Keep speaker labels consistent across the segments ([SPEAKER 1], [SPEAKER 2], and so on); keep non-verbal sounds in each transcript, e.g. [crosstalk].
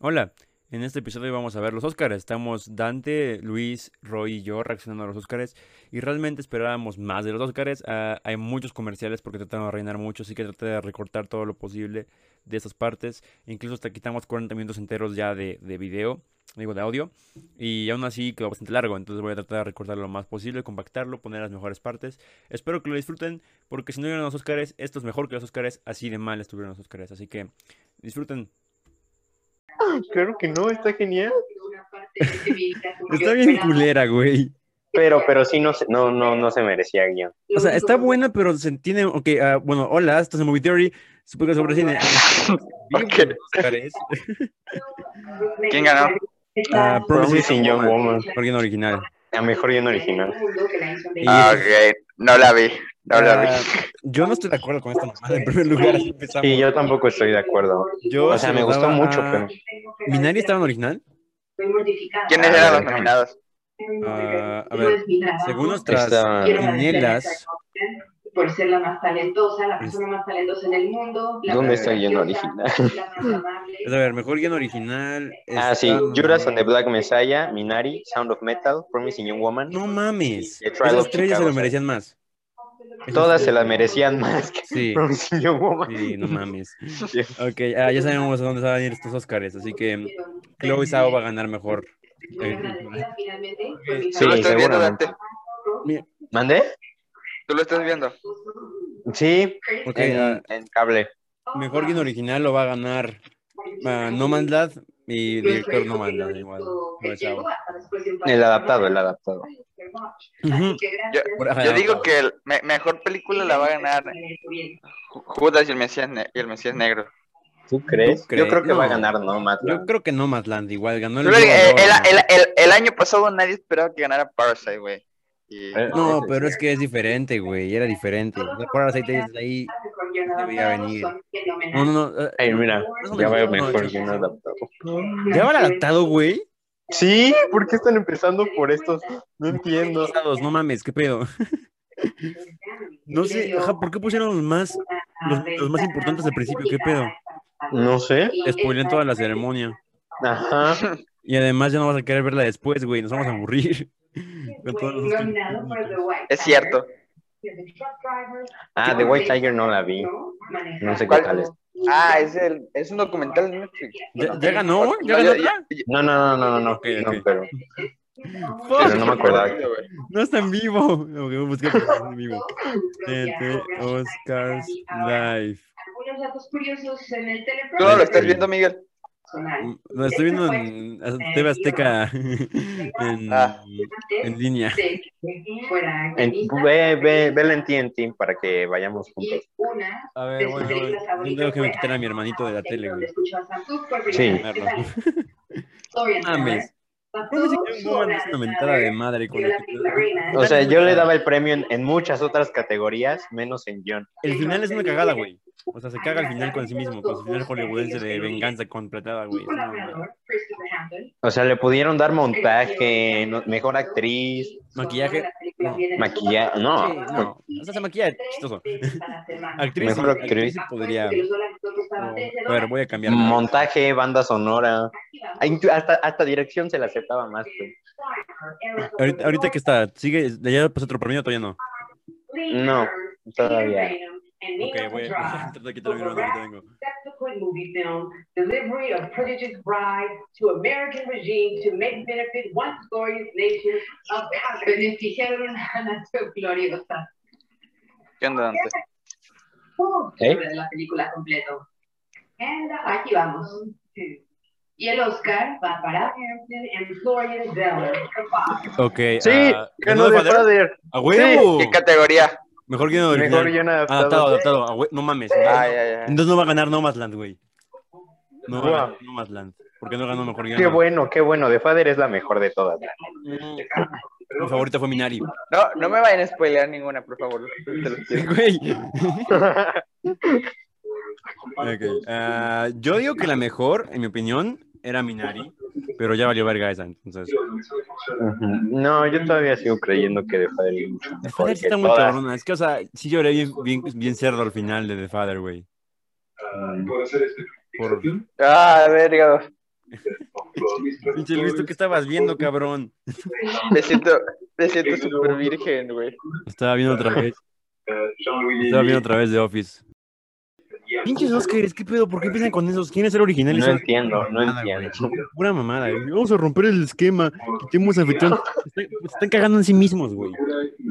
[SPEAKER 1] Hola, en este episodio vamos a ver los Óscares. Estamos Dante, Luis, Roy y yo reaccionando a los Óscares y realmente esperábamos más de los Óscares. Ah, hay muchos comerciales porque tratan de reinar mucho, así que traté de recortar todo lo posible de esas partes. Incluso hasta quitamos 40 minutos enteros ya de, de video, digo de audio, y aún así quedó bastante largo, entonces voy a tratar de recortarlo lo más posible, compactarlo, poner las mejores partes. Espero que lo disfruten porque si no vieron los Óscares, esto es mejor que los Óscares, así de mal estuvieron los Óscares, así que disfruten.
[SPEAKER 2] Claro que no, está genial.
[SPEAKER 1] Está bien culera, güey.
[SPEAKER 3] Pero, pero sí, no, se- no, no, no se merecía guión.
[SPEAKER 1] O sea, está buena, pero se entiende. Ok, ah, bueno, hola, esto es Movie Theory, su podcast sobre cine. Bien,
[SPEAKER 2] Ok.
[SPEAKER 1] buenos Óscares.
[SPEAKER 4] ¿Quién ganó?
[SPEAKER 1] Ah,
[SPEAKER 3] Promising Young Woman,
[SPEAKER 1] Alguien original.
[SPEAKER 3] la mejor guión original.
[SPEAKER 1] Y-
[SPEAKER 4] Ah, ok, no la vi, no
[SPEAKER 1] Ah,
[SPEAKER 4] la vi.
[SPEAKER 1] yo no estoy de acuerdo con esta mamada en primer lugar. así empezamos.
[SPEAKER 3] Sí, yo tampoco estoy de acuerdo.
[SPEAKER 1] Yo
[SPEAKER 3] O sea,
[SPEAKER 1] se
[SPEAKER 3] me
[SPEAKER 1] lo
[SPEAKER 3] gustó
[SPEAKER 1] daba
[SPEAKER 3] mucho,
[SPEAKER 1] a-
[SPEAKER 3] pero
[SPEAKER 1] ¿Minari estaba en original?
[SPEAKER 4] ¿Quiénes
[SPEAKER 3] Ah,
[SPEAKER 4] eran los
[SPEAKER 3] déjame.
[SPEAKER 4] nominados?
[SPEAKER 1] Ah, a ver, según nuestras
[SPEAKER 3] Estaba-
[SPEAKER 1] quinielas,
[SPEAKER 5] por ser la más talentosa, la
[SPEAKER 1] Es-
[SPEAKER 5] persona más talentosa en el mundo. La
[SPEAKER 3] ¿Dónde
[SPEAKER 5] más
[SPEAKER 3] está el guion
[SPEAKER 5] graciosa,
[SPEAKER 3] original?
[SPEAKER 5] la más amable.
[SPEAKER 1] es, a ver, mejor guión original.
[SPEAKER 3] Ah, sí,
[SPEAKER 1] están-
[SPEAKER 3] Judas and the Black Messiah, Minari, Sound of Metal, Promising Young Woman.
[SPEAKER 1] No mames.
[SPEAKER 3] The Trial
[SPEAKER 1] Esas
[SPEAKER 3] of
[SPEAKER 1] tres ya se
[SPEAKER 3] Chicago.
[SPEAKER 1] lo merecían más.
[SPEAKER 3] Todas se las merecían más que [laughs]
[SPEAKER 1] Sí.
[SPEAKER 3] Promising Young Woman.
[SPEAKER 1] Sí, no mames. Ok, ah, ya sabemos a dónde van a ir estos Óscares, así que Chloe Zhao va a ganar mejor.
[SPEAKER 5] Muy agradecida, finalmente, por mi
[SPEAKER 4] ¿Tú lo
[SPEAKER 3] Sí,
[SPEAKER 4] estás viendo,
[SPEAKER 3] seguramente.
[SPEAKER 4] Dante?
[SPEAKER 3] ¿Mandé?
[SPEAKER 4] ¿Tú lo estás viendo?
[SPEAKER 3] Sí,
[SPEAKER 1] Ok,
[SPEAKER 3] en, en cable.
[SPEAKER 1] ah, mejor guión original lo va a ganar ah, No Man's Land y director No Man's Land igual. Chloe Zhao.
[SPEAKER 3] El adaptado, el adaptado.
[SPEAKER 1] Ujú. Ajá,
[SPEAKER 4] Yo
[SPEAKER 1] no,
[SPEAKER 4] digo
[SPEAKER 1] no.
[SPEAKER 4] que el me- mejor película la va a ganar Ju- Judas y el Mesías, Ne- y el Mesías Negro.
[SPEAKER 3] ¿Tú crees?
[SPEAKER 1] ¿Tú crees?
[SPEAKER 3] Yo creo que va a
[SPEAKER 1] No.
[SPEAKER 3] ganar, ¿no, Matt?
[SPEAKER 1] Yo creo que No Man's Land igual ganó el.
[SPEAKER 4] Yo creo
[SPEAKER 1] Globo
[SPEAKER 4] que,
[SPEAKER 1] de
[SPEAKER 4] eh,
[SPEAKER 1] Oro.
[SPEAKER 4] el, el- el- el año pasado nadie esperaba que ganara Parasite, güey. Y-
[SPEAKER 3] Eh,
[SPEAKER 1] No, pero es que es diferente, güey. Era diferente. O sea, por aceite es ahí. Debía venir. No, no, no. eh,
[SPEAKER 3] Ay, mira, ya veo mejor guión adaptado.
[SPEAKER 1] ¿Ya va el adaptado, güey?
[SPEAKER 3] Sí, ¿por qué están empezando por estos? No entiendo.
[SPEAKER 1] Adaptados, No mames, qué pedo. No sé, ajá, ¿por qué pusieron los más? los- los más importantes al principio, ¿qué pedo?
[SPEAKER 3] No sé.
[SPEAKER 1] Spoilean toda la ceremonia.
[SPEAKER 3] Ajá.
[SPEAKER 1] Y además ya no vas a querer verla después, güey. Nos vamos a aburrir. [laughs] Con todos los Óscares.
[SPEAKER 4] Es cierto.
[SPEAKER 3] Ah, The White Tiger no la vi. No sé qué
[SPEAKER 4] ¿Cuál?
[SPEAKER 3] tal es.
[SPEAKER 4] Ah, es, el, es un documental de Netflix.
[SPEAKER 1] ¿Ya,
[SPEAKER 4] Bueno,
[SPEAKER 1] ya ganó? ¿Ya
[SPEAKER 4] no,
[SPEAKER 1] ganó
[SPEAKER 4] yo-
[SPEAKER 1] otra?
[SPEAKER 4] yo-
[SPEAKER 3] No, no, no, no, no, no.
[SPEAKER 1] Ok, ok.
[SPEAKER 3] No, pero
[SPEAKER 4] yo-
[SPEAKER 3] Pero no me acordaba.
[SPEAKER 4] güey.
[SPEAKER 1] No está en vivo. No, que busqué por favor en vivo. Gente, Oscars Live.
[SPEAKER 5] Algunos datos curiosos en el
[SPEAKER 4] ¿Tú no lo
[SPEAKER 5] teleprompter
[SPEAKER 1] Este,
[SPEAKER 4] estás viendo, Miguel?
[SPEAKER 5] personal.
[SPEAKER 1] Lo Mm, estoy viendo pues, en TV Azteca. [laughs] En,
[SPEAKER 4] Ah.
[SPEAKER 1] en línea.
[SPEAKER 5] De que fuera
[SPEAKER 3] en-
[SPEAKER 5] guionista
[SPEAKER 3] ve, ve, vela en TNT para que vayamos
[SPEAKER 5] y
[SPEAKER 3] juntos.
[SPEAKER 5] una
[SPEAKER 1] A ver,
[SPEAKER 5] de sus
[SPEAKER 1] bueno,
[SPEAKER 5] películas
[SPEAKER 1] yo
[SPEAKER 5] favoritas
[SPEAKER 1] tengo que
[SPEAKER 5] fue
[SPEAKER 1] me quitar a mi hermanito de la
[SPEAKER 5] Antes,
[SPEAKER 1] tele,
[SPEAKER 5] donde
[SPEAKER 1] güey.
[SPEAKER 5] escuchó a Santos por primera
[SPEAKER 3] Sí.
[SPEAKER 5] vez. ¿Qué tal? Todo bien, ¿no?
[SPEAKER 1] Mames.
[SPEAKER 5] Pasó
[SPEAKER 1] No sé si
[SPEAKER 5] su
[SPEAKER 1] Ah, yo no
[SPEAKER 5] hora
[SPEAKER 1] es una
[SPEAKER 5] de
[SPEAKER 1] mentada
[SPEAKER 5] saber
[SPEAKER 1] de madre con
[SPEAKER 5] que
[SPEAKER 1] el
[SPEAKER 5] la misma reina
[SPEAKER 3] O sea, yo le daba el premio en, en muchas otras categorías, menos en guión.
[SPEAKER 1] El final es una cagada, güey. O sea, se caga al final con sí mismo, con su final hollywoodense de venganza completada,
[SPEAKER 5] su
[SPEAKER 1] Ah, güey. No, mames.
[SPEAKER 5] colaborador, Christopher Hampton,
[SPEAKER 3] O sea, le pudieron dar montaje, no- mejor actriz,
[SPEAKER 5] y su
[SPEAKER 1] Maquillaje,
[SPEAKER 5] amor a la película
[SPEAKER 1] no.
[SPEAKER 5] viene de su
[SPEAKER 3] maquillaje.
[SPEAKER 1] Sí,
[SPEAKER 3] No,
[SPEAKER 1] no. O sea, se maquilla chistoso.
[SPEAKER 5] tres para ser mano.
[SPEAKER 1] [laughs] Actriz,
[SPEAKER 3] Mejor
[SPEAKER 1] sí,
[SPEAKER 3] actriz.
[SPEAKER 1] actriz sí podría. Oh,
[SPEAKER 5] Apuesto que pues, los dólares no costaban
[SPEAKER 1] no.
[SPEAKER 5] 13
[SPEAKER 1] A ver, voy a cambiar.
[SPEAKER 3] montaje, banda sonora.
[SPEAKER 5] dólares.
[SPEAKER 3] Ah, inclu- Hasta, hasta dirección se la aceptaba más. pero-
[SPEAKER 1] Ahorita, ahorita que está, sigue, ya pasó otro premio, todavía no.
[SPEAKER 3] No, todavía.
[SPEAKER 1] Ok, voy a [laughs] tratar de quitarle mi hermano, ahorita vengo.
[SPEAKER 5] Subsequent movie film, delivery of prodigious bride to American regime to make benefit once glorious nation of beneficiar una nación gloriosa.
[SPEAKER 4] ¿Qué onda, Dante?
[SPEAKER 5] Uh,
[SPEAKER 3] ¿Eh?
[SPEAKER 5] sobre la película completo. And, uh, Aquí vamos. Y el Oscar va para Hampton and Florian Zeller.
[SPEAKER 1] Ok.
[SPEAKER 3] Sí,
[SPEAKER 1] ah, ¿ganó
[SPEAKER 3] ganó The
[SPEAKER 1] The Father?
[SPEAKER 3] Father.
[SPEAKER 1] ¡A huevo!
[SPEAKER 4] ¿Qué categoría?
[SPEAKER 1] Mejor guion
[SPEAKER 3] Mejor
[SPEAKER 1] original. Ah,
[SPEAKER 3] guión adaptado.
[SPEAKER 1] Adaptado, adaptado. a hue- No mames.
[SPEAKER 4] Ay, ay, ay.
[SPEAKER 1] Entonces no va a ganar Nomadland, güey. No va a
[SPEAKER 3] Guau.
[SPEAKER 1] ganar Nomadland. Porque no ganó mejor guion.
[SPEAKER 3] Qué bueno, qué bueno. The Father es la mejor de todas.
[SPEAKER 1] Mi favorita fue Minari.
[SPEAKER 4] No, no me vayan a spoilear ninguna,
[SPEAKER 1] [laughs]
[SPEAKER 4] por favor. Te lo pido.
[SPEAKER 1] Güey. Ok, ah, yo digo que la mejor, en mi opinión, era Minari. Pero ya valió verga esa, entonces.
[SPEAKER 3] Ujú. No, yo todavía sigo creyendo que The Father es mucho
[SPEAKER 1] The
[SPEAKER 3] mejor
[SPEAKER 1] Father Mm. sí
[SPEAKER 3] que
[SPEAKER 1] está muy
[SPEAKER 3] todas.
[SPEAKER 1] cabrona. Es que, o sea, sí lloré bien, bien, bien cerdo al Ah, final de The Father, güey.
[SPEAKER 3] Mm.
[SPEAKER 1] Por-
[SPEAKER 4] Ah, verga.
[SPEAKER 1] Pinche Luis, ¿tú qué estabas viendo, cabrón?
[SPEAKER 4] Me siento,
[SPEAKER 1] [laughs]
[SPEAKER 4] me siento súper virgen, güey.
[SPEAKER 1] Estaba viendo otra vez. Ah, Estaba viendo otra vez de Office. Pinches Oscars, ¿qué pedo? ¿Por qué empiezan con esos? ¿Quién es el original?
[SPEAKER 3] No
[SPEAKER 1] Eso-
[SPEAKER 3] entiendo, no
[SPEAKER 1] Nada, güey.
[SPEAKER 3] entiendo.
[SPEAKER 1] Pura mamada, güey. Vamos a romper el esquema. Quitemos a Fetón. Se están- se están cagando en sí mismos, güey.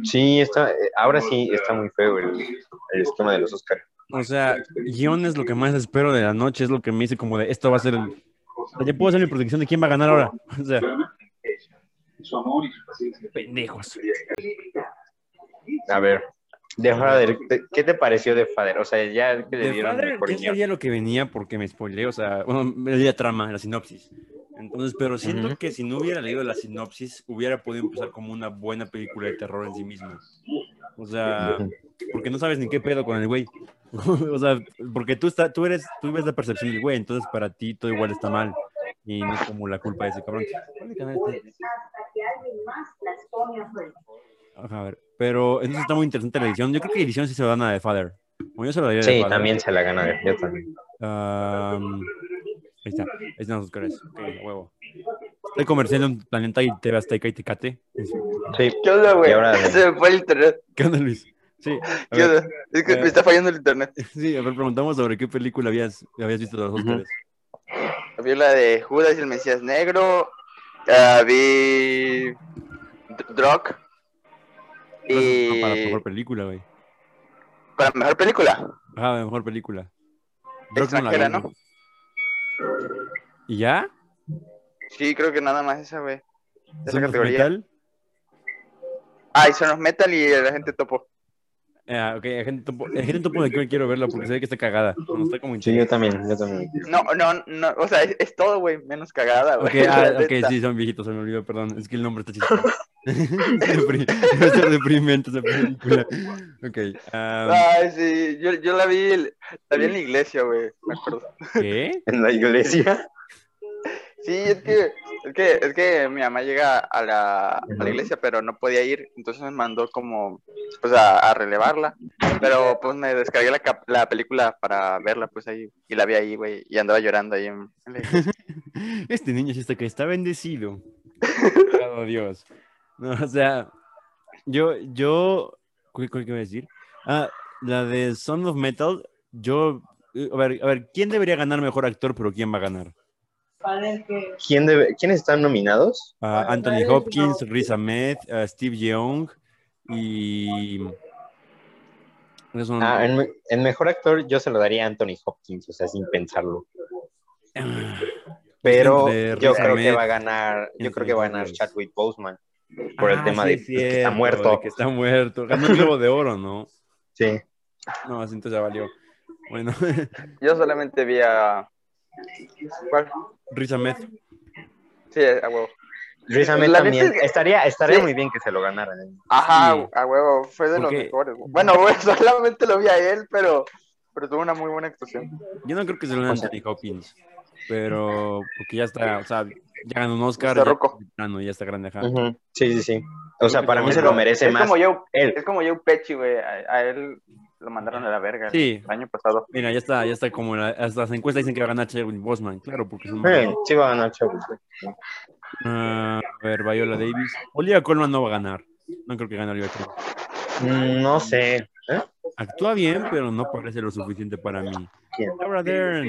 [SPEAKER 3] Sí, está, eh, ahora sí está muy feo el, el esquema de los Oscars.
[SPEAKER 1] O sea, guión es lo que más espero de la noche, es lo que me dice como de esto va a ser. el- O sea, ya puedo hacer mi predicción de quién va a ganar ahora. [laughs] O sea, pendejos.
[SPEAKER 3] A ver, de Father, ¿qué- ¿qué te pareció de Father? O sea, ya que le
[SPEAKER 1] De
[SPEAKER 3] dieron
[SPEAKER 1] Father,
[SPEAKER 3] mejor
[SPEAKER 1] yo
[SPEAKER 3] guión.
[SPEAKER 1] sabía lo que venía porque me spoileé, o sea, bueno, me leí la trama, la sinopsis. Entonces, pero siento
[SPEAKER 3] Ujú.
[SPEAKER 1] que si no hubiera leído la sinopsis, hubiera podido empezar como una buena película de terror en sí misma. O sea,
[SPEAKER 3] Ujú.
[SPEAKER 1] porque no sabes ni qué pedo con el güey. [laughs] o sea, porque tú, está, tú, eres, tú ves la percepción del güey, entonces para ti todo igual está mal. Y no es como la culpa de ese cabrón. ¿Cuál canal este? está?
[SPEAKER 5] hasta que alguien más pues. las pone afuera.
[SPEAKER 1] Ajá, a ver. Pero entonces está muy interesante la edición. Yo creo que la edición sí se lo dan a The Father. O yo se lo daría a The
[SPEAKER 3] Sí,
[SPEAKER 1] Father.
[SPEAKER 3] también se la gana de yo también.
[SPEAKER 1] Am, ahí está. Ahí están los Oscars. Ok, a huevo. Está el comercial de un planeta y TV Azteca y Tecate.
[SPEAKER 3] Sí,
[SPEAKER 4] ¿Qué onda, güey?
[SPEAKER 3] Y ahora-
[SPEAKER 4] [laughs] Se me fue el internet.
[SPEAKER 1] ¿Qué onda, Luis? Sí. a
[SPEAKER 4] ¿Qué
[SPEAKER 1] ver,
[SPEAKER 4] onda? Es que
[SPEAKER 1] Eh.
[SPEAKER 4] me está fallando el internet.
[SPEAKER 1] [laughs] sí, a ver, preguntamos sobre qué película habías, habías visto de los
[SPEAKER 3] Ujú.
[SPEAKER 1] Oscars.
[SPEAKER 4] Vi la de Judas y el Mesías Negro. ah, vi. Drog. Y.
[SPEAKER 1] Para mejor película, güey.
[SPEAKER 4] Para mejor película.
[SPEAKER 1] Ajá, la mejor película.
[SPEAKER 4] Extranjera,
[SPEAKER 1] vi,
[SPEAKER 4] ¿no?
[SPEAKER 1] güey. ¿Y ya?
[SPEAKER 4] Sí, creo que nada más esa, güey. Esa
[SPEAKER 1] ¿Son los
[SPEAKER 4] categoría.
[SPEAKER 1] metal?
[SPEAKER 4] Ah, y Son of Metal y la gente topó.
[SPEAKER 1] Ah, ok, Agente Topo. Agente Topo de que quiero verla porque se ve que está cagada. Bueno, está como
[SPEAKER 3] Sí, yo también, yo también.
[SPEAKER 4] No, no, no. O sea, es, es todo, güey. Menos cagada, [laughs]
[SPEAKER 1] Ok,
[SPEAKER 4] güey.
[SPEAKER 1] ah,
[SPEAKER 4] La
[SPEAKER 1] ok,
[SPEAKER 4] neta.
[SPEAKER 1] sí, son viejitos, se me olvidó, perdón. Es que el nombre está chistoso. [laughs] Depri- Debe ser deprimente esa película. Ok. ah,
[SPEAKER 4] Ay, sí. Yo, yo la vi. el- La vi en la iglesia, güey. Me acuerdo.
[SPEAKER 1] ¿Qué?
[SPEAKER 3] En la iglesia.
[SPEAKER 4] Sí, es que, es que, es que mi mamá llega a la, a la iglesia, pero no podía ir, entonces me mandó como, pues, a, a relevarla, pero pues me descargué la, cap- la película para verla, pues, ahí, y la vi ahí, güey, y andaba llorando ahí en, en la iglesia.
[SPEAKER 1] Este niño sí está que está bendecido. Claro, Dios. No, o sea, yo, yo, ¿cuál, cuál que iba a decir? Ah, la de Son of Metal, yo, eh, a ver, a ver, ¿quién debería ganar mejor actor, pero quién va a ganar?
[SPEAKER 5] Para que
[SPEAKER 3] ¿Quién debe- ¿Quiénes están nominados?
[SPEAKER 1] Ah, Anthony Hopkins, Riz Ahmed, ah, Steve Young y... esos son- [clears throat]
[SPEAKER 3] Ah, en, me- en mejor actor yo se lo daría a Anthony Hopkins, o sea, sin pensarlo.
[SPEAKER 1] Ah,
[SPEAKER 3] Pero
[SPEAKER 1] entre
[SPEAKER 3] yo
[SPEAKER 1] Riz
[SPEAKER 3] creo que
[SPEAKER 1] Ahmed.
[SPEAKER 3] va a ganar, yo creo que va a ganar
[SPEAKER 1] Entonces-
[SPEAKER 3] Chadwick Boseman por el
[SPEAKER 1] Ah,
[SPEAKER 3] tema
[SPEAKER 1] sí
[SPEAKER 3] de
[SPEAKER 1] es
[SPEAKER 3] pues, que está
[SPEAKER 1] cierto, de
[SPEAKER 3] muerto.
[SPEAKER 1] que está muerto. Ganó el globo de oro, ¿no?
[SPEAKER 3] Sí.
[SPEAKER 1] No, así entonces ya valió. Bueno,
[SPEAKER 4] [laughs]
[SPEAKER 1] [laughs]
[SPEAKER 4] Yo solamente vi a... ¿Cuál?
[SPEAKER 1] Riz Ahmed.
[SPEAKER 4] Sí, a huevo.
[SPEAKER 3] Riz Ahmed
[SPEAKER 4] La
[SPEAKER 3] también.
[SPEAKER 4] neta es que-
[SPEAKER 3] Estaría, estaría
[SPEAKER 4] Sí.
[SPEAKER 3] muy bien que se lo ¿eh? ganaran.
[SPEAKER 4] Ajá,
[SPEAKER 1] Sí.
[SPEAKER 4] a huevo, fue de los
[SPEAKER 1] Porque-
[SPEAKER 4] mejores. güey. Bueno, güey, [laughs] solamente lo vi a él, pero, pero tuvo una muy buena actuación.
[SPEAKER 1] Yo no creo que se lo den a
[SPEAKER 3] O sea-
[SPEAKER 1] Anthony Hopkins, pero porque ya está, o sea, ya ganó un Oscar.
[SPEAKER 4] Está
[SPEAKER 1] Ya,
[SPEAKER 4] roco.
[SPEAKER 1] Ah, no, ya está grande, ajá.
[SPEAKER 3] Ujú. Sí, sí, sí. O sea,
[SPEAKER 1] que
[SPEAKER 3] para mí
[SPEAKER 1] también
[SPEAKER 3] se
[SPEAKER 1] lo-
[SPEAKER 3] lo merece
[SPEAKER 4] es
[SPEAKER 3] más
[SPEAKER 4] Como yo,
[SPEAKER 3] él.
[SPEAKER 4] es como yo, Pechi, güey, a, a él lo mandaron a la verga
[SPEAKER 1] Sí.
[SPEAKER 4] el año pasado.
[SPEAKER 1] Mira, ya está, ya está como la- hasta las encuestas dicen que va a ganar Chadwick Bosman, claro, porque es un.
[SPEAKER 3] Sí, sí va a ganar Chadwick.
[SPEAKER 1] Ah, a ver, Viola Davis. Olivia Colman no va a ganar. No creo que gane Olivia Colman.
[SPEAKER 3] Mm, No sé.
[SPEAKER 1] Actúa bien, pero no parece lo suficiente para mí.
[SPEAKER 3] ¿Quién?
[SPEAKER 1] Laura Dern.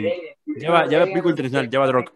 [SPEAKER 1] Ya va, ya va película internacional, ya va The Rock.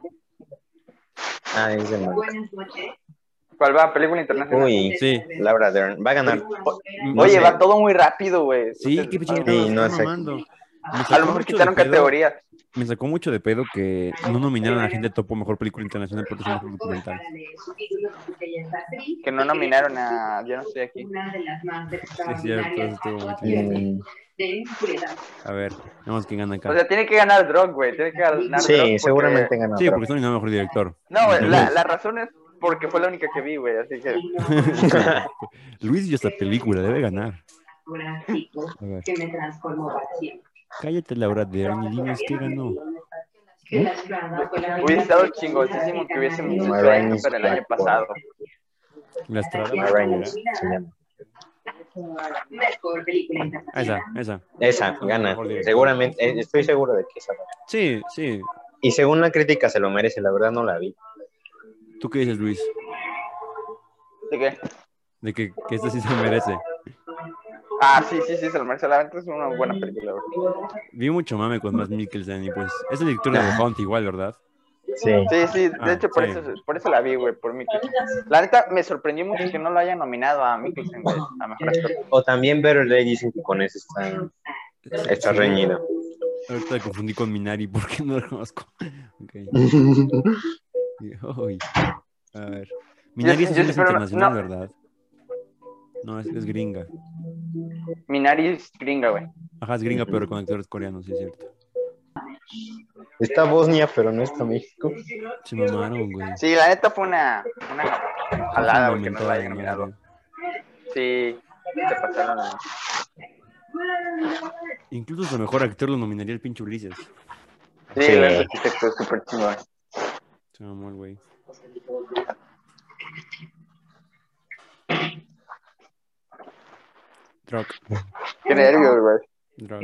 [SPEAKER 3] Ah, es de Marvel.
[SPEAKER 5] Buenas noches. Este,
[SPEAKER 4] ¿Cuál va? Película internacional.
[SPEAKER 3] Uy,
[SPEAKER 1] Sí. Mm,
[SPEAKER 3] Laura Dern. Va a ganar.
[SPEAKER 1] No
[SPEAKER 4] Oye,
[SPEAKER 1] sé.
[SPEAKER 4] va todo muy rápido, güey.
[SPEAKER 1] Sí,
[SPEAKER 4] Entonces,
[SPEAKER 1] qué
[SPEAKER 4] a
[SPEAKER 1] pinche
[SPEAKER 4] lo-
[SPEAKER 3] Sí, no
[SPEAKER 1] está
[SPEAKER 3] sé.
[SPEAKER 1] mamando. Me
[SPEAKER 4] A
[SPEAKER 1] sacó
[SPEAKER 4] lo mejor
[SPEAKER 1] mucho de
[SPEAKER 4] quitaron
[SPEAKER 1] pedo-
[SPEAKER 4] categoría.
[SPEAKER 1] Me sacó mucho de pedo que no nominaron a gente topo mejor película internacional por
[SPEAKER 5] Ah,
[SPEAKER 1] mejor
[SPEAKER 5] por
[SPEAKER 1] documental.
[SPEAKER 5] para leer su título, porque ella es actriz.
[SPEAKER 4] Que no nominaron a. Yo no estoy aquí.
[SPEAKER 5] Una de las más
[SPEAKER 1] Es cierto, eso
[SPEAKER 5] extraordinarias
[SPEAKER 1] estuvo muy
[SPEAKER 5] actuaciones
[SPEAKER 3] Mm,
[SPEAKER 5] de impunidad.
[SPEAKER 1] A ver, vamos quién gana acá.
[SPEAKER 4] O sea, tiene que ganar Drog, güey. Tiene que ganar Drog
[SPEAKER 3] Sí,
[SPEAKER 4] porque-
[SPEAKER 3] seguramente ganará.
[SPEAKER 1] Sí,
[SPEAKER 3] [laughs]
[SPEAKER 1] porque está nominado a mejor director.
[SPEAKER 4] No, güey, la,
[SPEAKER 1] Entonces,
[SPEAKER 4] la razón es porque fue la única que vi, güey. Así que. [laughs]
[SPEAKER 1] Luis y esta película debe ganar.
[SPEAKER 5] Ahora sí,
[SPEAKER 1] A ver,
[SPEAKER 5] que me transformó para siempre.
[SPEAKER 1] cállate Laura Dern y dinos qué ganó. ¿Eh?
[SPEAKER 5] Que la ciudad fue la
[SPEAKER 4] Hubiera estado chingoncísimo que hubiesen
[SPEAKER 5] Ay,
[SPEAKER 4] hecho
[SPEAKER 3] Ryan
[SPEAKER 4] eso para el año pasado.
[SPEAKER 1] La Estrada.
[SPEAKER 5] Ahí
[SPEAKER 3] Ah, Ryan se llama.
[SPEAKER 5] Mejor película
[SPEAKER 1] Esa,
[SPEAKER 5] internacional.
[SPEAKER 1] esa.
[SPEAKER 3] Esa, gana.
[SPEAKER 1] Mejor director.
[SPEAKER 3] Seguramente, eh, estoy seguro de que esa.
[SPEAKER 1] Sí, sí.
[SPEAKER 3] Y según la crítica se lo merece, la verdad no la vi.
[SPEAKER 1] ¿Tú qué dices, Luis?
[SPEAKER 4] ¿De qué?
[SPEAKER 1] De que, que esta sí se merece.
[SPEAKER 4] Ah, sí, sí, sí, se lo merece la venta. Es una buena película, güey.
[SPEAKER 1] Vi mucho mame con más Mikkelsen y pues es el director de The Hunt igual, ¿verdad?
[SPEAKER 3] Sí.
[SPEAKER 4] Sí, sí, de
[SPEAKER 1] Ah,
[SPEAKER 4] hecho por,
[SPEAKER 1] sí.
[SPEAKER 4] Eso, por eso la vi, güey, por Mickey. La neta, me sorprendió mucho que no lo haya nominado a Mikkelsen, güey, a mejor actor.
[SPEAKER 3] O también Better Day dicen que con eso está, está reñida.
[SPEAKER 1] Ahorita la confundí con Minari [laughs] porque no la conozco.
[SPEAKER 4] [laughs]
[SPEAKER 1] Ok. [laughs] Y- ay. A ver. Minari
[SPEAKER 4] yo-
[SPEAKER 1] sí
[SPEAKER 4] yo
[SPEAKER 1] es
[SPEAKER 4] espero-
[SPEAKER 1] internacional,
[SPEAKER 4] no.
[SPEAKER 1] ¿verdad? No, es, es gringa.
[SPEAKER 4] Minari es gringa, güey.
[SPEAKER 1] Ajá, es gringa, pero con actores coreanos, sí es cierto.
[SPEAKER 3] Está Bosnia, pero no está México.
[SPEAKER 1] Se mamaron, güey.
[SPEAKER 4] Sí, la neta fue una, una jalada, güey, que no
[SPEAKER 1] Fundamental,
[SPEAKER 4] lo haya
[SPEAKER 1] madre.
[SPEAKER 4] nominado. Sí, se pasaron. güey.
[SPEAKER 1] Incluso su mejor actor lo nominaría el pinche Ulises.
[SPEAKER 4] Sí,
[SPEAKER 3] Sí.
[SPEAKER 4] la neta, sí, fue súper chingón.
[SPEAKER 1] Se mamó el güey. Drog,
[SPEAKER 4] Qué nervios, güey.
[SPEAKER 1] drog.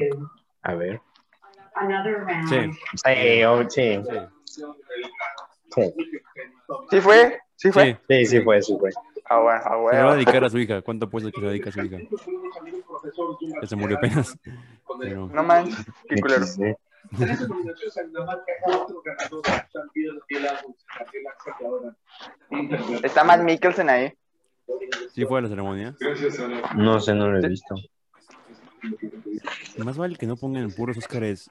[SPEAKER 3] A ver.
[SPEAKER 5] Another round.
[SPEAKER 1] Sí,
[SPEAKER 3] Sí, oh, sí,
[SPEAKER 1] sí,
[SPEAKER 3] sí,
[SPEAKER 4] ¿Sí fue? ¿Sí fue?
[SPEAKER 1] sí.
[SPEAKER 3] sí, sí fue, sí fue.
[SPEAKER 4] Ah, bueno, ah,
[SPEAKER 1] Se lo va a
[SPEAKER 4] bueno.
[SPEAKER 1] dedicar a su hija. ¿Cuánto apuesta que se lo dedica a su hija? Ya se murió apenas. Pero
[SPEAKER 4] No manches, qué culero.
[SPEAKER 3] Sí.
[SPEAKER 4] Está Matt Mikkelsen ahí.
[SPEAKER 1] sí fue a la ceremonia.
[SPEAKER 3] No sé, no lo he visto.
[SPEAKER 1] Más vale que no pongan puros Óscares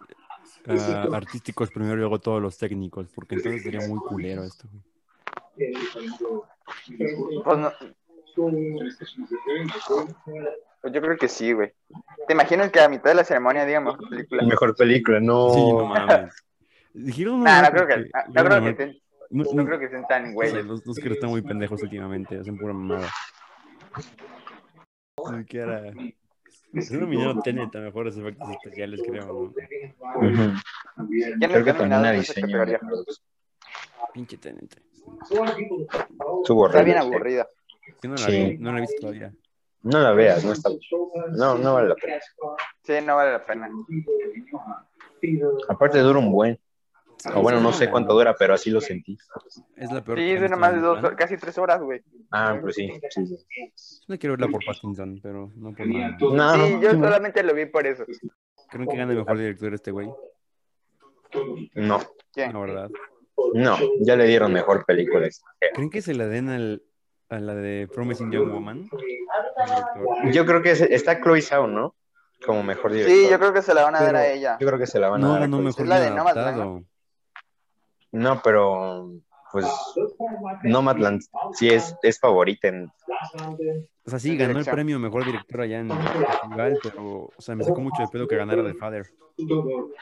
[SPEAKER 1] ah, artísticos primero y luego todos los técnicos, porque entonces sería muy culero esto. güey.
[SPEAKER 4] Pues, no- pues yo creo que sí, güey. ¿Te imaginas que a mitad de la ceremonia diga mejor película?
[SPEAKER 3] Mejor película, no.
[SPEAKER 1] Sí, no mames. Dijeron
[SPEAKER 4] Nah, no
[SPEAKER 1] mamá
[SPEAKER 4] creo que, ah,
[SPEAKER 1] porque-
[SPEAKER 4] no creo que,
[SPEAKER 1] dijeron
[SPEAKER 4] estén-
[SPEAKER 1] mamá- no-
[SPEAKER 4] no
[SPEAKER 1] no-
[SPEAKER 4] creo que estén tan
[SPEAKER 1] o sea,
[SPEAKER 4] güeyes.
[SPEAKER 1] los dos que están muy pendejos últimamente, hacen pura mamada. Ni siquiera. Se nominaron Tenet a mejores efectos especiales, creo. ¿no?
[SPEAKER 3] Ujú.
[SPEAKER 4] ¿Quién
[SPEAKER 3] Creo que
[SPEAKER 4] está
[SPEAKER 3] también
[SPEAKER 4] nominado
[SPEAKER 3] a
[SPEAKER 4] en esa
[SPEAKER 3] diseño.
[SPEAKER 4] categoría?
[SPEAKER 1] Pinche Tenet.
[SPEAKER 3] Estuvo
[SPEAKER 4] Está
[SPEAKER 3] horrible,
[SPEAKER 4] bien
[SPEAKER 3] sí.
[SPEAKER 4] aburrida.
[SPEAKER 1] Yo no la,
[SPEAKER 3] Sí.
[SPEAKER 1] vi, no la he visto todavía.
[SPEAKER 3] No la veas, no está. No, no vale la pena.
[SPEAKER 4] Sí, no vale la pena.
[SPEAKER 3] Aparte dura un buen. O bueno, no sé cuánto dura, pero así lo sentí.
[SPEAKER 1] Es la peor. que
[SPEAKER 4] Sí,
[SPEAKER 1] he
[SPEAKER 4] dura
[SPEAKER 1] visto
[SPEAKER 4] más
[SPEAKER 1] en
[SPEAKER 4] de
[SPEAKER 1] mi
[SPEAKER 4] dos,
[SPEAKER 1] plan.
[SPEAKER 4] casi tres horas, güey.
[SPEAKER 3] Ah, pues sí. sí, sí.
[SPEAKER 1] No quiero verla por Pattinson, pero no por nada.
[SPEAKER 3] No,
[SPEAKER 4] Sí, yo solamente lo vi por eso.
[SPEAKER 1] ¿Creen que gane mejor director este güey?
[SPEAKER 3] no,
[SPEAKER 4] ¿Quién?
[SPEAKER 1] La verdad.
[SPEAKER 3] no, ya le dieron mejor película.
[SPEAKER 1] ¿Creen que se la den al, a la de Promising Young Woman? Al director.
[SPEAKER 3] Yo creo que es- está Chloe Zhao, ¿no? Como mejor director.
[SPEAKER 4] Sí, yo creo que se la van a dar a ella.
[SPEAKER 3] Yo creo que se la van a
[SPEAKER 1] No
[SPEAKER 3] dar. a
[SPEAKER 1] ganó
[SPEAKER 3] Chloe
[SPEAKER 1] mejor
[SPEAKER 4] Es la de
[SPEAKER 1] guion
[SPEAKER 4] Nomadland,
[SPEAKER 1] adaptado.
[SPEAKER 3] Zhao. No, pero pues Nomadland sí es, es favorita en
[SPEAKER 1] O sea, sí, ganó el
[SPEAKER 4] Dirección.
[SPEAKER 1] premio mejor director allá en el festival, pero, o sea, me sacó mucho de pedo que ganara The Father.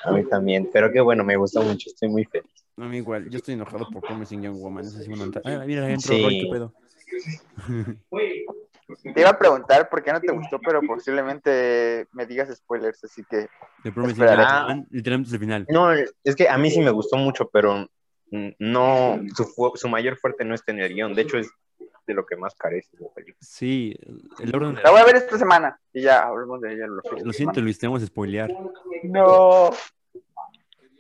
[SPEAKER 3] a mí también. Pero qué bueno, me gusta mucho, estoy muy feliz.
[SPEAKER 1] No, a mí igual, yo estoy enojado por Promising Young Woman. Esa sí me nota. Ah, mira, ahí entró
[SPEAKER 3] Sí.
[SPEAKER 1] Roy, qué pedo.
[SPEAKER 4] Te iba a preguntar por qué no te gustó, pero posiblemente me digas spoilers, así que
[SPEAKER 1] The Promising Young
[SPEAKER 4] Espera.
[SPEAKER 1] Woman, literalmente es el final.
[SPEAKER 3] No, es que a mí sí me gustó mucho, pero mm, no, su, fu- su mayor fuerte no está en el guión. De hecho, es de lo que más carece. la película.
[SPEAKER 1] Sí, el orden de
[SPEAKER 4] la voy a ver esta semana y ya hablamos de ella. la próxima
[SPEAKER 1] [laughs] Lo siento, Luis, te vamos a spoilear.
[SPEAKER 4] semana. No.
[SPEAKER 1] [laughs]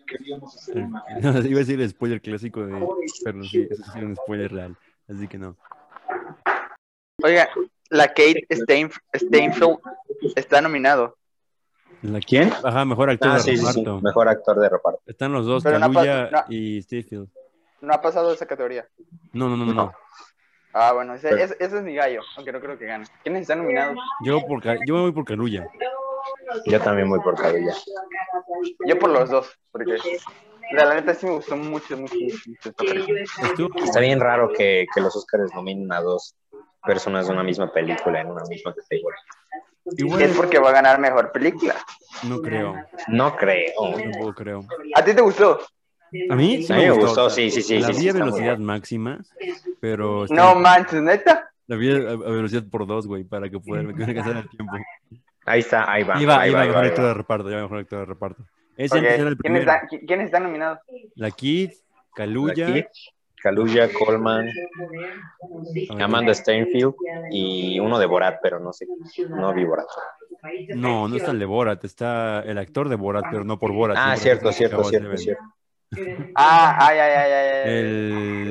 [SPEAKER 1] No, iba a decir el spoiler clásico de. Pero sí, eso sí es un spoiler real. Así que no.
[SPEAKER 4] Oiga, la Kate Steinf- Steinfeld está nominado.
[SPEAKER 1] ¿La quién? Ajá, mejor actor
[SPEAKER 3] Ah,
[SPEAKER 1] de
[SPEAKER 3] sí, sí, sí,
[SPEAKER 1] reparto.
[SPEAKER 3] mejor actor de reparto.
[SPEAKER 1] Están los dos,
[SPEAKER 4] Pero no
[SPEAKER 1] Kaluuya
[SPEAKER 4] pasa-
[SPEAKER 1] y Steefield.
[SPEAKER 4] No ha pasado esa categoría.
[SPEAKER 1] No, no, no, no, no.
[SPEAKER 4] Ah, bueno, ese, ese- ese es mi gallo, aunque no creo que gane. ¿Quiénes están nominados?
[SPEAKER 1] Yo, por, Ka- yo me voy por Kaluuya.
[SPEAKER 3] Yo también voy por Kaluuya.
[SPEAKER 4] Yo por los dos, porque la neta sí me gustó mucho, mucho, mucho esta película.
[SPEAKER 1] Estuvo-
[SPEAKER 3] Está bien raro que, que los Oscars nominen a dos personas de una misma película en una misma categoría.
[SPEAKER 1] Igual
[SPEAKER 4] Es porque va a ganar mejor película.
[SPEAKER 1] no creo.
[SPEAKER 3] No creo.
[SPEAKER 1] Yo tampoco creo.
[SPEAKER 4] ¿A ti te gustó?
[SPEAKER 1] A mí sí
[SPEAKER 3] A mí me
[SPEAKER 1] me gustó.
[SPEAKER 3] gustó,
[SPEAKER 1] o sea,
[SPEAKER 3] sí, sí, sí.
[SPEAKER 1] la
[SPEAKER 3] sí,
[SPEAKER 1] vi
[SPEAKER 3] sí,
[SPEAKER 1] a
[SPEAKER 3] está
[SPEAKER 1] velocidad máxima, pero este,
[SPEAKER 4] No manches, neta.
[SPEAKER 1] la vi a, a velocidad por dos, güey, para que pudiera me pudiera alcanzar el tiempo.
[SPEAKER 3] bueno. Ahí está, ahí va.
[SPEAKER 1] Iba,
[SPEAKER 3] ahí
[SPEAKER 1] iba a
[SPEAKER 3] va, ahí va,
[SPEAKER 1] mejor
[SPEAKER 3] ahí
[SPEAKER 1] actor
[SPEAKER 3] va.
[SPEAKER 1] de reparto, iba a mejor actor de reparto. Ese
[SPEAKER 4] Ok,
[SPEAKER 1] antes era el
[SPEAKER 4] ¿Quiénes
[SPEAKER 1] primero.
[SPEAKER 4] están, qui- quiénes están nominados?
[SPEAKER 1] La Kid,
[SPEAKER 3] Aquí,
[SPEAKER 1] Kaluuya,
[SPEAKER 3] Kaluuya, Coleman Amanda Steinfield y uno de Borat, pero no sé. No vi Borat.
[SPEAKER 1] No, no está el de Borat, está el actor de Borat, pero no por Borat.
[SPEAKER 3] Ah,
[SPEAKER 1] sí,
[SPEAKER 3] cierto,
[SPEAKER 1] porque
[SPEAKER 3] cierto,
[SPEAKER 1] acabó de
[SPEAKER 3] cierto,
[SPEAKER 1] ver.
[SPEAKER 3] cierto.
[SPEAKER 4] Ah, ay, ay, ay, ay. ay.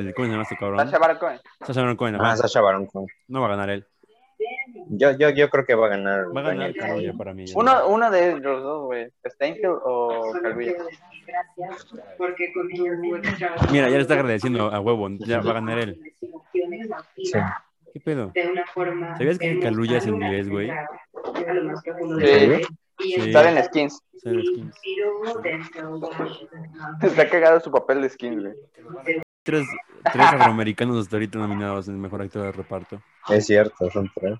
[SPEAKER 1] El... ¿Cómo se llama este cabrón?
[SPEAKER 4] Sacha Baron Cohen.
[SPEAKER 1] Sacha Baron Cohen, ajá.
[SPEAKER 3] Ah, Sasha Baron Cohen.
[SPEAKER 1] No va a ganar él.
[SPEAKER 3] Yo, yo, yo creo que va a ganar.
[SPEAKER 1] Va a ganar
[SPEAKER 3] Daniel
[SPEAKER 1] Calvillo
[SPEAKER 3] Calvillo.
[SPEAKER 1] para mí.
[SPEAKER 4] Uno, uno de los dos, güey. Steinfeld o
[SPEAKER 5] Solo
[SPEAKER 4] Calvillo.
[SPEAKER 5] quiero decir gracias porque con ellos puedo trabajar.
[SPEAKER 1] Mira, ya le está agradeciendo a huevo. Ya va a ganar él.
[SPEAKER 5] Investigación exhaustiva
[SPEAKER 1] ¿Qué pedo?
[SPEAKER 5] de una forma
[SPEAKER 1] ¿Sabías que
[SPEAKER 5] demostrada,
[SPEAKER 1] Kaluuya es inglés, güey?
[SPEAKER 5] a lo más profundo
[SPEAKER 4] Sí.
[SPEAKER 5] de mi ser.
[SPEAKER 1] Sí.
[SPEAKER 5] Y
[SPEAKER 4] Sale en skins. [laughs]
[SPEAKER 1] Sale en skins.
[SPEAKER 5] inspiro dentro de-
[SPEAKER 4] Está cagado su papel de skins, güey.
[SPEAKER 1] Tres, tres afroamericanos hasta ahorita nominados en mejor actor de reparto. [laughs]
[SPEAKER 3] Es cierto, son tres.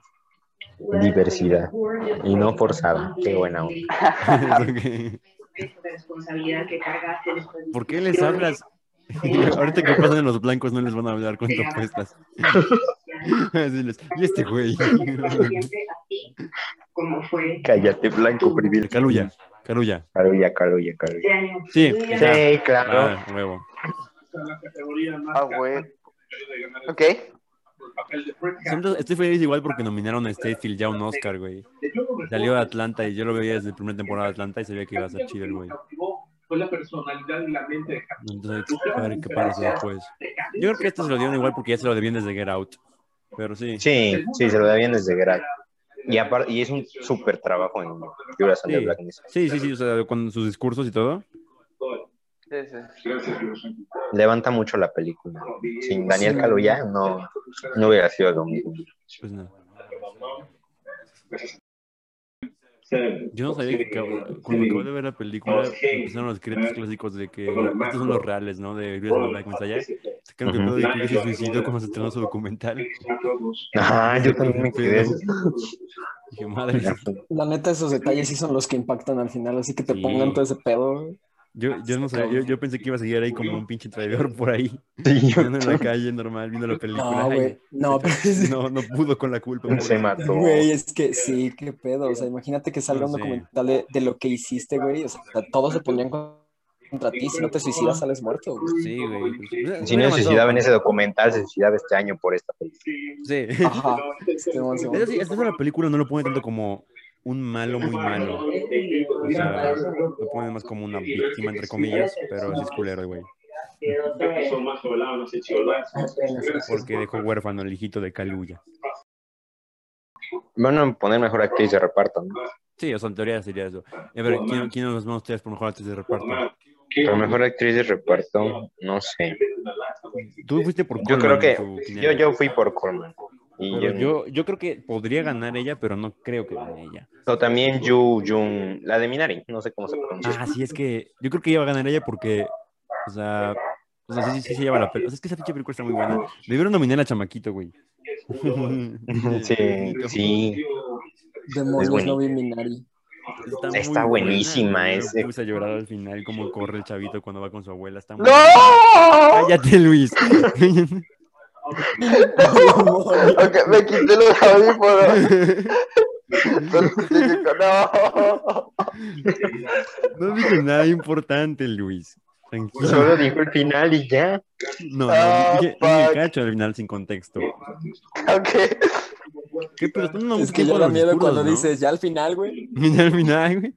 [SPEAKER 3] Diversidad. Y no forzada. Qué buena onda.
[SPEAKER 1] Eso que-
[SPEAKER 5] peso de responsabilidad que cargaste después de-
[SPEAKER 1] ¿Por qué les hablas? [laughs] Ahorita que pasan en los blancos no les van a hablar cuánto apuestas. [laughs] Así les- Y este güey.
[SPEAKER 5] Siempre así como fue.
[SPEAKER 3] Cállate, blanco privilegiado.
[SPEAKER 1] Caluya, Caluya.
[SPEAKER 3] Carulla, carulla, carulla.
[SPEAKER 5] Este año.
[SPEAKER 1] Sí,
[SPEAKER 5] Kaluuya
[SPEAKER 1] ya.
[SPEAKER 3] Sí, claro.
[SPEAKER 1] Ah, huevo.
[SPEAKER 4] Ah, güey. Ok.
[SPEAKER 1] Siento- Estoy feliz igual porque nominaron a Statefield ya un Oscar, güey. Salió de Atlanta y yo lo veía desde la primera temporada de Atlanta y sabía que iba a ser chido el güey.
[SPEAKER 6] Fue la personalidad y la mente de Harry.
[SPEAKER 1] Entonces, a ver qué pasa después. Yo creo que este se lo dieron igual porque ya se lo debían desde Get Out. Pero sí.
[SPEAKER 3] Sí, sí, se lo da bien desde Geralt. Y, aparte, y es un súper trabajo en Duration de
[SPEAKER 1] Sí.
[SPEAKER 3] Black Mesa.
[SPEAKER 1] Sí, sí, sí, o sea, con sus discursos y todo.
[SPEAKER 4] Sí, sí.
[SPEAKER 6] Gracias, Dios mío.
[SPEAKER 3] Levanta mucho la película. Sin Daniel Caluya no, no hubiera sido lo mismo.
[SPEAKER 1] Pues no.
[SPEAKER 6] Sí.
[SPEAKER 1] Yo no sabía que cab- cuando acabé de ver la película empezaron los créditos clásicos de que estos son los reales, ¿no? De Judas and the Black Messiah. Sacaron que el pedo de que se suicidó cuando se estrenó su documental.
[SPEAKER 6] A todos.
[SPEAKER 3] Ah, yo también me quedé.
[SPEAKER 1] Dije, madre.
[SPEAKER 7] La neta, esos detalles sí son los que impactan al final, así que te
[SPEAKER 1] Sí.
[SPEAKER 7] pongan todo ese pedo.
[SPEAKER 1] Yo, yo no sabía, yo, yo pensé que iba a seguir ahí como un pinche traidor por [laughs] ahí,
[SPEAKER 3] Sí, yo
[SPEAKER 1] andando en la calle normal, viendo la película.
[SPEAKER 7] No,
[SPEAKER 1] Ay,
[SPEAKER 7] güey.
[SPEAKER 1] [laughs]
[SPEAKER 7] No, pues, pero es-
[SPEAKER 1] No, no pudo con la culpa.
[SPEAKER 3] [laughs] se
[SPEAKER 1] pobre.
[SPEAKER 3] mató.
[SPEAKER 7] [laughs] Güey, es que sí, qué pedo. O sea, imagínate que
[SPEAKER 1] No
[SPEAKER 7] salga un
[SPEAKER 1] sé.
[SPEAKER 7] documental de, de lo que hiciste, güey. O sea, todos se pondrían con- contra ti. Si no te suicidas, sales muerto.
[SPEAKER 1] [laughs]
[SPEAKER 7] güey.
[SPEAKER 1] Sí, güey. pues, hubiera-
[SPEAKER 3] Si
[SPEAKER 1] hubiera
[SPEAKER 3] no se suicidaba en
[SPEAKER 1] matado.
[SPEAKER 3] ese documental, se suicidaba este año por esta película.
[SPEAKER 1] Sí.
[SPEAKER 7] Ajá. Simón, Simón.
[SPEAKER 1] Eso sí, hasta eso la película no lo pone tanto como un malo muy malo.
[SPEAKER 6] eh,
[SPEAKER 1] O sea, lo pone más como una víctima, entre comillas, pero sí es culero, güey.
[SPEAKER 6] eh, Son más volados, no sé, chivolas.
[SPEAKER 1] Porque dejó huérfano el hijito de Caluya.
[SPEAKER 3] Van a poner mejor actriz de reparto, ¿no?
[SPEAKER 1] Sí, o sea, en teoría sería eso. A ver, ¿quién, quién nos van ustedes por mejor antes de reparto?
[SPEAKER 3] Pero mejor actriz de reparto, no sé.
[SPEAKER 1] Tú fuiste por
[SPEAKER 3] Yo creo
[SPEAKER 1] Coleman
[SPEAKER 3] que
[SPEAKER 1] en tu quiniela.
[SPEAKER 3] yo, yo fui por Coleman. Y
[SPEAKER 1] Pero
[SPEAKER 3] yo,
[SPEAKER 1] yo, yo creo que podría ganar ella, pero no creo que gane ella.
[SPEAKER 3] o también Yu Jung, la de Minari, no sé cómo se pronuncia.
[SPEAKER 1] [laughs] Ah, sí, es que yo creo que ella va a ganar ella porque, o sea, o sea sí, sí, sí se lleva la pelota. O sea, es que esa pinche película está muy buena. Debieron nominar a Chamaquito, [laughs] güey.
[SPEAKER 3] Sí, sí. Es
[SPEAKER 7] Demonios,
[SPEAKER 3] buenísimo.
[SPEAKER 7] no vi Minari.
[SPEAKER 1] [laughs]
[SPEAKER 7] [laughs]
[SPEAKER 1] muy
[SPEAKER 3] Está buenísima
[SPEAKER 1] buena. Yo
[SPEAKER 3] ese.
[SPEAKER 1] Me puse a llorar al final, como corre el chavito cuando va con su abuela. Está muy
[SPEAKER 4] ¡No!
[SPEAKER 1] ¡Cállate, [laughs] Luis!
[SPEAKER 4] Ok, me quité
[SPEAKER 1] [laughs]
[SPEAKER 4] los audífonos. No.
[SPEAKER 1] no dije nada importante, Luis.
[SPEAKER 7] Pues
[SPEAKER 1] Tranquilo.
[SPEAKER 3] Solo dijo el final y ya.
[SPEAKER 1] [laughs]
[SPEAKER 3] [laughs]
[SPEAKER 1] No, no,
[SPEAKER 4] Ah,
[SPEAKER 1] dije, dije
[SPEAKER 4] fuck.
[SPEAKER 1] cacho al final sin contexto.
[SPEAKER 7] Eh,
[SPEAKER 4] Ok.
[SPEAKER 1] ¿Qué? Pero están
[SPEAKER 7] Es que yo da miedo cuando dices, ya al final, güey.
[SPEAKER 1] [laughs]
[SPEAKER 7] [laughs]
[SPEAKER 1] Mira, al final, güey.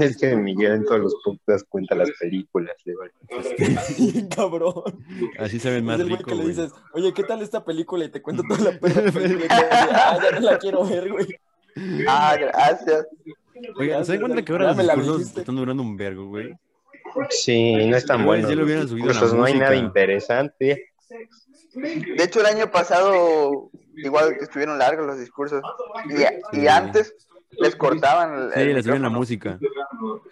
[SPEAKER 3] Es que Miguel en todos los podcasts cuenta las películas. de verdad.
[SPEAKER 7] Cabrón.
[SPEAKER 1] Así se ven
[SPEAKER 7] Es
[SPEAKER 1] más
[SPEAKER 7] el güey
[SPEAKER 1] rico,
[SPEAKER 7] que le
[SPEAKER 1] güey.
[SPEAKER 7] dices, oye, ¿qué tal esta película? Y te cuento
[SPEAKER 1] [laughs]
[SPEAKER 7] toda la perra película. Y te dice, ah, ya no la quiero ver, güey.
[SPEAKER 4] Ah, gracias.
[SPEAKER 1] Oigan, ¿se dan cuenta que
[SPEAKER 7] Ya
[SPEAKER 1] ahora
[SPEAKER 7] me
[SPEAKER 1] los
[SPEAKER 7] la
[SPEAKER 1] discursos
[SPEAKER 7] dijiste.
[SPEAKER 1] están durando un vergo, güey?
[SPEAKER 3] Sí, no es tan
[SPEAKER 1] Igual
[SPEAKER 3] bueno. Pues
[SPEAKER 1] ya lo hubieran subido la
[SPEAKER 3] no hay
[SPEAKER 1] música.
[SPEAKER 3] nada interesante.
[SPEAKER 4] De hecho, el año pasado igual estuvieron largos los discursos. Y, y
[SPEAKER 1] Sí.
[SPEAKER 4] antes les cortaban. el-
[SPEAKER 1] Sí,
[SPEAKER 4] el
[SPEAKER 1] les suben la
[SPEAKER 4] micrófono.
[SPEAKER 1] música.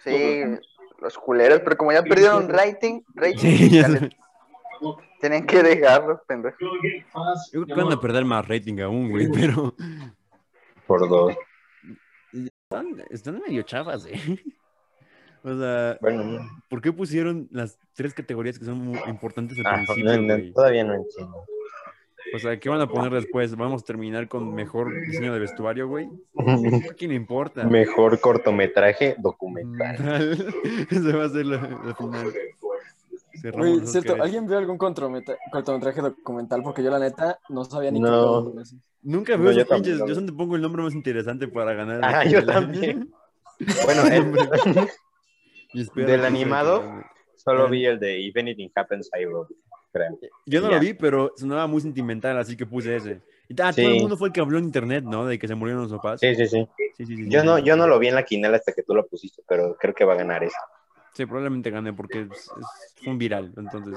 [SPEAKER 4] Sí, los culeros, pero como ya perdieron rating, rating
[SPEAKER 1] Sí, ya
[SPEAKER 4] ya les-
[SPEAKER 1] saben.
[SPEAKER 4] tenían que dejarlos, pendejo.
[SPEAKER 1] Yo creo que van a perder más rating aún, güey, pero
[SPEAKER 3] Por dos.
[SPEAKER 1] están, están medio chavas, eh. O sea,
[SPEAKER 3] Bueno,
[SPEAKER 1] ¿por qué pusieron las tres categorías que son muy importantes al
[SPEAKER 3] ah,
[SPEAKER 1] principio,
[SPEAKER 3] no, no,
[SPEAKER 1] güey?
[SPEAKER 3] todavía no entiendo.
[SPEAKER 1] O sea, ¿qué van a poner después? ¿Vamos a terminar con mejor diseño de vestuario, güey? ¿A quién le importa?
[SPEAKER 3] Mejor cortometraje documental.
[SPEAKER 1] [laughs] Mental. Se va a hacer la, la final. Cerramos
[SPEAKER 7] Güey,
[SPEAKER 1] los
[SPEAKER 7] cierto,
[SPEAKER 1] Óscares.
[SPEAKER 7] ¿alguien vio algún cortometra- cortometraje documental? Porque yo, la neta, no sabía ni qué
[SPEAKER 3] No.
[SPEAKER 7] pedo con eso.
[SPEAKER 1] Nunca
[SPEAKER 3] No,
[SPEAKER 1] veo
[SPEAKER 3] yo
[SPEAKER 1] esos
[SPEAKER 3] también,
[SPEAKER 1] pinches.
[SPEAKER 3] la
[SPEAKER 1] Yo
[SPEAKER 3] verdad.
[SPEAKER 1] solo te pongo el nombre más interesante para ganar.
[SPEAKER 3] Ah,
[SPEAKER 1] la
[SPEAKER 3] yo
[SPEAKER 1] quiniela.
[SPEAKER 3] también. Bueno, el-
[SPEAKER 1] [laughs] Y espero
[SPEAKER 3] Del
[SPEAKER 1] que-
[SPEAKER 3] animado. Solo vi el de If Anything Happens, I Will, creo.
[SPEAKER 1] Yo no lo
[SPEAKER 3] Ya.
[SPEAKER 1] vi, pero sonaba muy sentimental, así que puse ese. Y, ah,
[SPEAKER 3] Sí.
[SPEAKER 1] todo el mundo fue el que habló en internet, ¿no? De que se murieron los papás.
[SPEAKER 3] Sí, sí, sí.
[SPEAKER 1] Sí, sí, sí,
[SPEAKER 3] Yo
[SPEAKER 1] sí.
[SPEAKER 3] no, yo no lo vi en la quinela hasta que tú lo pusiste, pero creo que va a ganar eso.
[SPEAKER 1] Sí, probablemente gané porque es- es- fue un viral. Entonces,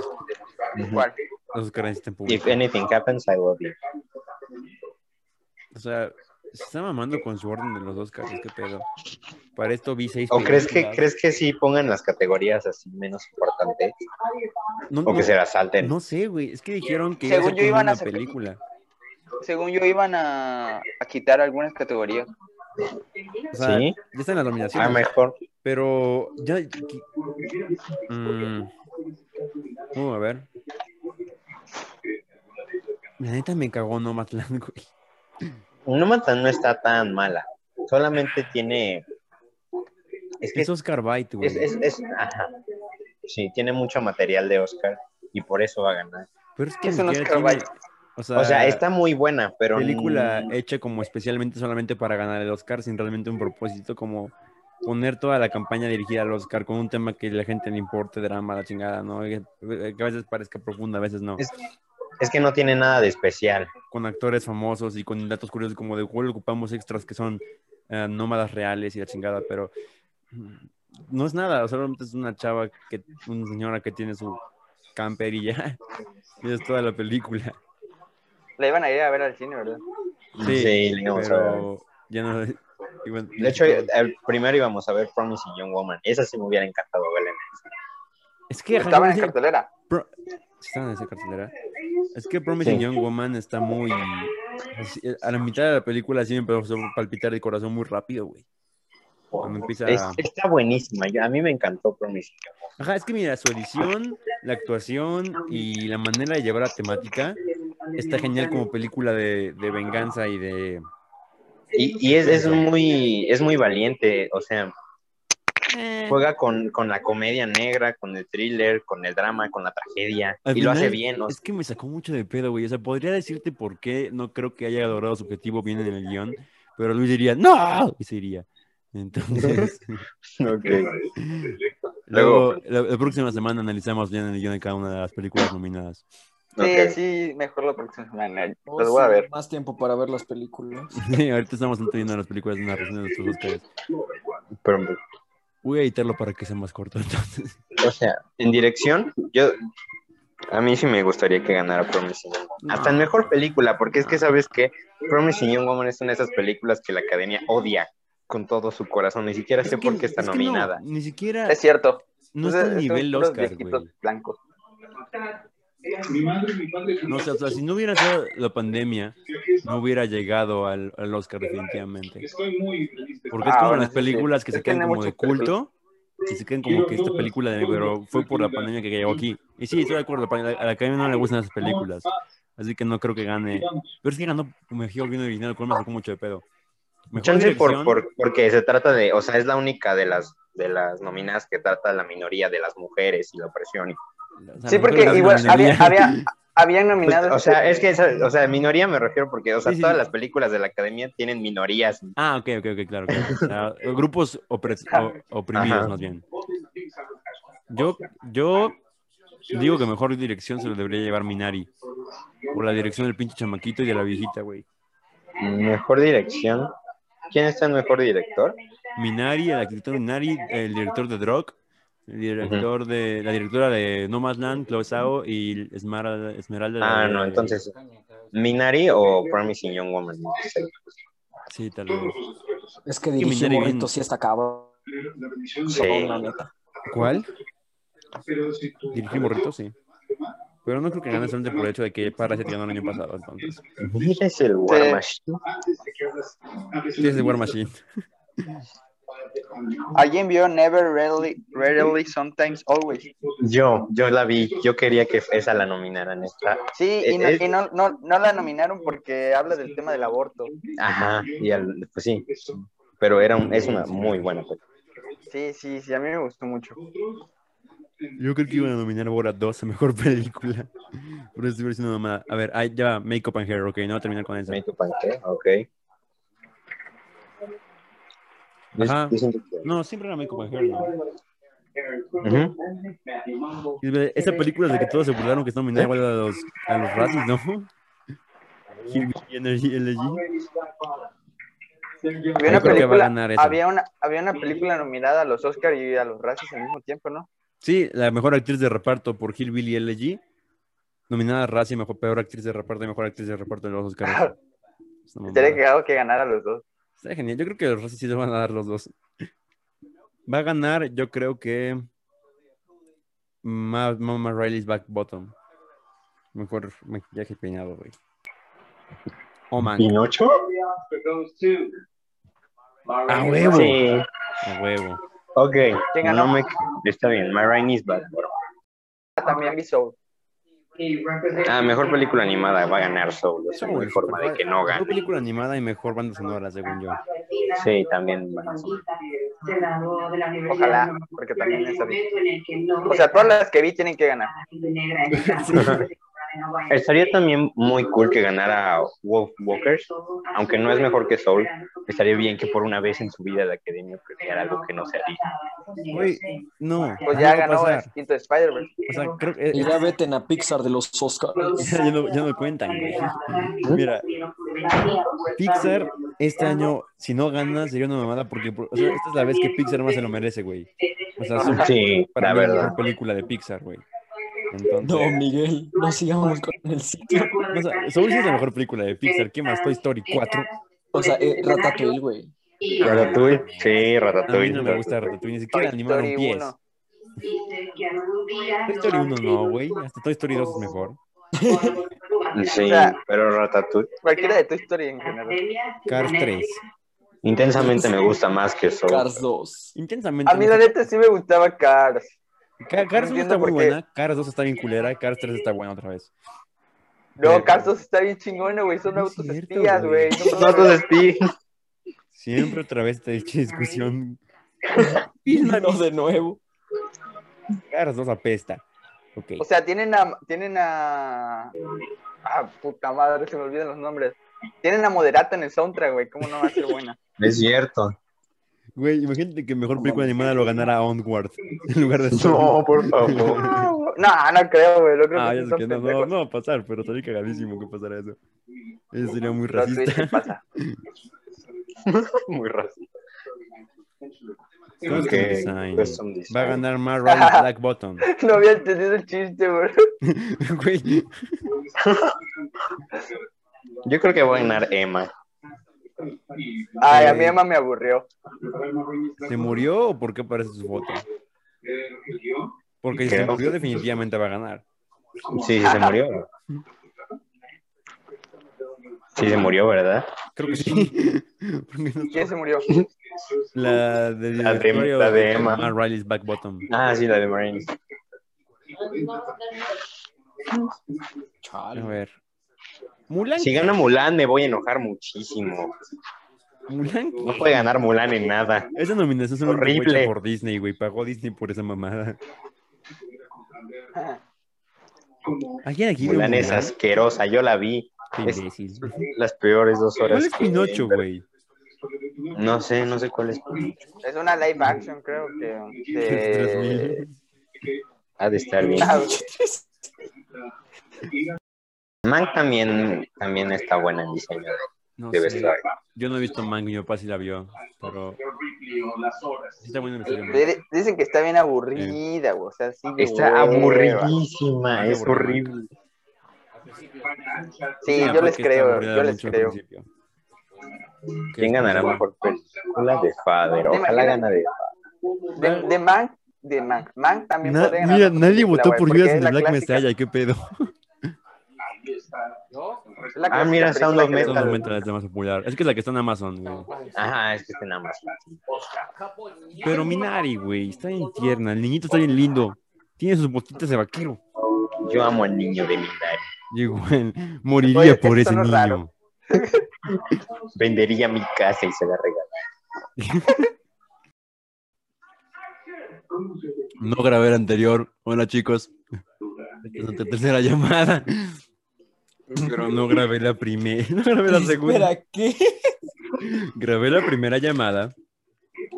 [SPEAKER 4] ¿Cuál?
[SPEAKER 1] los Oscars están
[SPEAKER 3] If
[SPEAKER 1] públicos.
[SPEAKER 3] anything happens, I will be.
[SPEAKER 1] O sea, se está mamando con su orden de los Oscars, qué pedo. Para esto vi seis
[SPEAKER 3] ¿O crees que,
[SPEAKER 1] películas.
[SPEAKER 3] crees que sí pongan las categorías así menos importantes?
[SPEAKER 1] No,
[SPEAKER 3] ¿O
[SPEAKER 1] no,
[SPEAKER 3] que se las salten?
[SPEAKER 1] no sé, güey. Es que dijeron que
[SPEAKER 4] Según
[SPEAKER 1] iba a ser
[SPEAKER 4] yo
[SPEAKER 1] como
[SPEAKER 4] iban a
[SPEAKER 1] una
[SPEAKER 4] sacar-
[SPEAKER 1] película.
[SPEAKER 4] Según yo, iban a, a quitar algunas categorías.
[SPEAKER 1] O sea,
[SPEAKER 3] ¿Sí?
[SPEAKER 1] ya están las nominaciones.
[SPEAKER 3] Ah, mejor.
[SPEAKER 1] Pero ya. qui- Mm. Uh, a ver. La neta me cagó Nomadland, güey.
[SPEAKER 3] Nomadland no está tan mala. Solamente tiene... Es que
[SPEAKER 1] Es Oscar Bite, güey.
[SPEAKER 3] es, es- es- ajá. Sí, tiene mucho material de Oscar y por eso va a ganar.
[SPEAKER 1] Pero es que
[SPEAKER 4] Es
[SPEAKER 1] ni
[SPEAKER 4] un
[SPEAKER 1] siquiera
[SPEAKER 4] Oscar
[SPEAKER 1] tiene- O sea,
[SPEAKER 3] O sea, está muy buena, pero...
[SPEAKER 1] película hecha como especialmente solamente para ganar el Oscar, sin realmente un propósito, como poner toda la campaña dirigida al Oscar con un tema que a la gente le importe, drama, la chingada, ¿no? Que eh, que a veces parezca profunda, a veces no.
[SPEAKER 3] Es, es que no tiene nada de especial.
[SPEAKER 1] con actores famosos y con datos curiosos como de cuál ocupamos extras que son eh, nómadas reales y la chingada, pero mm, no es nada, o sea, realmente es una chava, que una señora que tiene su camper y ya, [laughs] y es toda la película.
[SPEAKER 4] La iban a ir a ver al cine, ¿verdad?
[SPEAKER 1] Sí,
[SPEAKER 3] Sí, le íbamos a ver.
[SPEAKER 1] pero ya no... y bueno,
[SPEAKER 3] ah. De hecho, el primero íbamos a ver Promising Young Woman. Esa sí me hubiera encantado verla. en el cine.
[SPEAKER 1] es que... ajá,
[SPEAKER 4] Estaba en
[SPEAKER 1] sí,
[SPEAKER 4] cartelera.
[SPEAKER 1] Pro- ¿Están en esa cartelera? Es que Promising Young Woman está muy... así, eh, A la mitad de la película sí me empezó a palpitar el corazón muy rápido, güey. Cuando empieza...
[SPEAKER 3] Es- está buenísima. Yo- a mí me encantó Promising Young Woman.
[SPEAKER 1] Ajá, es que mira, su edición, la actuación y la manera de llevar la temática está genial como película de, de venganza y de...
[SPEAKER 3] Y, y es, es muy, es muy valiente. O sea, juega con, con la comedia negra, con el thriller, con el drama, con la tragedia.
[SPEAKER 1] Al
[SPEAKER 3] y lo hace
[SPEAKER 1] final,
[SPEAKER 3] bien. o
[SPEAKER 1] Es que me sacó mucho de pedo, güey. O sea, podría decirte por qué no creo que haya logrado su objetivo bien en el guión, pero Luis diría, ¡No! Y se iría. Entonces,
[SPEAKER 4] [laughs]
[SPEAKER 3] sea.
[SPEAKER 1] luego, la, la próxima semana analizamos bien el guión de cada una de las películas nominadas. [laughs]
[SPEAKER 4] Sí,
[SPEAKER 3] Ok.
[SPEAKER 4] sí, mejor la próxima semana.
[SPEAKER 7] Oh,
[SPEAKER 4] Los voy a
[SPEAKER 7] sí,
[SPEAKER 4] ver.
[SPEAKER 7] Más tiempo para ver las películas.
[SPEAKER 1] Ahorita estamos entendiendo las películas de una reseña de nuestros ustedes.
[SPEAKER 3] Pero,
[SPEAKER 1] Voy a editarlo para que sea más corto,
[SPEAKER 4] [laughs]
[SPEAKER 1] entonces.
[SPEAKER 3] o sea, en dirección, yo. A mí sí me gustaría que ganara Promising Young Woman. Hasta en mejor película, porque es que sabes que Promising Young Woman es una de esas películas que la academia odia con todo su corazón. Ni siquiera sé
[SPEAKER 1] Es que-
[SPEAKER 3] por qué está
[SPEAKER 1] es que no,
[SPEAKER 3] nominada.
[SPEAKER 1] ni siquiera...
[SPEAKER 4] Es cierto.
[SPEAKER 1] No está a
[SPEAKER 4] Entonces,
[SPEAKER 1] nivel
[SPEAKER 4] estos
[SPEAKER 1] Oscar,
[SPEAKER 4] viejitos
[SPEAKER 1] güey.
[SPEAKER 4] blancos.
[SPEAKER 6] Mi madre y mi padre.
[SPEAKER 1] No, o sea, o sea, si no hubiera sido la pandemia, no hubiera llegado al, al Oscar
[SPEAKER 3] Este,
[SPEAKER 1] definitivamente.
[SPEAKER 6] Estoy muy feliz de
[SPEAKER 1] Porque es
[SPEAKER 4] Ah,
[SPEAKER 1] como
[SPEAKER 4] bueno,
[SPEAKER 1] las
[SPEAKER 4] sí,
[SPEAKER 1] películas
[SPEAKER 4] sí.
[SPEAKER 1] que se
[SPEAKER 4] Es que
[SPEAKER 1] quedan
[SPEAKER 4] tiene
[SPEAKER 1] como de
[SPEAKER 4] muchas películas.
[SPEAKER 1] culto, que se quedan como que esta película de pero fue por la pandemia que llegó aquí. Y sí, estoy de acuerdo, pa- a la academia no le gustan esas películas, así que no creo que gane. Pero es que ganó mejor guion original, lo cual me sacó mucho de pedo. Mejor
[SPEAKER 3] Chance por,
[SPEAKER 1] dirección,
[SPEAKER 3] por- porque se trata de, o sea, es la única de las de las nominadas que trata la minoría de las mujeres y la opresión. y-
[SPEAKER 1] o sea,
[SPEAKER 4] Sí,
[SPEAKER 1] mejor
[SPEAKER 4] porque
[SPEAKER 1] dirección de
[SPEAKER 4] igual
[SPEAKER 1] la
[SPEAKER 4] había,
[SPEAKER 1] minoría.
[SPEAKER 4] había, habían nominado.
[SPEAKER 3] Pues, o sea, es que, esa- o sea, minoría me refiero porque, o sea,
[SPEAKER 1] Sí, sí,
[SPEAKER 3] todas
[SPEAKER 1] sí.
[SPEAKER 3] las películas de la academia tienen minorías.
[SPEAKER 1] [laughs] Ah, ok, ok, ok, claro. claro. O sea, grupos opres- o- oprimidos,
[SPEAKER 3] Ajá.
[SPEAKER 1] más bien. Yo, yo digo que mejor dirección se lo debería llevar Minari. Por la dirección del pinche chamaquito y de la viejita, güey.
[SPEAKER 3] Mejor dirección. ¿Quién está en mejor director?
[SPEAKER 1] Minari, el arquitecto Minari, el director de Drog, el director de, la directora de No Man's Land, Chloe Zhao y Esmeralda. Esmeralda la
[SPEAKER 3] Ah,
[SPEAKER 1] de-
[SPEAKER 3] no, entonces, Minari o Promising Young Woman. no sé.
[SPEAKER 1] Sí, tal vez.
[SPEAKER 7] Es que
[SPEAKER 1] mi
[SPEAKER 7] dirigir
[SPEAKER 1] Jerry
[SPEAKER 7] Borrito
[SPEAKER 1] Green.
[SPEAKER 7] sí está cabrón,
[SPEAKER 3] Sí.
[SPEAKER 7] la neta.
[SPEAKER 1] ¿Cuál? Dirigir Morrito, sí. Pero no creo que gane solamente por el hecho de que para se ganó el año pasado, entonces.
[SPEAKER 3] Mira, es el War Machine.
[SPEAKER 1] Sí, es de War Machine.
[SPEAKER 4] Alguien vio Never Rarely, Rarely, Sometimes, Always.
[SPEAKER 3] Yo, yo la vi. Yo quería que esa la nominaran. Esta.
[SPEAKER 4] Sí, y, no,
[SPEAKER 3] Eh, eh.
[SPEAKER 4] y no, no, no la nominaron porque habla del tema del aborto.
[SPEAKER 3] Ajá, y al- pues sí. Pero era un- es una muy buena película.
[SPEAKER 4] Sí, sí, sí, a mí me gustó mucho.
[SPEAKER 1] Yo creo que iban a nominar Borat 2 a mejor [laughs] película. Pero estoy diciendo mamada. A ver, ah, ya va, Make Up and Hair, ok, no voy a terminar con eso.
[SPEAKER 3] Me tu panque, ok.
[SPEAKER 1] Ajá.
[SPEAKER 3] Yo siento que-
[SPEAKER 1] No, siempre era Make Up and Hair, ¿no?
[SPEAKER 3] Ujú.
[SPEAKER 1] Y ve- Esa película de que todos se burlaron que es nominada igual a los, a los Razzies, ¿no? Hillbilly Energy LG.
[SPEAKER 4] Había
[SPEAKER 1] Yo
[SPEAKER 4] una
[SPEAKER 1] creo que va a
[SPEAKER 4] película,
[SPEAKER 1] ganar esa.
[SPEAKER 4] había una, había una película nominada a los Oscar y a los Razzies al mismo tiempo, ¿no?
[SPEAKER 1] Sí, la mejor actriz de reparto por Hillbilly LG. Nominada a Razzie, mejor peor actriz de reparto y mejor actriz de reparto de los
[SPEAKER 3] Ah,
[SPEAKER 1] Oscars. Es una
[SPEAKER 4] Estaría
[SPEAKER 1] mamada.
[SPEAKER 4] quedado que ganara los dos.
[SPEAKER 1] Está genial. Yo creo que los Razzies sí les van a dar los dos. Va a ganar, yo creo que. Ma- Mama Riley's Back Bottom. Mejor maquillaje y peinado, güey. Oh, man.
[SPEAKER 2] ¿Pinocho?
[SPEAKER 3] Ah,
[SPEAKER 1] A Ah, huevo.
[SPEAKER 3] Sí,
[SPEAKER 1] A huevo.
[SPEAKER 3] ok.
[SPEAKER 4] ¿Quién ganó?
[SPEAKER 3] No me- Está bien, My Rain is Bad.
[SPEAKER 4] Ah, También vi Soul.
[SPEAKER 3] Ah, mejor película animada va a ganar Soul. Eso no hay
[SPEAKER 1] Soul,
[SPEAKER 3] forma de
[SPEAKER 1] mejor-
[SPEAKER 3] que no
[SPEAKER 1] mejor
[SPEAKER 3] gane.
[SPEAKER 1] película animada y mejor banda sonora, según yo.
[SPEAKER 3] Sí, también van a ser.
[SPEAKER 5] Se graduó de la Universidad
[SPEAKER 4] Ojalá,
[SPEAKER 5] de Nueva York
[SPEAKER 4] porque también
[SPEAKER 5] en el
[SPEAKER 4] esa vi.
[SPEAKER 5] momento en el que no
[SPEAKER 4] O sea, todas las que vi tienen que ganar.
[SPEAKER 5] la gente negra en el
[SPEAKER 3] [laughs]
[SPEAKER 5] campo de Hawái.
[SPEAKER 3] Estaría también muy cool que ganara Wolf Walkers. aunque no es mejor que Soul, Estaría bien que por una vez en su vida la academia premiara algo que no sea Disney.
[SPEAKER 1] Güey,
[SPEAKER 5] eh,
[SPEAKER 1] no.
[SPEAKER 4] Pues
[SPEAKER 1] no va
[SPEAKER 4] ya
[SPEAKER 1] a
[SPEAKER 4] ganó
[SPEAKER 1] pasar.
[SPEAKER 4] el quinto Spider-Man.
[SPEAKER 1] O sea, creo
[SPEAKER 5] eh,
[SPEAKER 1] que.
[SPEAKER 7] Y ya veten a Pixar de los Oscars.
[SPEAKER 1] [laughs] ya, no, ya no cuentan, güey. Mira, Pixar este año, si no gana, sería una mamada porque o sea, esta es la vez que Pixar más se lo merece, güey. O sea, su-
[SPEAKER 3] [laughs] Sí,
[SPEAKER 1] para
[SPEAKER 3] la
[SPEAKER 1] mí es la
[SPEAKER 3] verdad.
[SPEAKER 1] mejor película de Pixar, güey. Entonces,
[SPEAKER 7] No, Miguel, no sigamos con el sitio.
[SPEAKER 1] o sea, Soul sí es la mejor película de Pixar. ¿Qué más? Toy Story 4.
[SPEAKER 7] O sea, eh, Ratatouille, güey.
[SPEAKER 3] Ratatouille. Sí,
[SPEAKER 1] A mí
[SPEAKER 3] Ratatouille.
[SPEAKER 1] no me gusta Ratatouille, ni
[SPEAKER 4] Toy
[SPEAKER 1] siquiera animaron
[SPEAKER 4] Story
[SPEAKER 1] 10.
[SPEAKER 4] 1.
[SPEAKER 1] Toy Story 1 no, güey. [laughs] Hasta Toy Story 2 es mejor.
[SPEAKER 3] Sí, pero Ratatouille.
[SPEAKER 4] Cualquiera de Toy Story en general.
[SPEAKER 1] Cars 3.
[SPEAKER 3] Intensamente me gusta más que Soul.
[SPEAKER 7] Cars 2.
[SPEAKER 1] Intensamente.
[SPEAKER 4] A mí la neta sí me gustaba Cars.
[SPEAKER 1] Ca- Cars 1
[SPEAKER 4] entiendo
[SPEAKER 1] está muy
[SPEAKER 4] por qué.
[SPEAKER 1] buena. Cars 2 está bien culera. Cars 3 está buena otra vez.
[SPEAKER 4] No, Cars 2 está bien chingona, güey. Son
[SPEAKER 1] No es
[SPEAKER 4] autos
[SPEAKER 1] cierto,
[SPEAKER 4] espías,
[SPEAKER 1] güey.
[SPEAKER 4] güey.
[SPEAKER 3] No,
[SPEAKER 4] No, mames.
[SPEAKER 3] entonces, sí.
[SPEAKER 1] Siempre otra vez esta dicha discusión. Vilma,
[SPEAKER 7] No, de nuevo.
[SPEAKER 1] Cars 2 apesta. Ok.
[SPEAKER 4] o sea, tienen a, tienen a. Ah, puta madre, se me olvidan los nombres. Tienen a Moderata en el soundtrack, güey. ¿Cómo no va a ser buena?
[SPEAKER 3] Es cierto.
[SPEAKER 1] Güey, imagínate que mejor película animada lo ganara Onward en lugar de
[SPEAKER 3] No, por favor.
[SPEAKER 4] [laughs] No, no creo, güey. No creo
[SPEAKER 1] Ah,
[SPEAKER 4] que
[SPEAKER 1] ya sé
[SPEAKER 4] sí son
[SPEAKER 1] que no, no,
[SPEAKER 4] pendejos.
[SPEAKER 1] no va a pasar, pero estaría cagadísimo que pasara eso. Eso sería muy
[SPEAKER 4] No, sí, sí
[SPEAKER 1] racista. [laughs]
[SPEAKER 4] pasa. [laughs]
[SPEAKER 3] Muy racista.
[SPEAKER 1] Custom Design.
[SPEAKER 3] Custom design.
[SPEAKER 1] Va a ganar Matt Ryan's
[SPEAKER 3] [laughs]
[SPEAKER 1] Black Bottom. [laughs]
[SPEAKER 4] No había entendido el chiste, güey.
[SPEAKER 1] Güey,
[SPEAKER 3] Yo creo que va a ganar Emma.
[SPEAKER 4] Ay, a mí Emma me aburrió.
[SPEAKER 1] ¿se murió o por qué aparece su foto? Porque si se
[SPEAKER 3] Creo.
[SPEAKER 1] murió, definitivamente va a ganar.
[SPEAKER 3] Sí, sí se murió. Sí se murió, ¿verdad?
[SPEAKER 1] Creo que sí. [laughs] Porque no-
[SPEAKER 4] ¿Quién
[SPEAKER 1] [laughs]
[SPEAKER 4] se murió?
[SPEAKER 1] La de
[SPEAKER 3] La de-
[SPEAKER 1] directorio
[SPEAKER 3] la de Emma.
[SPEAKER 1] Matt Riley's Back Bottom.
[SPEAKER 3] Ah, sí, la de Marines.
[SPEAKER 1] A
[SPEAKER 7] Chale.
[SPEAKER 1] ver. Mulan.
[SPEAKER 3] Si gana Mulan, me voy a enojar muchísimo.
[SPEAKER 1] Mulan. ¿qué?
[SPEAKER 3] No puede ganar Mulan en nada.
[SPEAKER 1] Esa nominación es fue
[SPEAKER 3] Horrible.
[SPEAKER 1] hecha por Disney, güey. Pagó Disney por esa mamada. ¿Alguien aquí vio
[SPEAKER 3] Mulan es
[SPEAKER 1] Mulan?
[SPEAKER 3] asquerosa, yo la vi.
[SPEAKER 1] Qué
[SPEAKER 3] es-
[SPEAKER 1] imbécil.
[SPEAKER 3] Las peores dos horas.
[SPEAKER 1] ¿Cuál es
[SPEAKER 3] que-
[SPEAKER 1] Pinocho, güey?
[SPEAKER 3] No sé, no sé cuál es.
[SPEAKER 4] Es una live action, creo que. de-
[SPEAKER 1] 3000.
[SPEAKER 3] Ha de estar bien.
[SPEAKER 1] [laughs]
[SPEAKER 4] Ah,
[SPEAKER 3] Mank también, también está buena en diseño de-
[SPEAKER 1] No
[SPEAKER 3] de
[SPEAKER 1] sé.
[SPEAKER 3] vestuario.
[SPEAKER 1] Yo no he visto Mango, mi papá sí la vio. Pero sí está buena en serio, güey.
[SPEAKER 4] de- Dicen que está bien aburrida, güey. O sea, sí. de
[SPEAKER 3] Está
[SPEAKER 4] hueva.
[SPEAKER 3] aburridísima, es
[SPEAKER 1] Aburrida.
[SPEAKER 3] horrible.
[SPEAKER 4] Sí,
[SPEAKER 1] Ah,
[SPEAKER 4] yo
[SPEAKER 1] porque
[SPEAKER 4] les
[SPEAKER 1] está
[SPEAKER 4] creo,
[SPEAKER 1] aburrida
[SPEAKER 4] yo les
[SPEAKER 1] mucho al
[SPEAKER 4] creo.
[SPEAKER 1] principio.
[SPEAKER 3] ¿Quién ganará mejor película de Fader? Ojalá gana de
[SPEAKER 4] De, de Mank, de Mank. Mank también
[SPEAKER 1] Na-
[SPEAKER 4] puede ganar
[SPEAKER 1] mira,
[SPEAKER 4] la
[SPEAKER 1] nadie
[SPEAKER 4] película,
[SPEAKER 1] votó
[SPEAKER 4] güey,
[SPEAKER 1] por
[SPEAKER 4] porque
[SPEAKER 1] Judas
[SPEAKER 4] es
[SPEAKER 1] en
[SPEAKER 4] la
[SPEAKER 1] el Black
[SPEAKER 4] clásica-
[SPEAKER 1] Messiah, ¿qué pedo?
[SPEAKER 4] es la
[SPEAKER 3] Ah,
[SPEAKER 4] clásica
[SPEAKER 3] mira,
[SPEAKER 4] película
[SPEAKER 3] Sound of
[SPEAKER 4] que les
[SPEAKER 1] Esa
[SPEAKER 3] Metal.
[SPEAKER 4] gusta.
[SPEAKER 1] no entra, es la más popular. Es que es la que está en Amazon, güey.
[SPEAKER 3] Ajá, es que está en Amazon.
[SPEAKER 1] Pero Minari, güey, está bien tierna. El niñito está bien lindo. Tiene sus botitas de vaquero.
[SPEAKER 3] Yo amo al niño de Minari.
[SPEAKER 1] Y, güey, moriría
[SPEAKER 4] Oye,
[SPEAKER 1] por
[SPEAKER 4] eso
[SPEAKER 1] ese
[SPEAKER 4] no
[SPEAKER 1] niño.
[SPEAKER 4] es raro.
[SPEAKER 3] Vendería mi casa y se la regalaría.
[SPEAKER 1] No grabé el anterior. Hola, chicos. Es nuestra tercera llamada. Pero no grabé la primera. [laughs] No grabé la segunda.
[SPEAKER 7] Espera, ¿qué?
[SPEAKER 1] Grabé la primera llamada,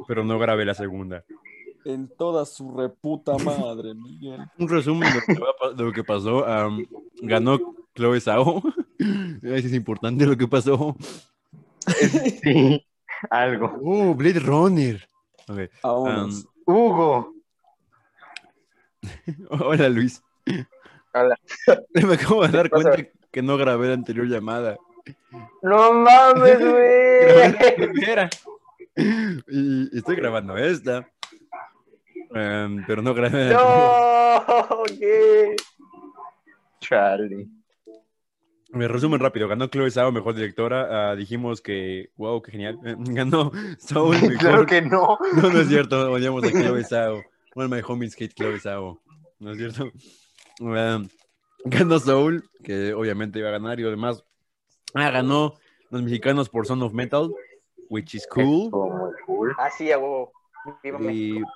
[SPEAKER 1] pero no grabé la segunda.
[SPEAKER 7] en toda su reputa madre, Miguel.
[SPEAKER 1] Un resumen de lo que, va- de lo que pasó. am, ganó Chloe Zhao. [laughs] Eso es importante lo que pasó. [laughs]
[SPEAKER 3] Sí, algo.
[SPEAKER 1] Oh, Blade Runner. Ok, Um,
[SPEAKER 7] Vámonos.
[SPEAKER 3] Hugo.
[SPEAKER 1] [laughs] Hola Luis.
[SPEAKER 4] Hola.
[SPEAKER 1] [laughs] Me acabo de dar
[SPEAKER 4] ¿Qué pasa?
[SPEAKER 1] cuenta que no grabé la anterior
[SPEAKER 4] [laughs]
[SPEAKER 1] llamada. [laughs]
[SPEAKER 3] No mames, güey.
[SPEAKER 1] Grabé la primera. Y estoy grabando esta. Em, pero no grabé la anterior.
[SPEAKER 4] [laughs]
[SPEAKER 3] No, ¿qué? Charlie.
[SPEAKER 1] Me resumen rápido. Ganó Chloe Zhao, mejor directora. Ah, dijimos que, wow, qué genial. [laughs] Eh, Ganó Saul, mejor.
[SPEAKER 3] [laughs] Claro que no.
[SPEAKER 1] [laughs] No, no es cierto. Odiamos a Chloe Zhao. One of my homies hate Chloe Zhao. No es cierto. Um, ganó Soul, que obviamente iba a ganar y lo demás. Ah, ganó los mexicanos por Son of Metal, which is cool.
[SPEAKER 3] Estuvo muy cool.
[SPEAKER 4] Ah, sí, a huevo. Viva México.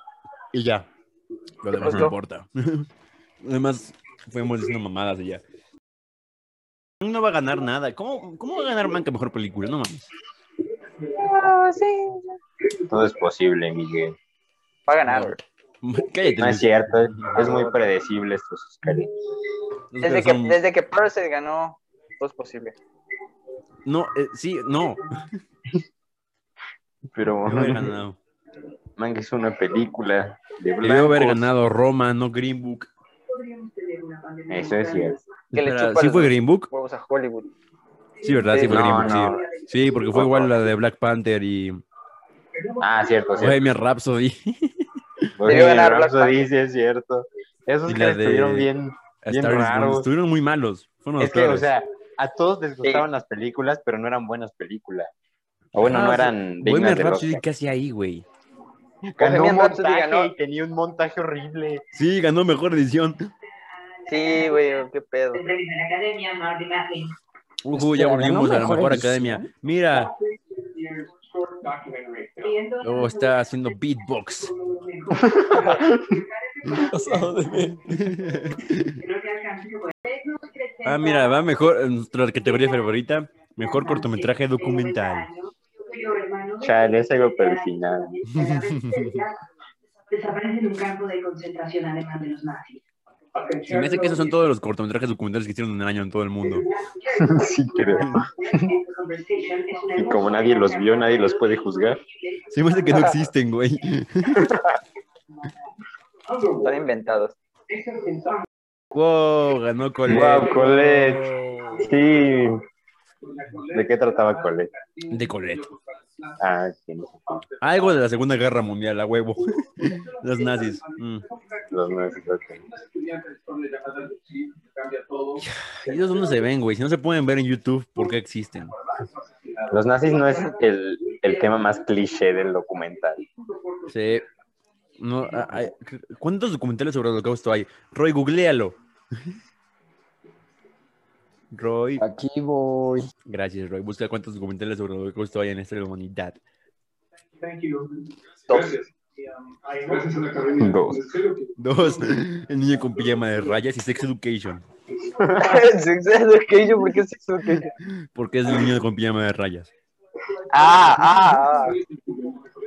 [SPEAKER 1] Y, y ya. Lo demás no
[SPEAKER 4] pasó?
[SPEAKER 1] importa. [laughs] Lo demás fuimos diciendo mamadas y ya. No va a ganar nada. ¿Cómo, cómo va a ganar Manca mejor película? No mames.
[SPEAKER 3] Todo es posible, Miguel.
[SPEAKER 4] Va a ganar, güey.
[SPEAKER 1] [laughs] Cállate.
[SPEAKER 3] No es
[SPEAKER 1] Luis.
[SPEAKER 3] cierto, es, es muy predecible estos Oscars.
[SPEAKER 1] Los
[SPEAKER 4] Desde
[SPEAKER 1] Oscars
[SPEAKER 4] que,
[SPEAKER 1] son-
[SPEAKER 4] desde que Parasite ganó, todo es posible.
[SPEAKER 1] No, eh, sí, no.
[SPEAKER 3] Pero
[SPEAKER 1] No
[SPEAKER 3] [laughs]
[SPEAKER 1] va a ganar.
[SPEAKER 3] Manga es una película de
[SPEAKER 1] Debió haber
[SPEAKER 3] blancos.
[SPEAKER 1] ganado Roma, no Green Book.
[SPEAKER 3] Eso es cierto.
[SPEAKER 4] Que le
[SPEAKER 1] Espera,
[SPEAKER 4] chupa
[SPEAKER 1] ¿Sí
[SPEAKER 4] los
[SPEAKER 1] fue Green Book?
[SPEAKER 4] huevos a Hollywood.
[SPEAKER 1] Sí, ¿verdad? Sí,
[SPEAKER 4] Sí,
[SPEAKER 1] fue
[SPEAKER 3] no,
[SPEAKER 1] Green Book,
[SPEAKER 3] no.
[SPEAKER 1] sí. Sí, porque fue
[SPEAKER 3] No, Pues
[SPEAKER 1] igual
[SPEAKER 3] no.
[SPEAKER 1] la de Black Panther y
[SPEAKER 3] Ah, cierto, cierto.
[SPEAKER 1] Bohemian Rhapsody. [laughs]
[SPEAKER 3] Bohemian
[SPEAKER 4] ganar Black
[SPEAKER 3] Rhapsody,
[SPEAKER 4] Panther.
[SPEAKER 3] sí, es cierto. Esos
[SPEAKER 1] Y
[SPEAKER 3] que
[SPEAKER 1] la de-
[SPEAKER 3] estuvieron bien.
[SPEAKER 1] A
[SPEAKER 3] Bien
[SPEAKER 1] Star is Born.
[SPEAKER 3] raros.
[SPEAKER 1] Estuvieron muy malos. Fueron los
[SPEAKER 3] es que, o
[SPEAKER 1] peores.
[SPEAKER 3] sea, a todos les gustaban las películas, pero no eran buenas películas. O bueno,
[SPEAKER 1] Ah,
[SPEAKER 3] no
[SPEAKER 1] sí.
[SPEAKER 3] eran dignas
[SPEAKER 1] Bohemian
[SPEAKER 3] de
[SPEAKER 1] Rhapsody, ¿qué hacía ahí, güey?
[SPEAKER 3] Ganó un
[SPEAKER 4] Bohemian Rhapsody
[SPEAKER 3] montaje
[SPEAKER 4] ganó.
[SPEAKER 3] y tenía un montaje horrible.
[SPEAKER 1] Sí, ganó mejor edición.
[SPEAKER 4] Sí, güey, qué pedo.
[SPEAKER 5] El premio de la Academia, Marty Matlin.
[SPEAKER 1] Ujú, ya
[SPEAKER 7] Espera,
[SPEAKER 1] volvimos
[SPEAKER 7] ¿ganó
[SPEAKER 1] a la
[SPEAKER 7] mejor
[SPEAKER 1] mejor
[SPEAKER 7] edición?
[SPEAKER 1] academia. Mira,
[SPEAKER 5] Y entonces-
[SPEAKER 1] Ah. oh, está haciendo
[SPEAKER 3] [laughs]
[SPEAKER 1] beatbox. [laughs]
[SPEAKER 7] Pasado de ver.
[SPEAKER 5] Creo que alcanzó, güey.
[SPEAKER 1] Ah, mira, va mejor en nuestra categoría favorita. Mejor cortometraje documental.
[SPEAKER 3] Chale, es algo para el final.
[SPEAKER 5] Desaparece en un campo de concentración además de los nazis.
[SPEAKER 1] Se me hace que esos son todos los cortometrajes documentales que hicieron en el año en todo el mundo.
[SPEAKER 3] [laughs] Sí, creo. Y como nadie los vio, nadie los puede juzgar.
[SPEAKER 1] Se me hace
[SPEAKER 7] [laughs]
[SPEAKER 1] que no existen, güey.
[SPEAKER 4] Están inventados. [laughs]
[SPEAKER 1] Wow, ganó Colette.
[SPEAKER 3] Wow, Colette. Sí. ¿De qué trataba Colette?
[SPEAKER 1] De Colette.
[SPEAKER 3] Ah, sí,
[SPEAKER 1] Algo de la Segunda Guerra Mundial, a huevo. [laughs] Los nazis. Mm.
[SPEAKER 3] los nazis, ok.
[SPEAKER 1] ¿Y ellos dónde se ven, güey? Si no se pueden ver en YouTube, ¿por qué existen?
[SPEAKER 3] Los nazis no es el, el tema más cliché del documental.
[SPEAKER 1] Se... No, a- a- ¿Cuántos documentales sobre el holocausto hay? Roy, googlealo. [laughs] Roy,
[SPEAKER 7] Aquí voy.
[SPEAKER 1] gracias, Roy. Busca cuántos documentales sobre el holocausto hay en esta humanidad.
[SPEAKER 4] Dos.
[SPEAKER 6] Gracias a la academia.
[SPEAKER 3] Dos.
[SPEAKER 6] Espero que-
[SPEAKER 1] Dos, [laughs] el niño con pijama de rayas y Sex Education.
[SPEAKER 4] Sex Education, ¿por qué Sex Education?
[SPEAKER 1] Porque es el niño con pijama de rayas.
[SPEAKER 4] Ah, ah, ah.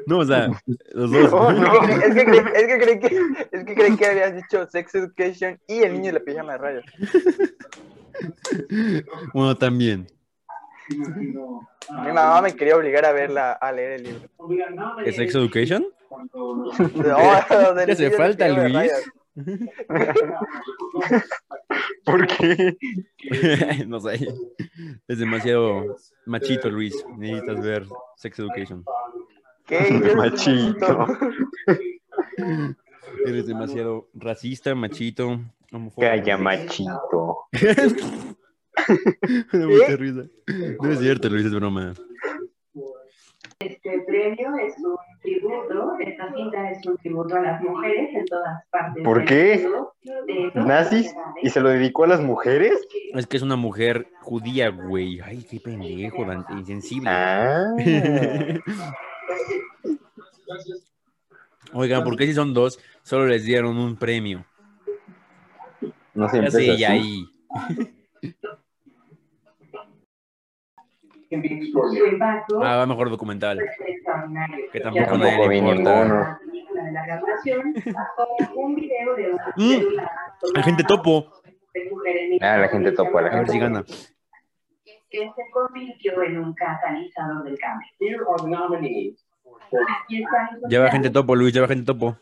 [SPEAKER 1] No, o sea, los dos.
[SPEAKER 4] Es que, creí, es, que creí que, es que creí que habías dicho Sex Education y el niño de la pijama de rayas.
[SPEAKER 1] Bueno, también.
[SPEAKER 4] Mi mamá me quería obligar a verla, a leer el
[SPEAKER 1] [laughs]
[SPEAKER 4] libro.
[SPEAKER 1] ¿Es Sex Education?
[SPEAKER 4] No, del
[SPEAKER 1] ¿Qué hace
[SPEAKER 4] niño de la
[SPEAKER 1] falta,
[SPEAKER 4] pijama de
[SPEAKER 1] Luis?
[SPEAKER 4] rayas.
[SPEAKER 3] ¿Por qué?
[SPEAKER 1] [laughs] no sé. Es demasiado machito, Luis. Necesitas ver Sex Education.
[SPEAKER 4] ¿Qué? Yo no-
[SPEAKER 3] Machito.
[SPEAKER 1] Eres demasiado racista, machito, homofóbico.
[SPEAKER 3] Calla, machito.
[SPEAKER 1] Me da [laughs] mucha risa. No es cierto, Luis, es broma.
[SPEAKER 5] Este premio es un tributo, esta cinta es un tributo a las mujeres en todas partes.
[SPEAKER 3] ¿Por
[SPEAKER 5] del
[SPEAKER 3] qué?
[SPEAKER 5] mundo, Eh, de todas
[SPEAKER 3] ¿Nazis?
[SPEAKER 5] las edades.
[SPEAKER 3] ¿Y se lo dedicó a las mujeres?
[SPEAKER 1] Es que es una mujer judía, güey. Ay, qué pendejo, tan insensible.
[SPEAKER 3] Ah.
[SPEAKER 1] Oigan, ¿por qué si son dos, solo les dieron un premio?
[SPEAKER 3] No
[SPEAKER 1] ¿Qué
[SPEAKER 3] siempre
[SPEAKER 1] hace
[SPEAKER 3] es
[SPEAKER 1] ella
[SPEAKER 3] así.
[SPEAKER 1] ahí?
[SPEAKER 5] Su impacto
[SPEAKER 1] Ah, va mejor documental.
[SPEAKER 5] es extraordinario.
[SPEAKER 1] Que
[SPEAKER 5] Ya
[SPEAKER 1] tampoco a
[SPEAKER 3] Tampoco
[SPEAKER 1] nadie le
[SPEAKER 3] vi
[SPEAKER 1] importa.
[SPEAKER 3] ninguno.
[SPEAKER 5] la película de de la graduación sacó un video de una
[SPEAKER 1] Mm.
[SPEAKER 5] célula
[SPEAKER 1] La gente topo.
[SPEAKER 5] de mujeres migrantes
[SPEAKER 3] Ah, la gente topo, la
[SPEAKER 1] A ver
[SPEAKER 3] gente
[SPEAKER 1] si gana.
[SPEAKER 5] que se convirtió en un catalizador del cambio.
[SPEAKER 6] Here are the nominees.
[SPEAKER 5] Aquí están los
[SPEAKER 1] Ya va gente topo, Luis, ya va gente topo.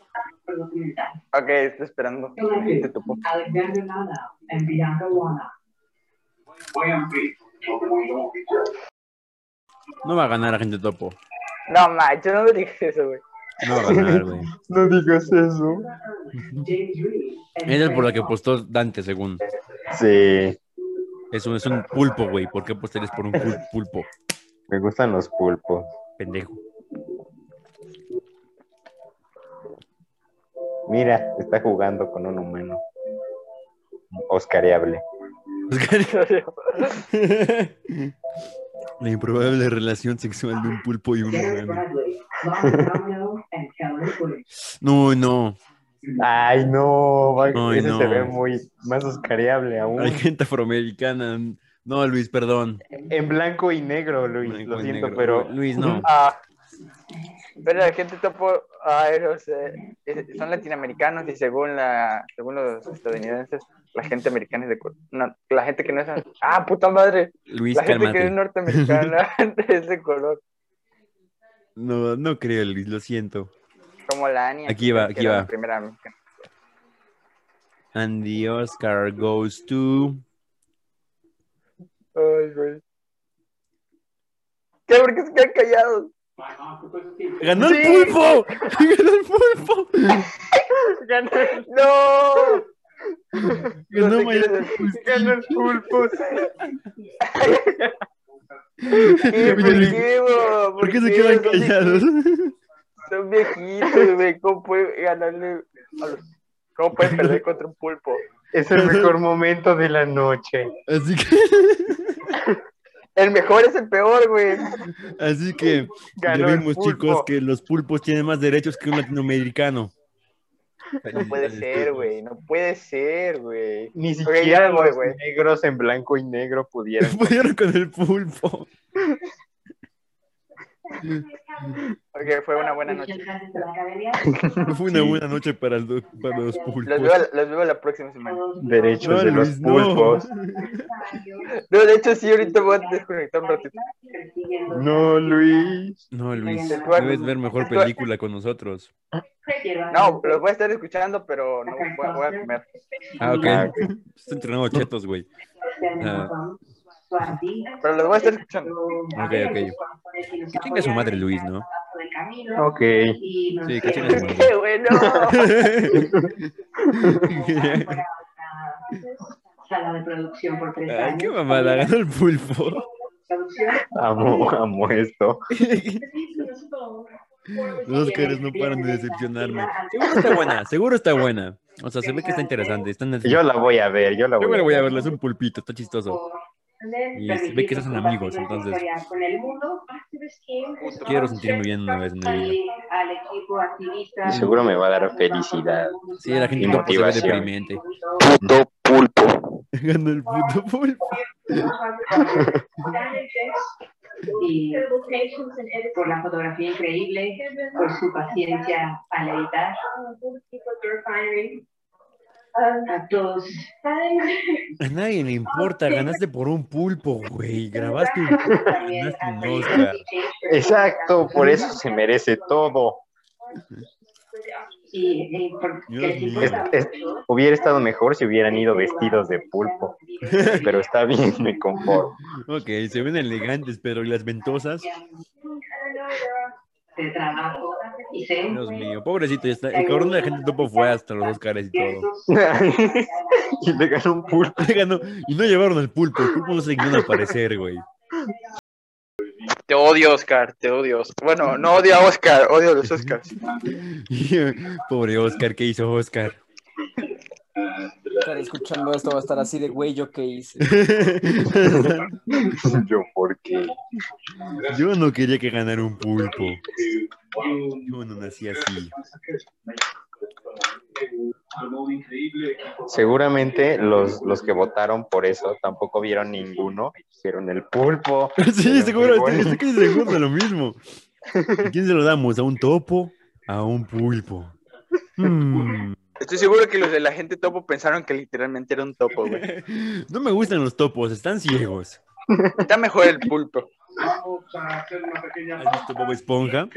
[SPEAKER 5] documentales.
[SPEAKER 4] Ok, estoy esperando. Te topo.
[SPEAKER 5] Alexander Nada, Enviando Wana.
[SPEAKER 1] No va a ganar la gente topo.
[SPEAKER 4] No, man, yo no le dije eso, güey.
[SPEAKER 1] No va a ganar, [laughs] güey.
[SPEAKER 3] No digas eso.
[SPEAKER 5] James Reed.
[SPEAKER 1] Esa es por la que postó Dante, según.
[SPEAKER 3] Sí,
[SPEAKER 1] Es un, es un pulpo, güey. ¿Por qué posteres por un pul- pulpo?
[SPEAKER 3] me gustan los pulpos.
[SPEAKER 1] Pendejo.
[SPEAKER 3] Mira, está jugando con un humano. Oscareable.
[SPEAKER 1] [laughs] La improbable relación sexual de un pulpo y un
[SPEAKER 5] Derek
[SPEAKER 1] humano.
[SPEAKER 5] Bradley, Lon Romeo, and Kelly Wood.
[SPEAKER 1] No, no.
[SPEAKER 3] Ay, no, va-
[SPEAKER 1] Ay,
[SPEAKER 3] ese
[SPEAKER 1] no.
[SPEAKER 3] se ve muy más oscareable aún.
[SPEAKER 1] Hay gente afroamericana. No, Luis, perdón.
[SPEAKER 3] En blanco y negro, Luis,
[SPEAKER 1] Blanco
[SPEAKER 3] lo
[SPEAKER 1] y
[SPEAKER 3] siento,
[SPEAKER 1] negro.
[SPEAKER 3] pero
[SPEAKER 1] Luis, no.
[SPEAKER 4] Ah. Pero la gente topo, ay, no sé, es- son latinoamericanos y según la, según los estadounidenses, la gente americana es de color. la gente que no es, ah, puta madre,
[SPEAKER 1] Luis,
[SPEAKER 4] la gente que es
[SPEAKER 1] cálmate. [laughs]
[SPEAKER 4] norteamericana [laughs] es de color,
[SPEAKER 1] No, no creo, Luis, lo siento.
[SPEAKER 4] como la Ania.
[SPEAKER 1] Aquí va,
[SPEAKER 4] que
[SPEAKER 1] aquí
[SPEAKER 4] era
[SPEAKER 1] va.
[SPEAKER 4] la primera mexicana.
[SPEAKER 1] And the Oscar goes to.
[SPEAKER 4] Ay, güey. ¿Qué? ¿Por qué se quedan callados?
[SPEAKER 1] ¡Ganó el
[SPEAKER 4] Sí. [laughs]
[SPEAKER 1] pulpo! ¡Ganó el pulpo! Pues
[SPEAKER 4] ¡No!
[SPEAKER 1] ¡Ganó
[SPEAKER 4] sé
[SPEAKER 1] Mayor
[SPEAKER 4] qué
[SPEAKER 1] del Pulpo.
[SPEAKER 3] Ganó el pulpo.
[SPEAKER 4] ¿Qué? ¿Por qué, pues güey?
[SPEAKER 1] ¿Por qué se quedan
[SPEAKER 4] Son vieji- [laughs]
[SPEAKER 1] callados?
[SPEAKER 4] Son viejitos, güey. ¿Cómo puede ganarle a los... ¿Cómo puede perder contra un pulpo?
[SPEAKER 3] Es el mejor momento de la noche.
[SPEAKER 1] Así que. [laughs]
[SPEAKER 4] El mejor es el peor, güey.
[SPEAKER 1] Así que.
[SPEAKER 4] Ganó
[SPEAKER 1] ya
[SPEAKER 4] el
[SPEAKER 1] vimos,
[SPEAKER 4] pulpo.
[SPEAKER 1] chicos, que los pulpos tienen más derechos que un latinoamericano.
[SPEAKER 4] No puede ser,
[SPEAKER 1] [laughs]
[SPEAKER 3] pues.
[SPEAKER 4] güey. No puede ser, güey.
[SPEAKER 3] Ni
[SPEAKER 4] ya
[SPEAKER 3] siquiera
[SPEAKER 4] voy,
[SPEAKER 3] los
[SPEAKER 4] güey.
[SPEAKER 3] negros en blanco y negro
[SPEAKER 4] [laughs]
[SPEAKER 3] pudieron.
[SPEAKER 1] Pudieron con el pulpo.
[SPEAKER 4] Ok, fue una buena noche.
[SPEAKER 5] Muchas gracias a la academia.
[SPEAKER 1] [laughs] Fue una buena noche para, el do- para los pulpos.
[SPEAKER 4] Los veo, los veo la próxima semana.
[SPEAKER 5] Todos
[SPEAKER 3] Derechos
[SPEAKER 1] No,
[SPEAKER 3] de los
[SPEAKER 1] Luis, no.
[SPEAKER 3] pulpos.
[SPEAKER 4] No, de hecho, sí, ahorita voy a desconectar un ratito.
[SPEAKER 5] persiguiendo-
[SPEAKER 3] No, Luis.
[SPEAKER 1] No, Luis,
[SPEAKER 4] Eduardo.
[SPEAKER 1] debes ver mejor película con nosotros.
[SPEAKER 4] No, los voy a estar escuchando, pero no voy a, voy a comer.
[SPEAKER 1] Ah, ok.
[SPEAKER 3] Ah,
[SPEAKER 1] Estás entrenando chetos, güey. Ah.
[SPEAKER 4] Pero los voy a estar escuchando.
[SPEAKER 1] Ok, Que chinga su madre, Luis, ¿no?
[SPEAKER 3] Ok.
[SPEAKER 1] Sí, que
[SPEAKER 4] [laughs]
[SPEAKER 1] chinga su madre.
[SPEAKER 4] ¡Qué bueno!
[SPEAKER 5] Sala de producción por tres
[SPEAKER 1] Ay, qué
[SPEAKER 5] años.
[SPEAKER 1] mamada, ganó el pulpo.
[SPEAKER 5] Producción.
[SPEAKER 3] Amo,
[SPEAKER 1] [laughs]
[SPEAKER 3] amo esto.
[SPEAKER 1] Los Óscares no paran de decepcionarme. Seguro está buena, seguro está buena. O sea, se ve que está interesante. Está en el...
[SPEAKER 3] Yo la voy a ver, yo la
[SPEAKER 1] Yo
[SPEAKER 3] voy
[SPEAKER 1] me
[SPEAKER 3] a
[SPEAKER 1] voy
[SPEAKER 3] ver.
[SPEAKER 1] a verla, es un pulpito, está
[SPEAKER 3] [laughs]
[SPEAKER 1] chistoso.
[SPEAKER 5] Y
[SPEAKER 1] se ve que se hacen amigos, entonces. Quiero sentirme bien una vez en mi vida.
[SPEAKER 5] Al equipo activista.
[SPEAKER 3] Y seguro me va a dar felicidad.
[SPEAKER 1] Sí, la gente
[SPEAKER 3] Y
[SPEAKER 1] topo se ve
[SPEAKER 3] motivación.
[SPEAKER 1] deprimente.
[SPEAKER 3] Puto pulpo.
[SPEAKER 1] Ganó el puto pulpo.
[SPEAKER 5] Y por la fotografía increíble, por su paciencia al editar. A todos.
[SPEAKER 1] A nadie le importa, ganaste por un pulpo, güey. Grabaste un
[SPEAKER 5] También
[SPEAKER 1] ganaste
[SPEAKER 5] al
[SPEAKER 1] un Oscar.
[SPEAKER 3] Exacto, por eso se merece todo.
[SPEAKER 5] Y, y por-
[SPEAKER 1] Dios
[SPEAKER 5] que es
[SPEAKER 1] mío.
[SPEAKER 5] importante,
[SPEAKER 3] Es- Hubiera estado mejor Este, si hubieran ido vestidos de
[SPEAKER 1] [laughs]
[SPEAKER 3] pulpo. [laughs] Pero está bien, me conformo.
[SPEAKER 1] Ok, se ven elegantes, pero ¿y las ventosas?
[SPEAKER 5] de trabajo y se
[SPEAKER 1] Dios mío, pobrecito, ya está. El cabrón de la gente topo fue hasta los Oscars y todo.
[SPEAKER 3] [laughs] Y le ganó un
[SPEAKER 1] [laughs]
[SPEAKER 3] pulpo.
[SPEAKER 1] Le ganó, y no llevaron al pulpo, el pulpo no se dignó a aparecer, güey.
[SPEAKER 4] Te odio, Oscar. Te odio. Oscar. Bueno, no odio a Oscar. Odio a los Oscars.
[SPEAKER 1] Pobre Oscar, ¿qué hizo Oscar?
[SPEAKER 7] Estar escuchando esto va a estar así de güey, yo qué hice.
[SPEAKER 3] Yo, ¿por qué?
[SPEAKER 1] Yo no quería que ganara un pulpo. Yo no nací así.
[SPEAKER 3] [laughs]
[SPEAKER 6] Algo increíble.
[SPEAKER 3] Seguramente los, los que votaron por eso tampoco vieron ninguno. Hicieron el pulpo.
[SPEAKER 1] [laughs] Sí,
[SPEAKER 3] Era
[SPEAKER 1] seguro,
[SPEAKER 3] muy bueno. [laughs]
[SPEAKER 1] estoy estoy casi seguro de lo mismo. ¿A quién se lo damos? ¿A un topo? ¿A un pulpo? Hmm.
[SPEAKER 4] Estoy seguro que los de la gente topo pensaron que literalmente era un topo, güey.
[SPEAKER 1] [laughs] No me gustan los topos, están ciegos.
[SPEAKER 4] Está mejor el pulpo.
[SPEAKER 6] Vamos a hacer una pequeña
[SPEAKER 1] ¿Has visto Bob Esponja?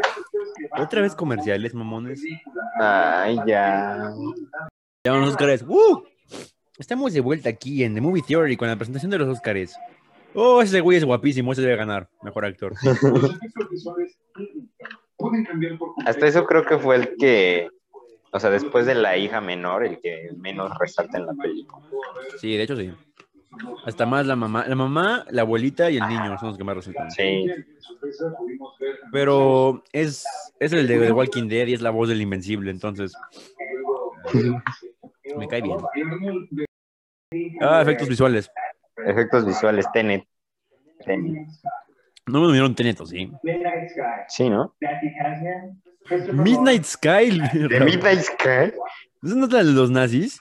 [SPEAKER 1] Otra vez comerciales, mamones.
[SPEAKER 3] Ay, ya.
[SPEAKER 1] Ya van los Óscares. ¡Uh! Estamos de vuelta aquí en The Movie Theory con la presentación de los Óscares. Oh, ese güey es guapísimo, ese debe ganar. Mejor actor.
[SPEAKER 6] Los efectos visuales pueden cambiar por completo.
[SPEAKER 3] Hasta eso creo que fue el que, o sea, después de la hija menor, el que menos resalta en la película.
[SPEAKER 1] Sí, de hecho sí. Hasta más la mamá. La mamá, la abuelita y el niño son los que más resultan.
[SPEAKER 3] Sí.
[SPEAKER 6] Sorpresa, pudimos ver
[SPEAKER 1] Pero es, es el de The Walking Dead y es la voz del invencible, entonces me cae bien. Ah, efectos visuales.
[SPEAKER 3] Efectos visuales, Tenet. Tenet.
[SPEAKER 1] No me dieron Teneto, sí.
[SPEAKER 5] Midnight Sky.
[SPEAKER 3] Sí, ¿no?
[SPEAKER 5] Matthew Kasdan. Christopher
[SPEAKER 1] Midnight Sky.
[SPEAKER 3] ¿De Midnight Sky?
[SPEAKER 1] ¿Esa no es la de los
[SPEAKER 3] [laughs]
[SPEAKER 1] nazis?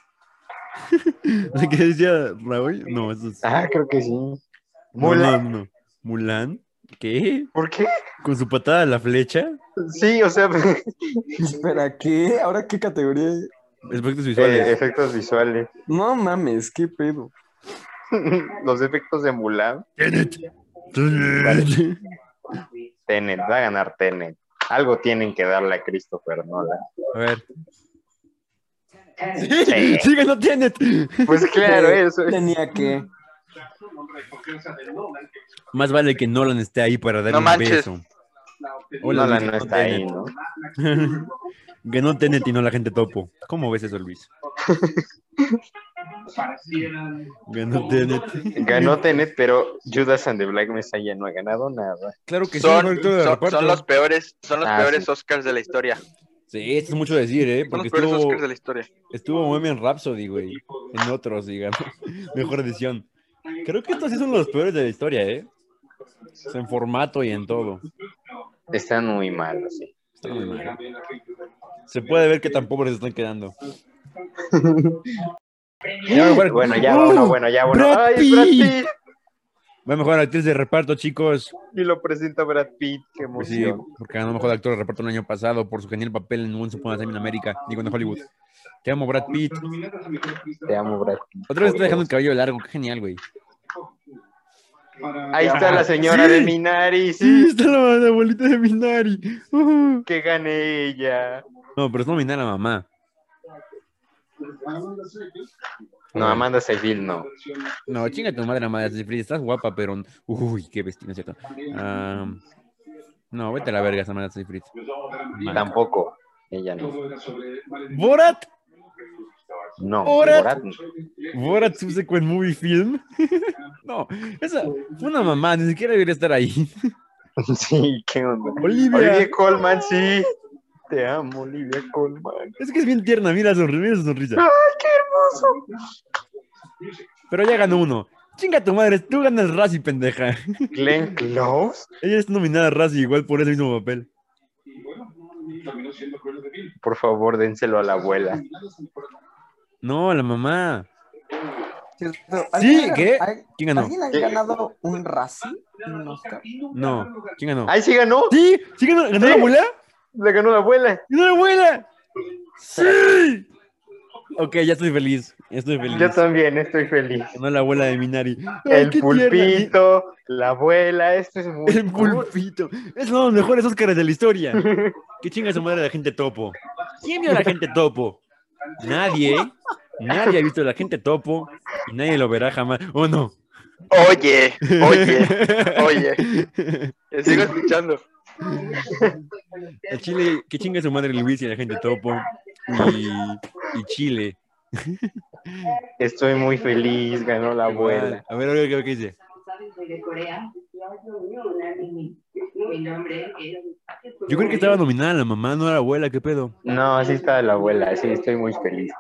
[SPEAKER 1] ¿O sea, ¿Qué decía Raúl? No, eso es.
[SPEAKER 3] Ah, creo que sí.
[SPEAKER 1] No, no,
[SPEAKER 3] Mulan.
[SPEAKER 1] no. ¿Mulan? ¿Qué?
[SPEAKER 3] ¿Por qué?
[SPEAKER 1] ¿Con su patada a la flecha?
[SPEAKER 3] Sí, o sea, [laughs]
[SPEAKER 7] Espera, ¿qué? ¿Ahora qué categoría?
[SPEAKER 1] Efectos
[SPEAKER 3] eh,
[SPEAKER 1] visuales.
[SPEAKER 3] efectos visuales. [laughs]
[SPEAKER 7] No mames, qué pedo.
[SPEAKER 3] Los efectos de Mulan.
[SPEAKER 1] Tenet. Tenet.
[SPEAKER 3] Tenet, va a ganar Tenet. Algo tienen que darle a Christopher
[SPEAKER 1] [laughs]
[SPEAKER 3] Nolan.
[SPEAKER 1] A
[SPEAKER 4] [laughs]
[SPEAKER 1] ver.
[SPEAKER 5] Tenet.
[SPEAKER 1] Sí, sí ganó Tenet.
[SPEAKER 3] Pues claro, eso es.
[SPEAKER 7] Tenía que.
[SPEAKER 6] un nombre de confianza de Nolan que
[SPEAKER 1] Más vale que Nolan esté ahí para darle
[SPEAKER 4] No
[SPEAKER 1] un
[SPEAKER 4] manches.
[SPEAKER 1] beso.
[SPEAKER 6] la obtenida
[SPEAKER 1] Hola,
[SPEAKER 3] Nolan
[SPEAKER 1] Luis,
[SPEAKER 3] no
[SPEAKER 1] ganó
[SPEAKER 3] está ahí,
[SPEAKER 1] Tenet.
[SPEAKER 3] ¿no?
[SPEAKER 1] Ganó Tenet y no la gente topo. ¿Cómo ves eso,
[SPEAKER 4] [laughs]
[SPEAKER 1] Luis?
[SPEAKER 6] parecieran
[SPEAKER 1] Ganó Tenet.
[SPEAKER 3] Ganó Tenet, pero Judas and the Black Messiah no ha ganado nada.
[SPEAKER 1] Claro que sí,
[SPEAKER 4] Son,
[SPEAKER 1] mejor actor de
[SPEAKER 4] son-
[SPEAKER 1] reparto.
[SPEAKER 4] son los peores, son los
[SPEAKER 3] Ah,
[SPEAKER 4] peores
[SPEAKER 3] sí.
[SPEAKER 4] Oscars de la historia.
[SPEAKER 1] Sí, esto es mucho decir, ¿eh?
[SPEAKER 4] Son
[SPEAKER 1] Porque
[SPEAKER 4] los peores
[SPEAKER 1] estuvo,
[SPEAKER 4] Oscars de la historia.
[SPEAKER 1] estuvo Bohemian Rhapsody, güey. En otros, digamos. [laughs] Mejor edición. Creo que estos sí son los peores de la historia, ¿eh? O sea, En formato y en todo.
[SPEAKER 3] Están muy malos, sí.
[SPEAKER 1] Está muy mal. Se puede ver que tan pobres están quedando. [laughs] Ya mejor-
[SPEAKER 3] Bueno, ya
[SPEAKER 1] Uh.
[SPEAKER 3] uno, bueno, ya uno.
[SPEAKER 1] Brad
[SPEAKER 3] ¡Ay, Brad
[SPEAKER 1] Pitt!
[SPEAKER 3] Pitt!
[SPEAKER 1] Va mejor actriz de reparto, chicos.
[SPEAKER 3] Y lo presenta Brad Pitt, qué
[SPEAKER 1] Pues sí,
[SPEAKER 3] emoción.
[SPEAKER 1] porque ganó mejor actor de reparto el año pasado por su genial papel en Once Upon a Time in America, digo en Hollywood. Te amo, Brad Pitt.
[SPEAKER 6] nominadas a mejor actriz
[SPEAKER 3] Te amo, Brad Pitt.
[SPEAKER 1] Otra vez está dejando el cabello largo, qué genial, güey.
[SPEAKER 6] para
[SPEAKER 3] Ahí está la señora de Minari,
[SPEAKER 1] Sí,
[SPEAKER 3] sí,
[SPEAKER 1] está la, la abuelita de Uh. Minari. Ujú.
[SPEAKER 3] que gane ella.
[SPEAKER 1] No, pero es nominar a la mamá.
[SPEAKER 6] Amanda Seyfried,
[SPEAKER 3] No, Amanda Seyfried no.
[SPEAKER 6] versión
[SPEAKER 1] No, chinga tu madre, madre. Seyfried, Estás guapa, pero. Uy, qué vestido, ¿cierto? Ah, no, vete a la verga, esa madre Seyfried.
[SPEAKER 6] Tarantino.
[SPEAKER 3] Tampoco. Ella no.
[SPEAKER 6] Todo era sobre Marilyn
[SPEAKER 1] Borat,
[SPEAKER 3] No.
[SPEAKER 1] Borat.
[SPEAKER 3] Borat no. [laughs]
[SPEAKER 1] Borat Subsequent Movie Film. no, esa fue una mamá, ni siquiera debería estar
[SPEAKER 3] [laughs]
[SPEAKER 1] ahí.
[SPEAKER 3] Sí, qué onda.
[SPEAKER 1] Olivia.
[SPEAKER 3] Olivia Colman, sí. Te amo, Olivia Colman.
[SPEAKER 1] Es que es bien tierna, mira, sonri- mira su sonrisa.
[SPEAKER 3] Hermoso.
[SPEAKER 1] Pero ya ganó uno. Chinga tu madre, tú ganas Razzie, pendeja.
[SPEAKER 3] Glenn Close.
[SPEAKER 1] Ella es nominada a Razzie igual por ese mismo papel.
[SPEAKER 6] Y bueno, terminó siendo Cruella de Vil.
[SPEAKER 3] Por favor, dénselo a la abuela.
[SPEAKER 6] Nominadas a mejor actriz.
[SPEAKER 1] No, la mamá.
[SPEAKER 7] ¿alguien ha-
[SPEAKER 1] ¿qué?
[SPEAKER 7] ¿al-
[SPEAKER 1] ¿Quién ganó?
[SPEAKER 7] ¿Alguien ha ganado un Razzie? ¿Un Oscar?
[SPEAKER 1] No, ¿quién ganó?
[SPEAKER 3] ¡Ay, sí ganó!
[SPEAKER 1] ¡Sí! ¿Sí ganó, ganó la
[SPEAKER 3] Sí.
[SPEAKER 1] abuela?
[SPEAKER 3] ¡Le ganó la abuela!
[SPEAKER 1] ¡Ganó la abuela! ¡Sí! Ok, ya estoy feliz. Ya estoy feliz.
[SPEAKER 3] Yo también estoy feliz.
[SPEAKER 1] Ganó la abuela de Minari. ¡Ay,
[SPEAKER 3] El
[SPEAKER 1] qué tierna!
[SPEAKER 3] pulpito, la abuela, esto es muy.
[SPEAKER 1] [laughs] El pulpito. Es uno de los mejores Óscares de la historia. [laughs] Que chinga su madre la gente topo. ¿Quién vio a la gente topo? Nadie. Nadie ha visto a la gente topo y nadie lo verá jamás. ¿O no?
[SPEAKER 4] Oye, oye, oye. Sigo escuchando.
[SPEAKER 1] [laughs] [laughs] El Chile, que chinga su madre Luis y la gente topo. Y, y Chile.
[SPEAKER 3] Estoy muy feliz, ganó la abuela.
[SPEAKER 1] A ver, a ver, a ver qué dice.
[SPEAKER 5] de Corea. Mi nombre es.
[SPEAKER 1] Yo creo que estaba nominada la mamá, no la abuela, qué pedo.
[SPEAKER 3] No, así está la abuela, sí, estoy muy feliz.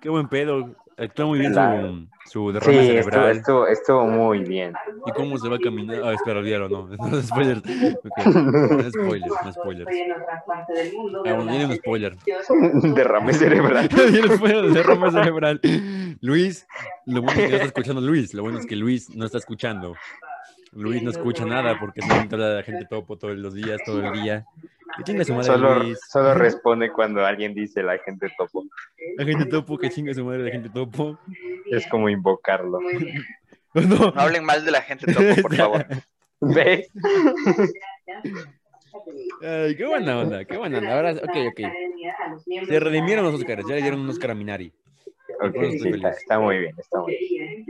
[SPEAKER 1] Qué buen pedo. Actúa muy bien
[SPEAKER 3] Claro.
[SPEAKER 1] su, su derrama
[SPEAKER 3] Sí, estuvo,
[SPEAKER 1] cerebral.
[SPEAKER 3] estuvo, estuvo muy bien. [laughs]
[SPEAKER 1] ¿Y cómo se va a caminar? Ah, espera, olvídalo, no. [laughs] No spoilers. Ok, No spoilers, no spoilers.
[SPEAKER 5] Estoy en otra parte del mundo.
[SPEAKER 1] Ah, bueno, dile un spoiler. [laughs]
[SPEAKER 3] [laughs] Derrame cerebral.
[SPEAKER 1] Dile un spoiler de derrama cerebral. Luis, lo bueno es que no está escuchando Luis. Lo bueno es que Luis no está escuchando. Luis no escucha nada porque se habla de la gente topo todos los días, todo el día. Que chingue [laughs] su madre
[SPEAKER 3] Solo,
[SPEAKER 1] Luis.
[SPEAKER 3] solo responde cuando alguien dice la gente topo.
[SPEAKER 1] La gente topo,
[SPEAKER 5] pues,
[SPEAKER 1] que chingue su madre la gente topo. [laughs]
[SPEAKER 3] Es como invocarlo. [laughs]
[SPEAKER 5] Muy bien.
[SPEAKER 1] No,
[SPEAKER 4] No hablen mal de la gente, topo, por favor.
[SPEAKER 3] ¿Ves?
[SPEAKER 1] Ay, qué buena onda, qué buena onda. Ahora, ok, ok. Se redimieron los Oscars, ya le dieron un Oscar a Minari.
[SPEAKER 3] Ok,
[SPEAKER 1] Bueno, estoy
[SPEAKER 3] sí, está,
[SPEAKER 1] feliz.
[SPEAKER 3] está muy bien, está muy bien.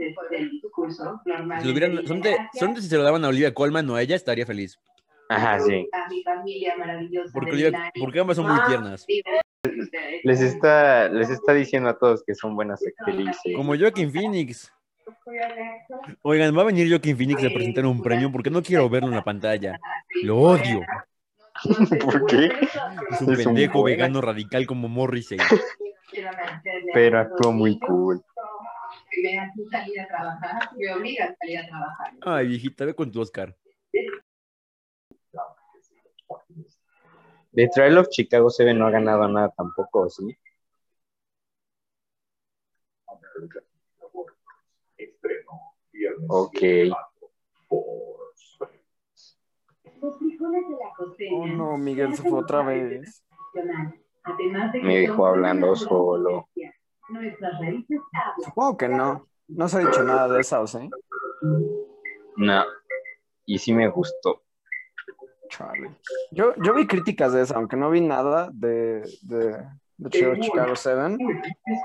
[SPEAKER 1] Si lo hubieran, solamente, solamente si se lo daban a Olivia Colman o a ella, estaría feliz.
[SPEAKER 3] Ajá, Ah, sí.
[SPEAKER 5] A mi familia maravillosa.
[SPEAKER 1] Porque,
[SPEAKER 5] de
[SPEAKER 1] Olivia-
[SPEAKER 5] Minari.
[SPEAKER 1] porque ambas son muy tiernas.
[SPEAKER 3] Les está, les está diciendo a todos que son buenas actrices.
[SPEAKER 1] Como Joaquin Phoenix. Oigan, va a venir Joaquin Phoenix a presentar un premio porque no quiero verlo en la pantalla. Lo odio.
[SPEAKER 3] [laughs] ¿Por qué?
[SPEAKER 1] Es un
[SPEAKER 3] Es un
[SPEAKER 1] pendejo
[SPEAKER 3] buena.
[SPEAKER 1] vegano radical como Morrissey.
[SPEAKER 3] Pero actuó muy cool.
[SPEAKER 5] Y me hacen salir a trabajar, me obligan a salir a trabajar.
[SPEAKER 1] Ay, viejita, ve con tu Oscar.
[SPEAKER 3] The Trial of Chicago 7 no ha ganado nada tampoco, ¿sí? Ok.
[SPEAKER 5] Los frijoles de la costeña
[SPEAKER 7] Oh no, Miguel se fue otra vez.
[SPEAKER 5] tradicional, además de que
[SPEAKER 3] Me
[SPEAKER 5] son
[SPEAKER 3] dejó hablando
[SPEAKER 5] una
[SPEAKER 3] solo.
[SPEAKER 5] Nuestras raíces hablan.
[SPEAKER 7] Supongo que no. No se ha dicho nada de ¿eh? esa, ¿o sí?
[SPEAKER 3] No. Y sí me gustó.
[SPEAKER 7] Chale. Yo, yo vi críticas de esa, aunque no vi nada de, de, de Chicago- Chicago 7.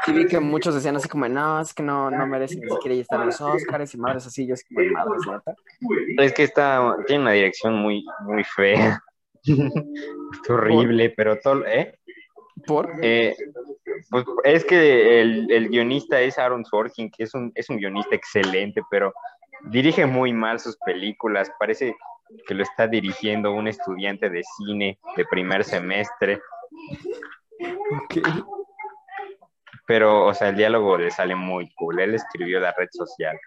[SPEAKER 7] Sí vi que muchos decían así como, no, es que no, no merece ni siquiera estar en los Oscars y madres así. Yo así como, madres, neta.
[SPEAKER 3] Es que está, tiene una dirección muy, muy fea. [laughs] Es horrible, pero todo, ¿eh?
[SPEAKER 7] ¿Por?
[SPEAKER 3] Eh, pues, es que el, el guionista es Aaron Sorkin, que es un, es un guionista excelente, pero dirige muy mal sus películas. Parece que lo está dirigiendo un estudiante de cine de primer semestre,
[SPEAKER 7] Ok.
[SPEAKER 3] pero, o sea, el diálogo le sale muy cool. Él escribió la red social.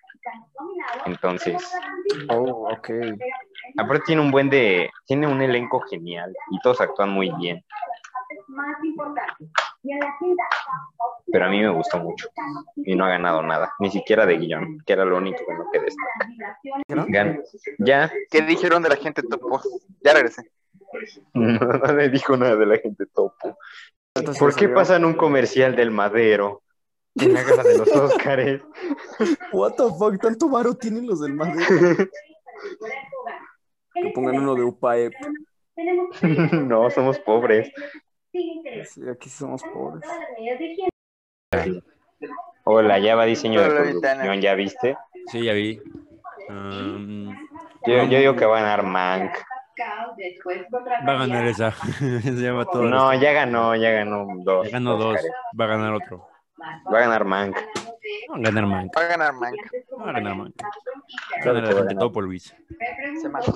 [SPEAKER 3] Entonces,
[SPEAKER 7] Oh, ok.
[SPEAKER 3] aparte tiene un buen de, tiene un elenco genial y todos actúan muy bien,
[SPEAKER 5] Más importante. Y en la quinta,
[SPEAKER 3] pero a mí me gustó mucho y no ha ganado nada, ni siquiera de guión, que era lo único que no quedé.
[SPEAKER 5] las vibraciones
[SPEAKER 3] Gan- ya,
[SPEAKER 4] ¿Qué dijeron de la gente, topo? Ya regresé.
[SPEAKER 3] [laughs] No le dijo nada de la gente topo.
[SPEAKER 7] Entonces,
[SPEAKER 3] ¿Por qué
[SPEAKER 7] salió-
[SPEAKER 3] pasan un comercial del madero? En la gala de los Óscares.
[SPEAKER 7] What the fuck, tanto varo tienen los
[SPEAKER 3] [laughs]
[SPEAKER 7] del Madrid. Que pongan uno de UPAEP.
[SPEAKER 5] tenemos
[SPEAKER 3] no, somos pobres.
[SPEAKER 7] Sí, aquí somos pobres.
[SPEAKER 3] Hola, ya va diseño de
[SPEAKER 4] Hola,
[SPEAKER 3] producción,
[SPEAKER 4] Vitana.
[SPEAKER 3] ¿ya viste?
[SPEAKER 1] Sí, ya vi. Am,
[SPEAKER 3] Yo, yo digo que va a ganar Mank.
[SPEAKER 1] va a ganar esa. [laughs] Se llama todo. el
[SPEAKER 3] No,
[SPEAKER 1] Oscar.
[SPEAKER 3] ya ganó, ya ganó dos.
[SPEAKER 1] Ya ganó dos.
[SPEAKER 3] Óscares.
[SPEAKER 1] Va a ganar otro.
[SPEAKER 3] Va a ganar Mank.
[SPEAKER 1] Va a ganar Mank.
[SPEAKER 4] Va a ganar Mank.
[SPEAKER 1] Va a ganar Mank. Va a
[SPEAKER 3] Creo
[SPEAKER 1] ganar
[SPEAKER 3] que
[SPEAKER 1] la gente
[SPEAKER 3] va a ganar.
[SPEAKER 1] topo, Luis.
[SPEAKER 4] Se mal. [laughs]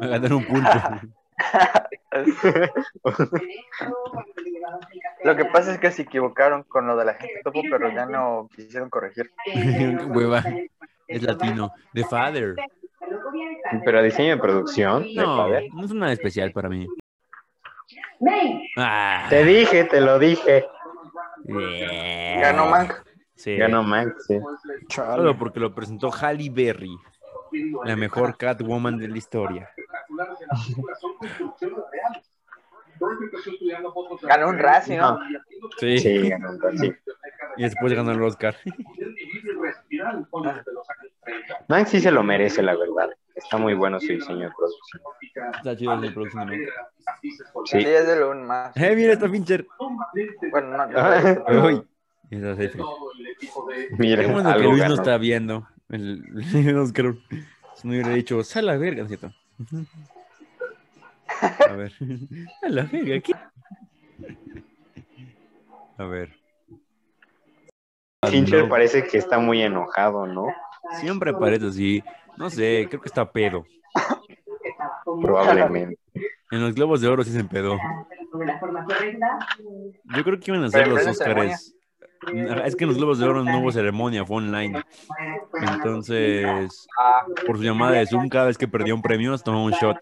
[SPEAKER 1] Va a ganar un punto.
[SPEAKER 4] Lo que pasa es que se equivocaron con lo de la gente, topo, pero ya no quisieron corregir.
[SPEAKER 1] [laughs] Hueva. Es latino. The Father.
[SPEAKER 3] Pero diseño de producción.
[SPEAKER 1] No, no es una especial para mí. Ah,
[SPEAKER 3] Te dije, te lo dije.
[SPEAKER 1] yeah.
[SPEAKER 4] Ganó Mank.
[SPEAKER 1] Sí.
[SPEAKER 3] Ganó Mank, sí.
[SPEAKER 1] Solo
[SPEAKER 7] Chale.
[SPEAKER 1] porque lo presentó Halle Berry, la mejor Catwoman de la historia.
[SPEAKER 4] Ganó un Razzie,
[SPEAKER 3] Ah,
[SPEAKER 4] ¿no?
[SPEAKER 1] Sí.
[SPEAKER 3] Sí, ganó Mank, sí.
[SPEAKER 1] Y después ganó el Oscar.
[SPEAKER 3] Mank sí se lo merece, la verdad. Está muy bueno su diseño de producción.
[SPEAKER 1] [laughs] Está chido el próximo.
[SPEAKER 6] "Pues,
[SPEAKER 4] Sí,
[SPEAKER 3] Sí.
[SPEAKER 4] es de lo un más.
[SPEAKER 1] ¡Eh, mira esta Fincher!
[SPEAKER 4] Bueno, no, no,
[SPEAKER 3] Ah,
[SPEAKER 4] no, no.
[SPEAKER 1] ¡Uy! Esa es F. Qué
[SPEAKER 3] Mira,
[SPEAKER 1] bueno que
[SPEAKER 3] algo
[SPEAKER 1] Luis no
[SPEAKER 3] ganó.
[SPEAKER 1] está viendo el, el Oscar. Si no hubiera dicho, sal a la verga, ¿no es cierto? A ver. [laughs] A la verga, ¿qué? A ver.
[SPEAKER 3] Fincher
[SPEAKER 1] No.
[SPEAKER 3] parece que está muy enojado, ¿no?
[SPEAKER 1] Siempre parece así. No sé, creo que está
[SPEAKER 5] [laughs]
[SPEAKER 1] pedo.
[SPEAKER 3] Probablemente.
[SPEAKER 1] En los Globos de Oro sí se empedó.
[SPEAKER 5] Sobre la forma correcta.
[SPEAKER 1] Yo creo que iban a hacer
[SPEAKER 4] Pero
[SPEAKER 1] los
[SPEAKER 4] no hay ceremonia.
[SPEAKER 1] Óscares. Ajá, Mm, Es que en los Globos de Oro no hubo ceremonia, fue online. Entonces,
[SPEAKER 4] Ah,
[SPEAKER 1] por su llamada de Zoom, cada vez que perdió un premio, nos tomó un shot.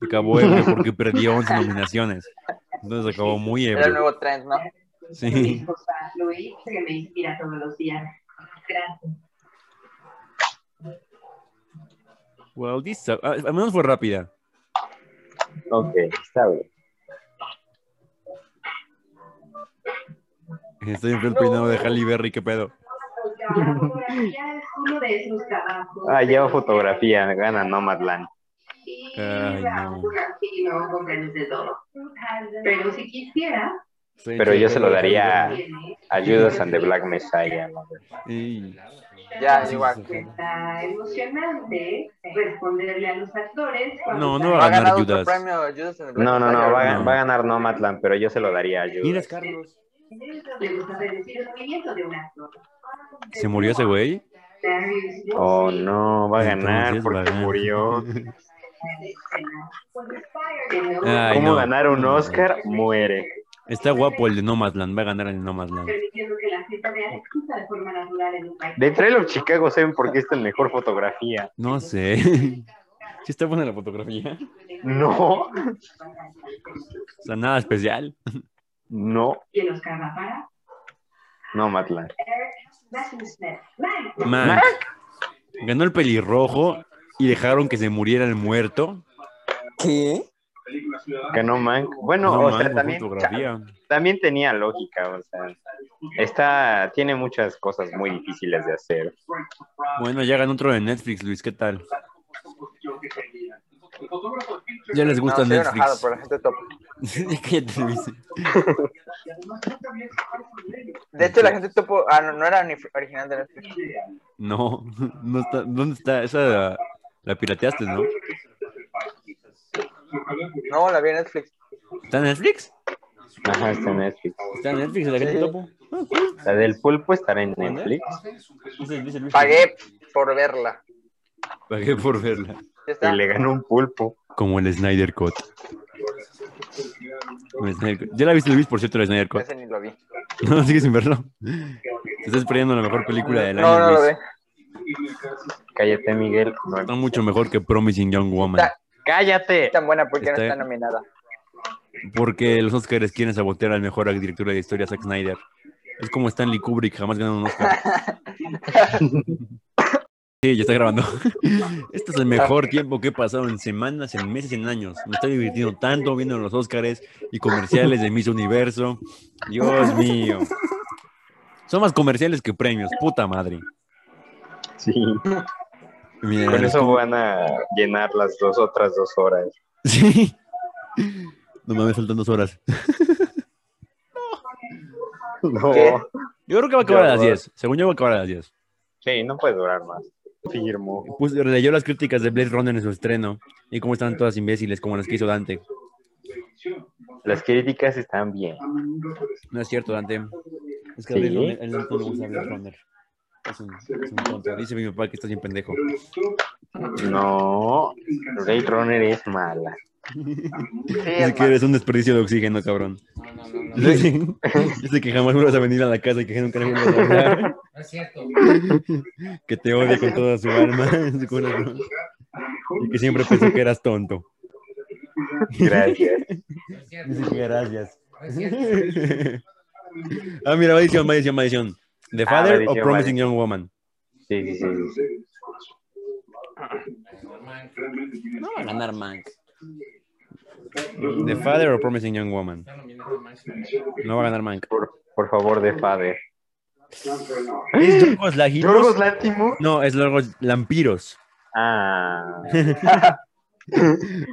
[SPEAKER 1] Y acabó ebrio porque perdió 11 nominaciones. Entonces acabó muy
[SPEAKER 4] era el
[SPEAKER 1] ebrio.
[SPEAKER 4] nuevo trend, ¿no?
[SPEAKER 1] Sí.
[SPEAKER 5] Lo hice que me inspira todos los días. Gracias.
[SPEAKER 1] Well, this suck- ah, Al menos fue rápida.
[SPEAKER 3] Ok, está bien.
[SPEAKER 1] Estoy en el peinado de Halle Berry, qué pedo.
[SPEAKER 5] La fotografía es uno de sus trabajos.
[SPEAKER 3] Ah, lleva fotografía, gana Nomadland.
[SPEAKER 5] Y
[SPEAKER 1] Ay,
[SPEAKER 5] la
[SPEAKER 1] no.
[SPEAKER 5] fotografía no comprendes de todo. Pero si quisiera,
[SPEAKER 1] Estoy
[SPEAKER 3] Pero
[SPEAKER 1] hecho
[SPEAKER 3] yo
[SPEAKER 1] de
[SPEAKER 3] se lo
[SPEAKER 1] pedo de Halle
[SPEAKER 3] daría
[SPEAKER 1] Berry.
[SPEAKER 5] tiene
[SPEAKER 3] Ah, a Judas and the Black Messiah. ¿no?
[SPEAKER 1] Ey,
[SPEAKER 4] Ya,
[SPEAKER 1] sí,
[SPEAKER 4] igual.
[SPEAKER 1] sí, sí.
[SPEAKER 5] Está emocionante responderle a los actores cuando
[SPEAKER 1] No, no
[SPEAKER 5] están
[SPEAKER 1] va
[SPEAKER 4] Va
[SPEAKER 1] a
[SPEAKER 4] a
[SPEAKER 1] ganar
[SPEAKER 4] ganar otro
[SPEAKER 1] Judas.
[SPEAKER 4] premio Judas en el Black
[SPEAKER 3] No, no, no,
[SPEAKER 4] Tiger,
[SPEAKER 3] va a,
[SPEAKER 1] No.
[SPEAKER 3] va a ganar Nomadland, pero yo se lo daría a Judas.
[SPEAKER 1] Mira, es Carlos.
[SPEAKER 5] le gusta predecir el movimiento de un actor.
[SPEAKER 1] ¿Se murió ese güey?
[SPEAKER 5] Darius Russell,
[SPEAKER 3] Oh, no, va a
[SPEAKER 1] Entonces,
[SPEAKER 3] ganar
[SPEAKER 1] va a
[SPEAKER 3] porque
[SPEAKER 1] ganar.
[SPEAKER 3] murió.
[SPEAKER 5] que no
[SPEAKER 1] [laughs] Ay,
[SPEAKER 3] ¿Cómo
[SPEAKER 1] no.
[SPEAKER 3] ganar un Oscar? Muere.
[SPEAKER 1] Está guapo el de Nomadland, va a ganar el de Nomadland.
[SPEAKER 5] permitiendo que la gente vea excusa de forma natural en un país.
[SPEAKER 3] De Trail of Chicago, ¿saben por qué es tan mejor fotografía?
[SPEAKER 1] No sé. [laughs] Sí está buena la fotografía.
[SPEAKER 3] No,
[SPEAKER 1] O sea, nada especial.
[SPEAKER 3] no,
[SPEAKER 5] Y el Oscar va para
[SPEAKER 3] Nomadland.
[SPEAKER 5] Matthew Smith. Man,
[SPEAKER 1] Man, ganó el pelirrojo y dejaron que se muriera el muerto.
[SPEAKER 7] ¿Qué?
[SPEAKER 3] Ganó Mank. Bueno,
[SPEAKER 1] No,
[SPEAKER 3] o sea,
[SPEAKER 1] man,
[SPEAKER 3] también,
[SPEAKER 1] fotografía.
[SPEAKER 3] también tenía lógica, o sea, está, tiene muchas cosas muy difíciles de hacer.
[SPEAKER 1] Bueno, ya ganó otro de Netflix, Luis, ¿qué tal? Ya
[SPEAKER 6] Yo
[SPEAKER 1] les
[SPEAKER 6] les
[SPEAKER 1] gusta
[SPEAKER 4] no, estoy enojado
[SPEAKER 1] Netflix.
[SPEAKER 4] por la gente top.
[SPEAKER 1] [laughs] Cállate, Luis.
[SPEAKER 4] De hecho, la gente topo. Ah, no, no era ni- original de Netflix.
[SPEAKER 1] No, no está. ¿Dónde está? Esa la, la pirateaste, ¿no?
[SPEAKER 4] No, la vi en Netflix.
[SPEAKER 1] ¿Está en Netflix?
[SPEAKER 3] Ajá, está en Netflix.
[SPEAKER 1] ¿Está en Netflix? ¿La gente
[SPEAKER 4] Sí.
[SPEAKER 1] topo? Ah,
[SPEAKER 3] La del pulpo estará en Netflix.
[SPEAKER 1] Dice- dice Luis.
[SPEAKER 4] Pagué por verla.
[SPEAKER 1] Pagué por verla.
[SPEAKER 4] Ya está.
[SPEAKER 3] Y le ganó un pulpo.
[SPEAKER 1] Como el Snyder Cut. El Snyder Cut. Ya la viste, Luis, por cierto, el Snyder Cut.
[SPEAKER 4] Ese ni lo vi.
[SPEAKER 1] [laughs] No, sigues sin verlo. Te estás perdiendo la mejor película del año,
[SPEAKER 4] No, no lo
[SPEAKER 1] Luis.
[SPEAKER 4] vi.
[SPEAKER 3] Cállate, Miguel. No hay-
[SPEAKER 1] Está mucho mejor que Promising Young Woman.
[SPEAKER 4] Está
[SPEAKER 3] ¡Cállate!
[SPEAKER 4] tan buena porque
[SPEAKER 1] Está-
[SPEAKER 4] no está nominada.
[SPEAKER 1] Porque los Oscars quieren sabotear al mejor director de historia, Zack Snyder. Es como Stanley Kubrick, jamás ganó un
[SPEAKER 3] [laughs]
[SPEAKER 1] Oscar. Sí, ya está grabando. [laughs] Este es el
[SPEAKER 3] Ah.
[SPEAKER 1] mejor tiempo que he pasado en semanas, en meses, en años. Me estoy divirtiendo tanto viendo los Oscars y comerciales de Miss Universo. Dios mío. Son más comerciales que premios, puta madre.
[SPEAKER 3] Sí.
[SPEAKER 1] Mira,
[SPEAKER 3] Con
[SPEAKER 1] los
[SPEAKER 3] eso van a llenar las dos otras dos horas.
[SPEAKER 1] [laughs] Sí. No mames, faltan dos horas.
[SPEAKER 3] No.
[SPEAKER 4] ¿Qué?
[SPEAKER 1] Yo creo que va a acabar a las
[SPEAKER 3] horror.
[SPEAKER 1] 10. Según yo, va a acabar a las 10.
[SPEAKER 3] Sí, no puede durar más. Firmo.
[SPEAKER 1] Pues, leyó las críticas de Blade Runner en su estreno y cómo están todas imbéciles, como las que hizo Dante.
[SPEAKER 3] Las críticas están bien.
[SPEAKER 1] No es cierto, Dante. Es que
[SPEAKER 3] Sí.
[SPEAKER 1] a Blade Runner, a él no le gusta Blade Runner. Es un, es un tonto. Dice mi papá que está bien pendejo.
[SPEAKER 3] No. Blade Runner es mala.
[SPEAKER 4] Sí,
[SPEAKER 1] Dice
[SPEAKER 4] es
[SPEAKER 1] que eres un desperdicio de oxígeno, cabrón. [laughs] Dice que jamás vuelvas a venir a la casa y que nunca le vuelvas a hablar. Que te odia con toda su alma. [laughs] su corazón. Y que siempre pensó que eras tonto.
[SPEAKER 3] Gracias.
[SPEAKER 1] Dice, gracias. [laughs] ah, mira, va edición, va edición, va edición. The
[SPEAKER 3] Ah,
[SPEAKER 1] Father o
[SPEAKER 3] va edición,
[SPEAKER 1] Promising Young Woman.
[SPEAKER 3] Sí, sí, sí. sí.
[SPEAKER 7] No va a ganar Mank.
[SPEAKER 1] The Father o Promising Young Woman. No va a ganar
[SPEAKER 3] [gasps]
[SPEAKER 1] Mank.
[SPEAKER 3] Por, por favor, de Father.
[SPEAKER 1] ¿Es Yorgos Lagiros?
[SPEAKER 3] ¿Yorgos Látimos?
[SPEAKER 1] No, es Yorgos Lampiros.
[SPEAKER 3] Ah.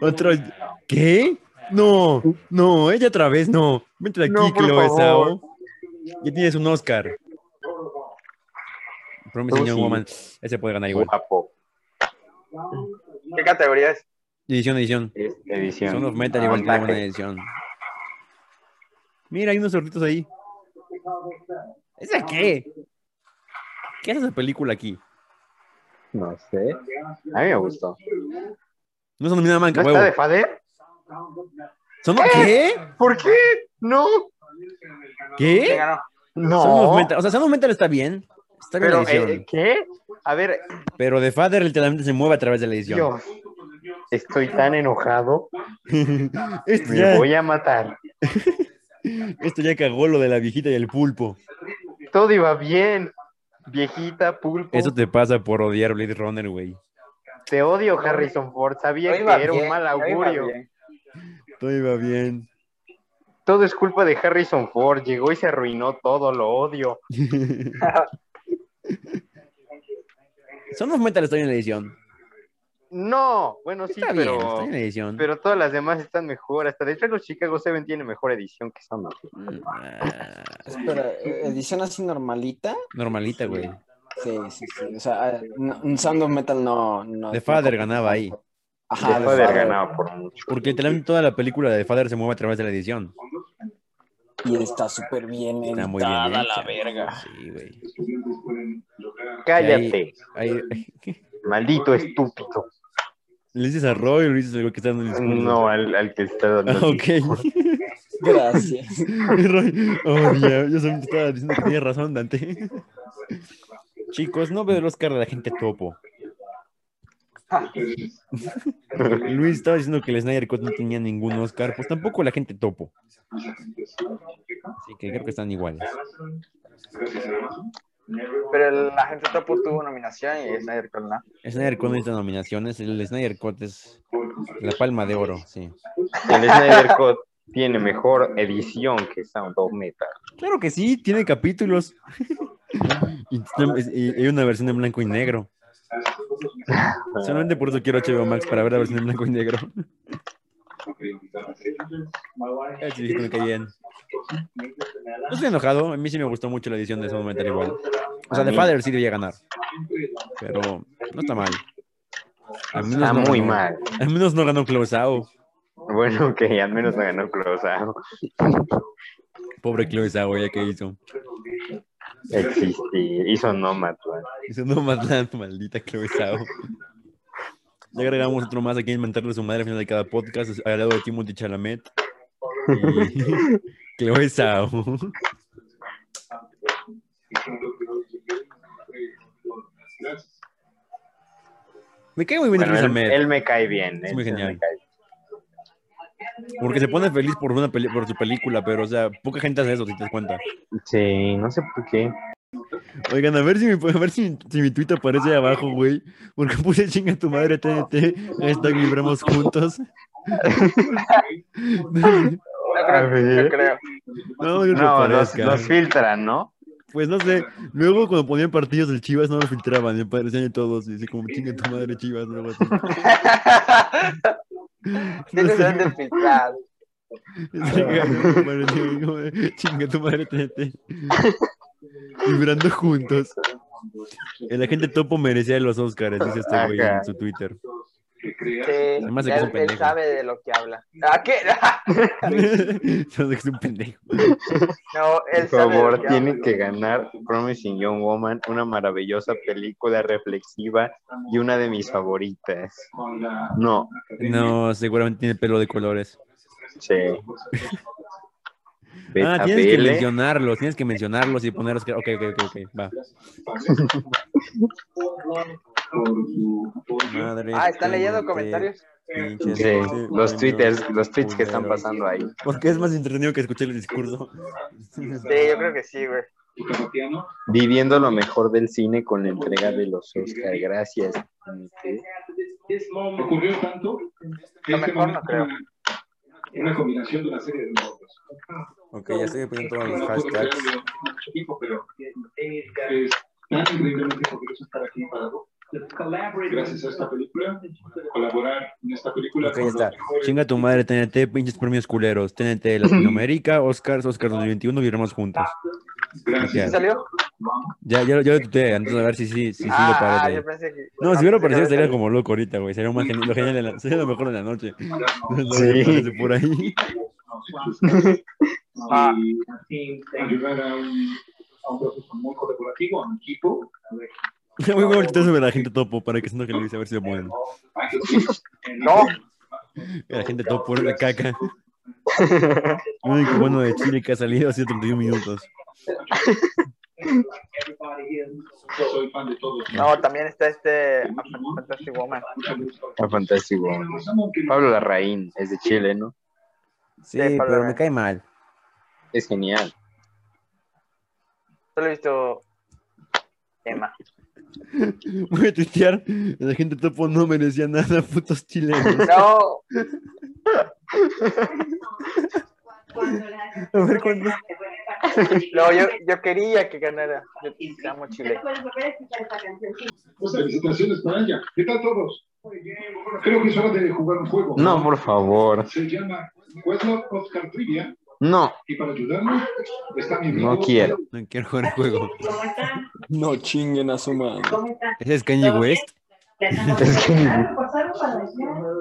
[SPEAKER 1] Otro. ¿Qué? No, no, ella otra vez no. Vente de aquí,
[SPEAKER 3] No, por
[SPEAKER 1] Chloe
[SPEAKER 3] favor.
[SPEAKER 1] Zhao. Ya tienes un Oscar. Promising
[SPEAKER 3] Oh,
[SPEAKER 1] Young
[SPEAKER 3] sí.
[SPEAKER 1] Woman. Ese puede ganar igual.
[SPEAKER 3] Guapo.
[SPEAKER 4] ¿Qué categoría es?
[SPEAKER 1] Edición, edición.
[SPEAKER 3] Esta edición.
[SPEAKER 1] Son of Metal igual tiene buena
[SPEAKER 3] Montaje.
[SPEAKER 1] edición. Mira, hay unos sortitos ahí. ¿Esa qué? ¿Qué es esa película aquí?
[SPEAKER 3] No sé. A mí me gustó.
[SPEAKER 1] No se nomina Manca,
[SPEAKER 3] ¿No
[SPEAKER 1] huevo.
[SPEAKER 3] está de Father?
[SPEAKER 1] ¿Son qué?
[SPEAKER 3] ¿Por qué? No.
[SPEAKER 4] ¿Quién
[SPEAKER 1] ¿Qué?
[SPEAKER 4] ganó?
[SPEAKER 1] Son of
[SPEAKER 3] No.
[SPEAKER 1] Metal. O sea, Son of Metal está bien. Está bien
[SPEAKER 3] Pero,
[SPEAKER 1] la edición.
[SPEAKER 3] eh, ¿qué? A ver,
[SPEAKER 1] Pero The Father literalmente se mueve a través de la edición.
[SPEAKER 3] Dios. Estoy tan enojado.
[SPEAKER 1] esto,
[SPEAKER 3] Me
[SPEAKER 1] ya,
[SPEAKER 3] voy a matar.
[SPEAKER 1] esto ya cagó lo de la viejita y el pulpo.
[SPEAKER 3] Todo iba bien. Viejita, pulpo.
[SPEAKER 1] Eso te pasa por odiar Blade Runner, güey.
[SPEAKER 3] Te odio, Harrison Ford. Sabía
[SPEAKER 4] No
[SPEAKER 3] que
[SPEAKER 4] iba
[SPEAKER 3] era un
[SPEAKER 4] bien,
[SPEAKER 3] mal
[SPEAKER 4] no iba
[SPEAKER 3] augurio.
[SPEAKER 4] bien.
[SPEAKER 1] Todo iba bien.
[SPEAKER 3] Todo es culpa de Harrison Ford. Llegó y se arruinó todo. Lo odio.
[SPEAKER 1] Son of Metal estoy en la edición.
[SPEAKER 3] No, bueno, sí,
[SPEAKER 1] Está bien,
[SPEAKER 3] pero,
[SPEAKER 1] estoy en la edición.
[SPEAKER 3] pero todas las demás están mejor. Hasta de hecho, los Chicago Seven tiene mejor edición que Son of Metal.
[SPEAKER 1] Mm, ah,
[SPEAKER 7] Espera, ¿eh, ¿edición así normalita?
[SPEAKER 1] normalita, güey.
[SPEAKER 7] Sí, sí, sí. O sea, ah, no- Sound of Metal no. no
[SPEAKER 1] The Father ganaba ahí.
[SPEAKER 7] Ajá,
[SPEAKER 3] Dejó
[SPEAKER 7] The
[SPEAKER 3] de haber
[SPEAKER 7] Father.
[SPEAKER 3] ganado por mucho.
[SPEAKER 1] Ah, Porque literalmente toda la película de The Father se mueve a través de la edición.
[SPEAKER 7] Y está súper bien
[SPEAKER 1] Está
[SPEAKER 7] editada,
[SPEAKER 1] muy bien. hecha.
[SPEAKER 7] la verga.
[SPEAKER 1] Sí, güey.
[SPEAKER 6] estudiantes pueden lograr
[SPEAKER 3] Cállate,
[SPEAKER 1] Ahí- [laughs]
[SPEAKER 3] maldito estúpido.
[SPEAKER 1] ¿Le dices a Roy o le dices algo que está dando el discurso?
[SPEAKER 3] No, al, al que está
[SPEAKER 1] Ah, [laughs]
[SPEAKER 3] dando.
[SPEAKER 1] ok.
[SPEAKER 7] Gracias. [laughs]
[SPEAKER 1] Y Roy, oh, ya, yo solamente estaba diciendo que tenía razón, Dante. [laughs] Chicos, no veo el Oscar de la gente topo. [laughs] Luis estaba diciendo que el Snyder Cut no tenía ningún Oscar, pues tampoco la gente topo. Así que creo que están iguales.
[SPEAKER 4] Pero el- la gente topo tuvo nominación y Snyder Cut no.
[SPEAKER 1] Snyder Cut necesita nominaciones, el Snyder Cut es la palma de oro, sí.
[SPEAKER 3] El Snyder Cut tiene mejor edición que Sound of Metal.
[SPEAKER 1] Claro que sí, tiene capítulos. [laughs] y, está- es- y hay una versión en blanco y negro. Solamente por eso quiero HBO Max para ver la versión en blanco y
[SPEAKER 3] [laughs]
[SPEAKER 1] negro. Ah, sí, sí, me cae bien. No estoy enojado, a mí sí me gustó mucho la edición de Sound Metal igual. O sea,
[SPEAKER 3] A
[SPEAKER 1] The
[SPEAKER 3] mí-
[SPEAKER 1] Father sí debía ganar. Pero no está mal. Al menos
[SPEAKER 3] Está
[SPEAKER 1] no
[SPEAKER 3] muy
[SPEAKER 1] ganó-
[SPEAKER 3] mal.
[SPEAKER 1] Al menos no ganó Close Out.
[SPEAKER 3] Bueno, que al menos no ganó Close Out.
[SPEAKER 1] Pobre Close Out, ya que hizo.
[SPEAKER 3] Existir. Hizo Nomad.
[SPEAKER 1] Dice, no más la maldita Chloe Zhao. Ya agregamos otro más aquí en mentarle a su madre al final de cada podcast, es- al lado de Timothy Chalamet. Y Chloe Zhao. Me cae muy bien
[SPEAKER 3] Bueno,
[SPEAKER 1] Chloe
[SPEAKER 3] él,
[SPEAKER 1] Zhao.
[SPEAKER 3] él me cae bien.
[SPEAKER 1] Es
[SPEAKER 3] él
[SPEAKER 1] muy
[SPEAKER 3] sí me
[SPEAKER 1] genial.
[SPEAKER 3] cae bien.
[SPEAKER 1] Porque se pone feliz por, una peli- por su película, pero, o sea, poca gente hace eso, si te das cuenta.
[SPEAKER 3] Sí, no sé por qué.
[SPEAKER 1] Oigan, a ver si mi, a ver si, si mi tweet aparece ahí abajo, güey. Porque [laughs] puse chinga tu madre TNT. Hashtag vibramos juntos. [laughs]
[SPEAKER 4] No creo, no creo.
[SPEAKER 1] No, no,
[SPEAKER 3] No, nos,
[SPEAKER 1] aparezca.
[SPEAKER 3] nos filtran, ¿no?
[SPEAKER 1] Pues no sé, luego cuando ponían partidos del Chivas no lo filtraban, y aparecían en todos, y así como chinga tu madre Chivas, o algo [laughs] así. No
[SPEAKER 4] Tienes
[SPEAKER 1] sé,
[SPEAKER 4] que ser filtrado.
[SPEAKER 1] así que, "Chinga tu madre", así como de, chinga tu madre [laughs] TNT. Vibrando juntos. El agente topo merecía los Oscars, dice este güey en
[SPEAKER 3] Ajá.
[SPEAKER 1] su Twitter. [laughs]
[SPEAKER 6] que creas
[SPEAKER 4] Sí,
[SPEAKER 1] Además de
[SPEAKER 4] él,
[SPEAKER 1] que es un
[SPEAKER 4] él
[SPEAKER 1] pendejo.
[SPEAKER 4] sabe de lo que habla. ¿A qué? [laughs]
[SPEAKER 1] Se me hace un pendejo.
[SPEAKER 4] No, él
[SPEAKER 3] Por
[SPEAKER 4] sabe de lo
[SPEAKER 3] favor,
[SPEAKER 4] que
[SPEAKER 3] tiene
[SPEAKER 4] habla.
[SPEAKER 3] que ganar Promising Young Woman, una maravillosa película reflexiva y una de mis favoritas.
[SPEAKER 6] con la
[SPEAKER 3] No,
[SPEAKER 1] No, seguramente tiene pelo de colores.
[SPEAKER 3] sí.
[SPEAKER 1] Ah,
[SPEAKER 3] Beta
[SPEAKER 1] tienes que
[SPEAKER 3] BL.
[SPEAKER 1] mencionarlos, tienes que mencionarlos y ponerlos. que- Ok, ok, ok, ok, va.
[SPEAKER 6] con su apoyo.
[SPEAKER 1] Madre
[SPEAKER 4] Ah, ¿están leyendo
[SPEAKER 1] TNT.
[SPEAKER 4] comentarios?
[SPEAKER 1] Pinches
[SPEAKER 3] Sí,
[SPEAKER 1] sí,
[SPEAKER 3] los
[SPEAKER 1] bueno,
[SPEAKER 3] twitters, los tweets que están
[SPEAKER 1] culero.
[SPEAKER 3] pasando ahí.
[SPEAKER 1] Porque es más entretenido que escuchar el discurso.
[SPEAKER 4] Sí, yo creo que sí, güey.
[SPEAKER 6] Tu parroquiano,
[SPEAKER 3] Viviendo lo mejor del cine con la entrega de los Oscar. Gracias.
[SPEAKER 6] Ocurrió tanto que
[SPEAKER 4] Lo
[SPEAKER 6] este
[SPEAKER 4] mejor no
[SPEAKER 6] momento
[SPEAKER 4] creo.
[SPEAKER 6] fue una- Una combinación de una serie de logros.
[SPEAKER 1] Ok, ya estoy poniendo todos los
[SPEAKER 6] No puedo
[SPEAKER 1] hashtags.
[SPEAKER 6] creerlo mucho tiempo, pero eh, es tan increíblemente poderoso estar aquí parado. Gracias a esta película, colaborar en esta película.
[SPEAKER 1] Ok,
[SPEAKER 6] con
[SPEAKER 1] ya
[SPEAKER 6] los
[SPEAKER 1] está.
[SPEAKER 6] mejores
[SPEAKER 1] Chinga tu madre, TNT, pinches premios culeros. TNT Latinoamérica, Oscars, Oscars 2021, viviremos juntos.
[SPEAKER 4] ¿Sí
[SPEAKER 6] [laughs] Gracias.
[SPEAKER 4] salió?
[SPEAKER 1] Ya, ya, ya lo tuiteé, antes de ver si sí, si sí lo
[SPEAKER 4] Ah, ah,
[SPEAKER 1] parece.
[SPEAKER 4] yo pensé que.
[SPEAKER 1] No,
[SPEAKER 4] ah,
[SPEAKER 1] si hubiera
[SPEAKER 4] pensé que
[SPEAKER 1] aparecido
[SPEAKER 4] había
[SPEAKER 1] sería como loco ahorita, güey. Sería, más geni- lo genial de la- sería lo mejor de la noche. No
[SPEAKER 3] Sí.
[SPEAKER 1] aparece por
[SPEAKER 4] [laughs]
[SPEAKER 1] ahí.
[SPEAKER 4] Ah.
[SPEAKER 6] Ayudar a un, a un proceso muy colaborativo, a un equipo.
[SPEAKER 1] Voy a voltear sobre la gente topo para que sienta que lo hice a ver si lo ponen.
[SPEAKER 6] Hay que decir,
[SPEAKER 4] [laughs]
[SPEAKER 6] en-
[SPEAKER 4] No.
[SPEAKER 1] La gente topo de
[SPEAKER 4] [laughs]
[SPEAKER 1] caca. Lo único bueno de Chile que ha salido ha sido 31 minutos.
[SPEAKER 6] Soy fan de todos.
[SPEAKER 4] No, también está este Fantastic Woman.
[SPEAKER 3] Está fantástico.
[SPEAKER 6] Aunque no
[SPEAKER 3] Pablo Larraín es de Chile, ¿no?
[SPEAKER 1] Sí,
[SPEAKER 4] Pablo
[SPEAKER 1] pero me
[SPEAKER 4] Larraín.
[SPEAKER 1] cae mal.
[SPEAKER 3] Es genial.
[SPEAKER 4] Solo he visto Emma.
[SPEAKER 1] Voy a [laughs] tuitear. La gente topo no merecía nada, putos chilenos.
[SPEAKER 4] No.
[SPEAKER 5] A
[SPEAKER 7] ver, ¿cuándo?
[SPEAKER 5] [laughs]
[SPEAKER 4] No, yo, yo quería que ganara. Yo te amo Chile.
[SPEAKER 6] Pues, felicitaciones para ella. ¿Qué tal todos? Creo que es hora de jugar un juego.
[SPEAKER 3] No, por favor.
[SPEAKER 6] Se llama Questlove Oscar Trivia.
[SPEAKER 3] No,
[SPEAKER 6] Y para ayudarnos está mi amigo.
[SPEAKER 3] no quiero.
[SPEAKER 1] [laughs] No quiero jugar al juego.
[SPEAKER 5] ¿Cómo están?
[SPEAKER 7] No chinguen a su madre.
[SPEAKER 5] ¿Cómo están?
[SPEAKER 1] ¿Ese es Kanye West?
[SPEAKER 3] Es que ni-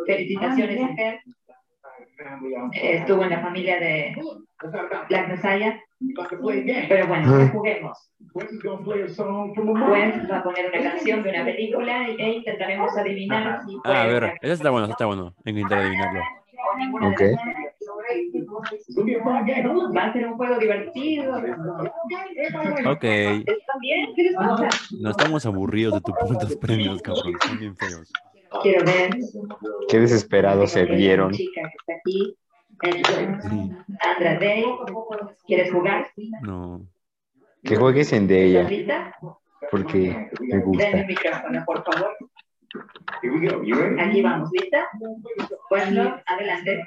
[SPEAKER 5] Felicitaciones, Fer. Estuvo en la familia de Black Messiah. Pero bueno, juguemos. Pues va a poner una canción de una película y- e intentaremos adivinar si fue
[SPEAKER 1] Ah, a ver,
[SPEAKER 5] una-
[SPEAKER 1] ese está bueno, ese está bueno. Hay que intentar adivinarlo.
[SPEAKER 5] o ninguna de
[SPEAKER 3] Ok.
[SPEAKER 5] las dos. Va a ser un juego divertido.
[SPEAKER 1] Ok,
[SPEAKER 5] ¿Están bien? ¿Qué les pasa?
[SPEAKER 1] no estamos aburridos de tus putos premios, cabrón. Son bien feos.
[SPEAKER 5] Quiero ver.
[SPEAKER 3] Qué desesperados se
[SPEAKER 5] Tengo una
[SPEAKER 3] vieron.
[SPEAKER 5] Chica que está aquí. Entonces,
[SPEAKER 1] Sí,
[SPEAKER 5] Andra Day, ¿quieres jugar?
[SPEAKER 1] no.
[SPEAKER 3] Que juegues en de
[SPEAKER 5] ¿Estás
[SPEAKER 3] ella,
[SPEAKER 5] lista?
[SPEAKER 3] porque me
[SPEAKER 5] Ven el
[SPEAKER 3] gusta.
[SPEAKER 5] micrófono, por favor. Aquí vamos, ¿lista? Pues no, adelante.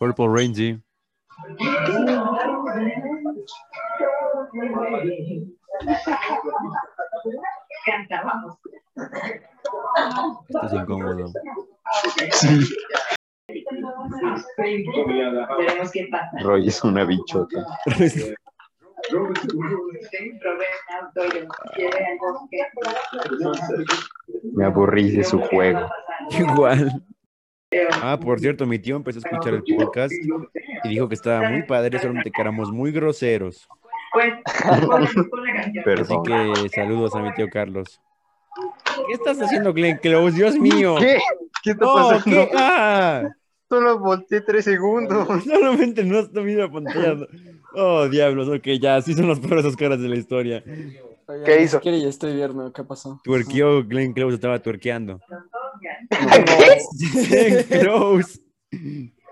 [SPEAKER 1] Purple Rangy.
[SPEAKER 5] Canta, vamos.
[SPEAKER 1] Esto es incómodo. [laughs]
[SPEAKER 5] Veremos qué pasa.
[SPEAKER 3] Roy es una bichota.
[SPEAKER 5] Rubén, quiere algo que
[SPEAKER 3] Me aburrí de su juego.
[SPEAKER 1] Igual. Ah, por cierto, mi tío empezó a escuchar el podcast y dijo que estaba muy padre, solamente que éramos muy groseros.
[SPEAKER 5] Pues, pon la- pon la canción.
[SPEAKER 1] Así
[SPEAKER 3] Perdón.
[SPEAKER 1] que saludos a mi tío Carlos. ¿Qué estás haciendo, Glenn Close? ¡Dios mío!
[SPEAKER 3] ¿Qué
[SPEAKER 1] ¡No! ¿Qué?
[SPEAKER 3] [laughs]
[SPEAKER 1] ¡Ah!
[SPEAKER 3] Solo volteé tres segundos.
[SPEAKER 1] Solamente no has viendo la pantalla. Oh, diablos, ok, ya, así son los peores caras de la historia.
[SPEAKER 4] ¿Qué hizo?
[SPEAKER 7] Quiere y estoy viernes, ¿qué pasó?
[SPEAKER 1] Tuerqueó, Glenn Close estaba tuerqueando. [laughs]
[SPEAKER 4] ¿Qué?
[SPEAKER 1] Glenn Close.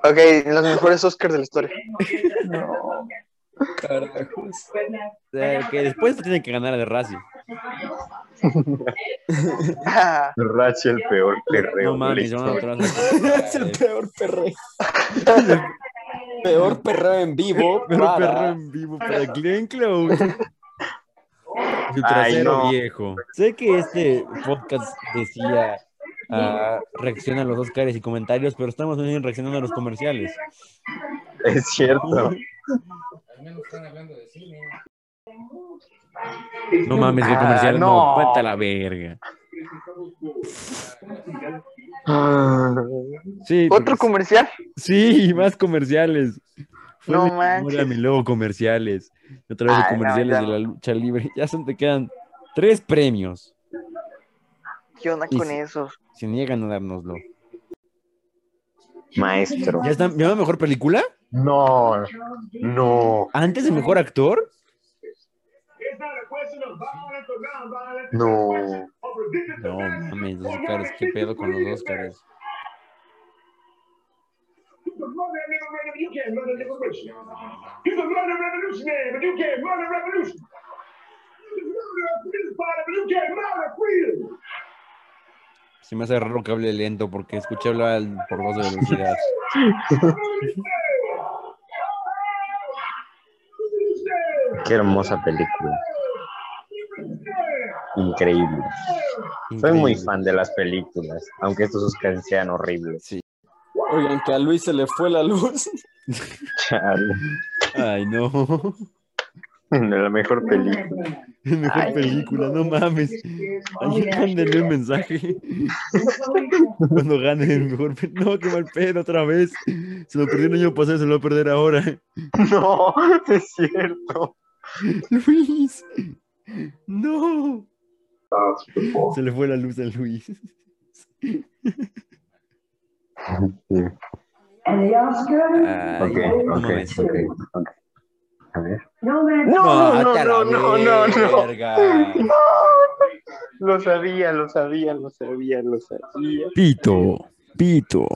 [SPEAKER 4] Ok, los mejores Oscars de
[SPEAKER 1] [laughs]
[SPEAKER 4] la historia.
[SPEAKER 7] No. Carajos.
[SPEAKER 1] Eh, que después tiene que ganar a de Razi.
[SPEAKER 4] Ah,
[SPEAKER 3] Rachi el peor perreo.
[SPEAKER 1] No mames,
[SPEAKER 3] de
[SPEAKER 1] van
[SPEAKER 3] la
[SPEAKER 1] a votar
[SPEAKER 3] historia.
[SPEAKER 1] a
[SPEAKER 3] [laughs]
[SPEAKER 7] Es el peor perreo. Peor perreo en
[SPEAKER 1] [laughs]
[SPEAKER 7] vivo.
[SPEAKER 1] Pero
[SPEAKER 7] para-
[SPEAKER 1] perro en vivo para Glenn
[SPEAKER 4] [laughs]
[SPEAKER 1] Close. Su
[SPEAKER 3] Ay,
[SPEAKER 1] trasero
[SPEAKER 3] no.
[SPEAKER 1] viejo. Sé que este podcast decía ah, reacciona a los Oscars y comentarios, pero estamos más bien reaccionando a los comerciales.
[SPEAKER 3] Es cierto.
[SPEAKER 1] No mames, el
[SPEAKER 3] Ah,
[SPEAKER 1] comercial no.
[SPEAKER 3] no.
[SPEAKER 1] Cuenta la verga.
[SPEAKER 3] Ah,
[SPEAKER 1] Sí,
[SPEAKER 4] ¿Otro
[SPEAKER 1] porque-
[SPEAKER 4] comercial?
[SPEAKER 1] sí, más comerciales. Fue
[SPEAKER 4] No
[SPEAKER 1] mi memoria,
[SPEAKER 4] manches.
[SPEAKER 1] mi logo comerciales. Y Otra vez de
[SPEAKER 4] Ay, no,
[SPEAKER 1] comerciales
[SPEAKER 4] ya.
[SPEAKER 1] de la lucha libre. Ya son, te quedan tres premios.
[SPEAKER 4] ¿Qué onda
[SPEAKER 1] Sí,
[SPEAKER 4] con
[SPEAKER 1] sí.
[SPEAKER 4] esos?
[SPEAKER 1] Se niegan a dárnoslo.
[SPEAKER 3] Maestro.
[SPEAKER 1] ¿Ya están? ¿Ya mejor película?
[SPEAKER 3] No, no,
[SPEAKER 1] ¿Antes de mejor actor?
[SPEAKER 3] no.
[SPEAKER 1] No, mames, los Oscars, qué pedo con los Oscars. Se me hace raro que hable lento porque escuché hablar por dos de velocidad.
[SPEAKER 3] Qué hermosa película. Increíble. [laughs] Soy
[SPEAKER 1] Increíble.
[SPEAKER 3] muy fan de las películas, aunque estos Oscars sean horribles.
[SPEAKER 7] Oigan, que a Luis se le fue la luz. [laughs]
[SPEAKER 3] Chale.
[SPEAKER 1] Ay, no. [laughs]
[SPEAKER 3] La mejor película.
[SPEAKER 1] Mejor
[SPEAKER 3] Ay.
[SPEAKER 1] película, no mames. Alguien mándenle un mensaje. Cuando gane el mejor pe- No, qué mal pedo otra vez. Se lo perdió el año pasado, se lo va a perder ahora.
[SPEAKER 3] [laughs]
[SPEAKER 1] [laughs]
[SPEAKER 3] No, es cierto.
[SPEAKER 1] Luis. No.
[SPEAKER 3] Ah,
[SPEAKER 1] Se le fue la luz a Luis. Ay,
[SPEAKER 3] Ok,
[SPEAKER 1] no
[SPEAKER 3] ok,
[SPEAKER 1] mames.
[SPEAKER 3] ok, ok. A ver.
[SPEAKER 1] Ah. No,
[SPEAKER 3] no,
[SPEAKER 1] hasta
[SPEAKER 3] no,
[SPEAKER 1] la
[SPEAKER 3] no, no, no.
[SPEAKER 1] verga.
[SPEAKER 3] Lo sabía, lo sabía, lo sabía, lo sabía.
[SPEAKER 1] Pito, Pito.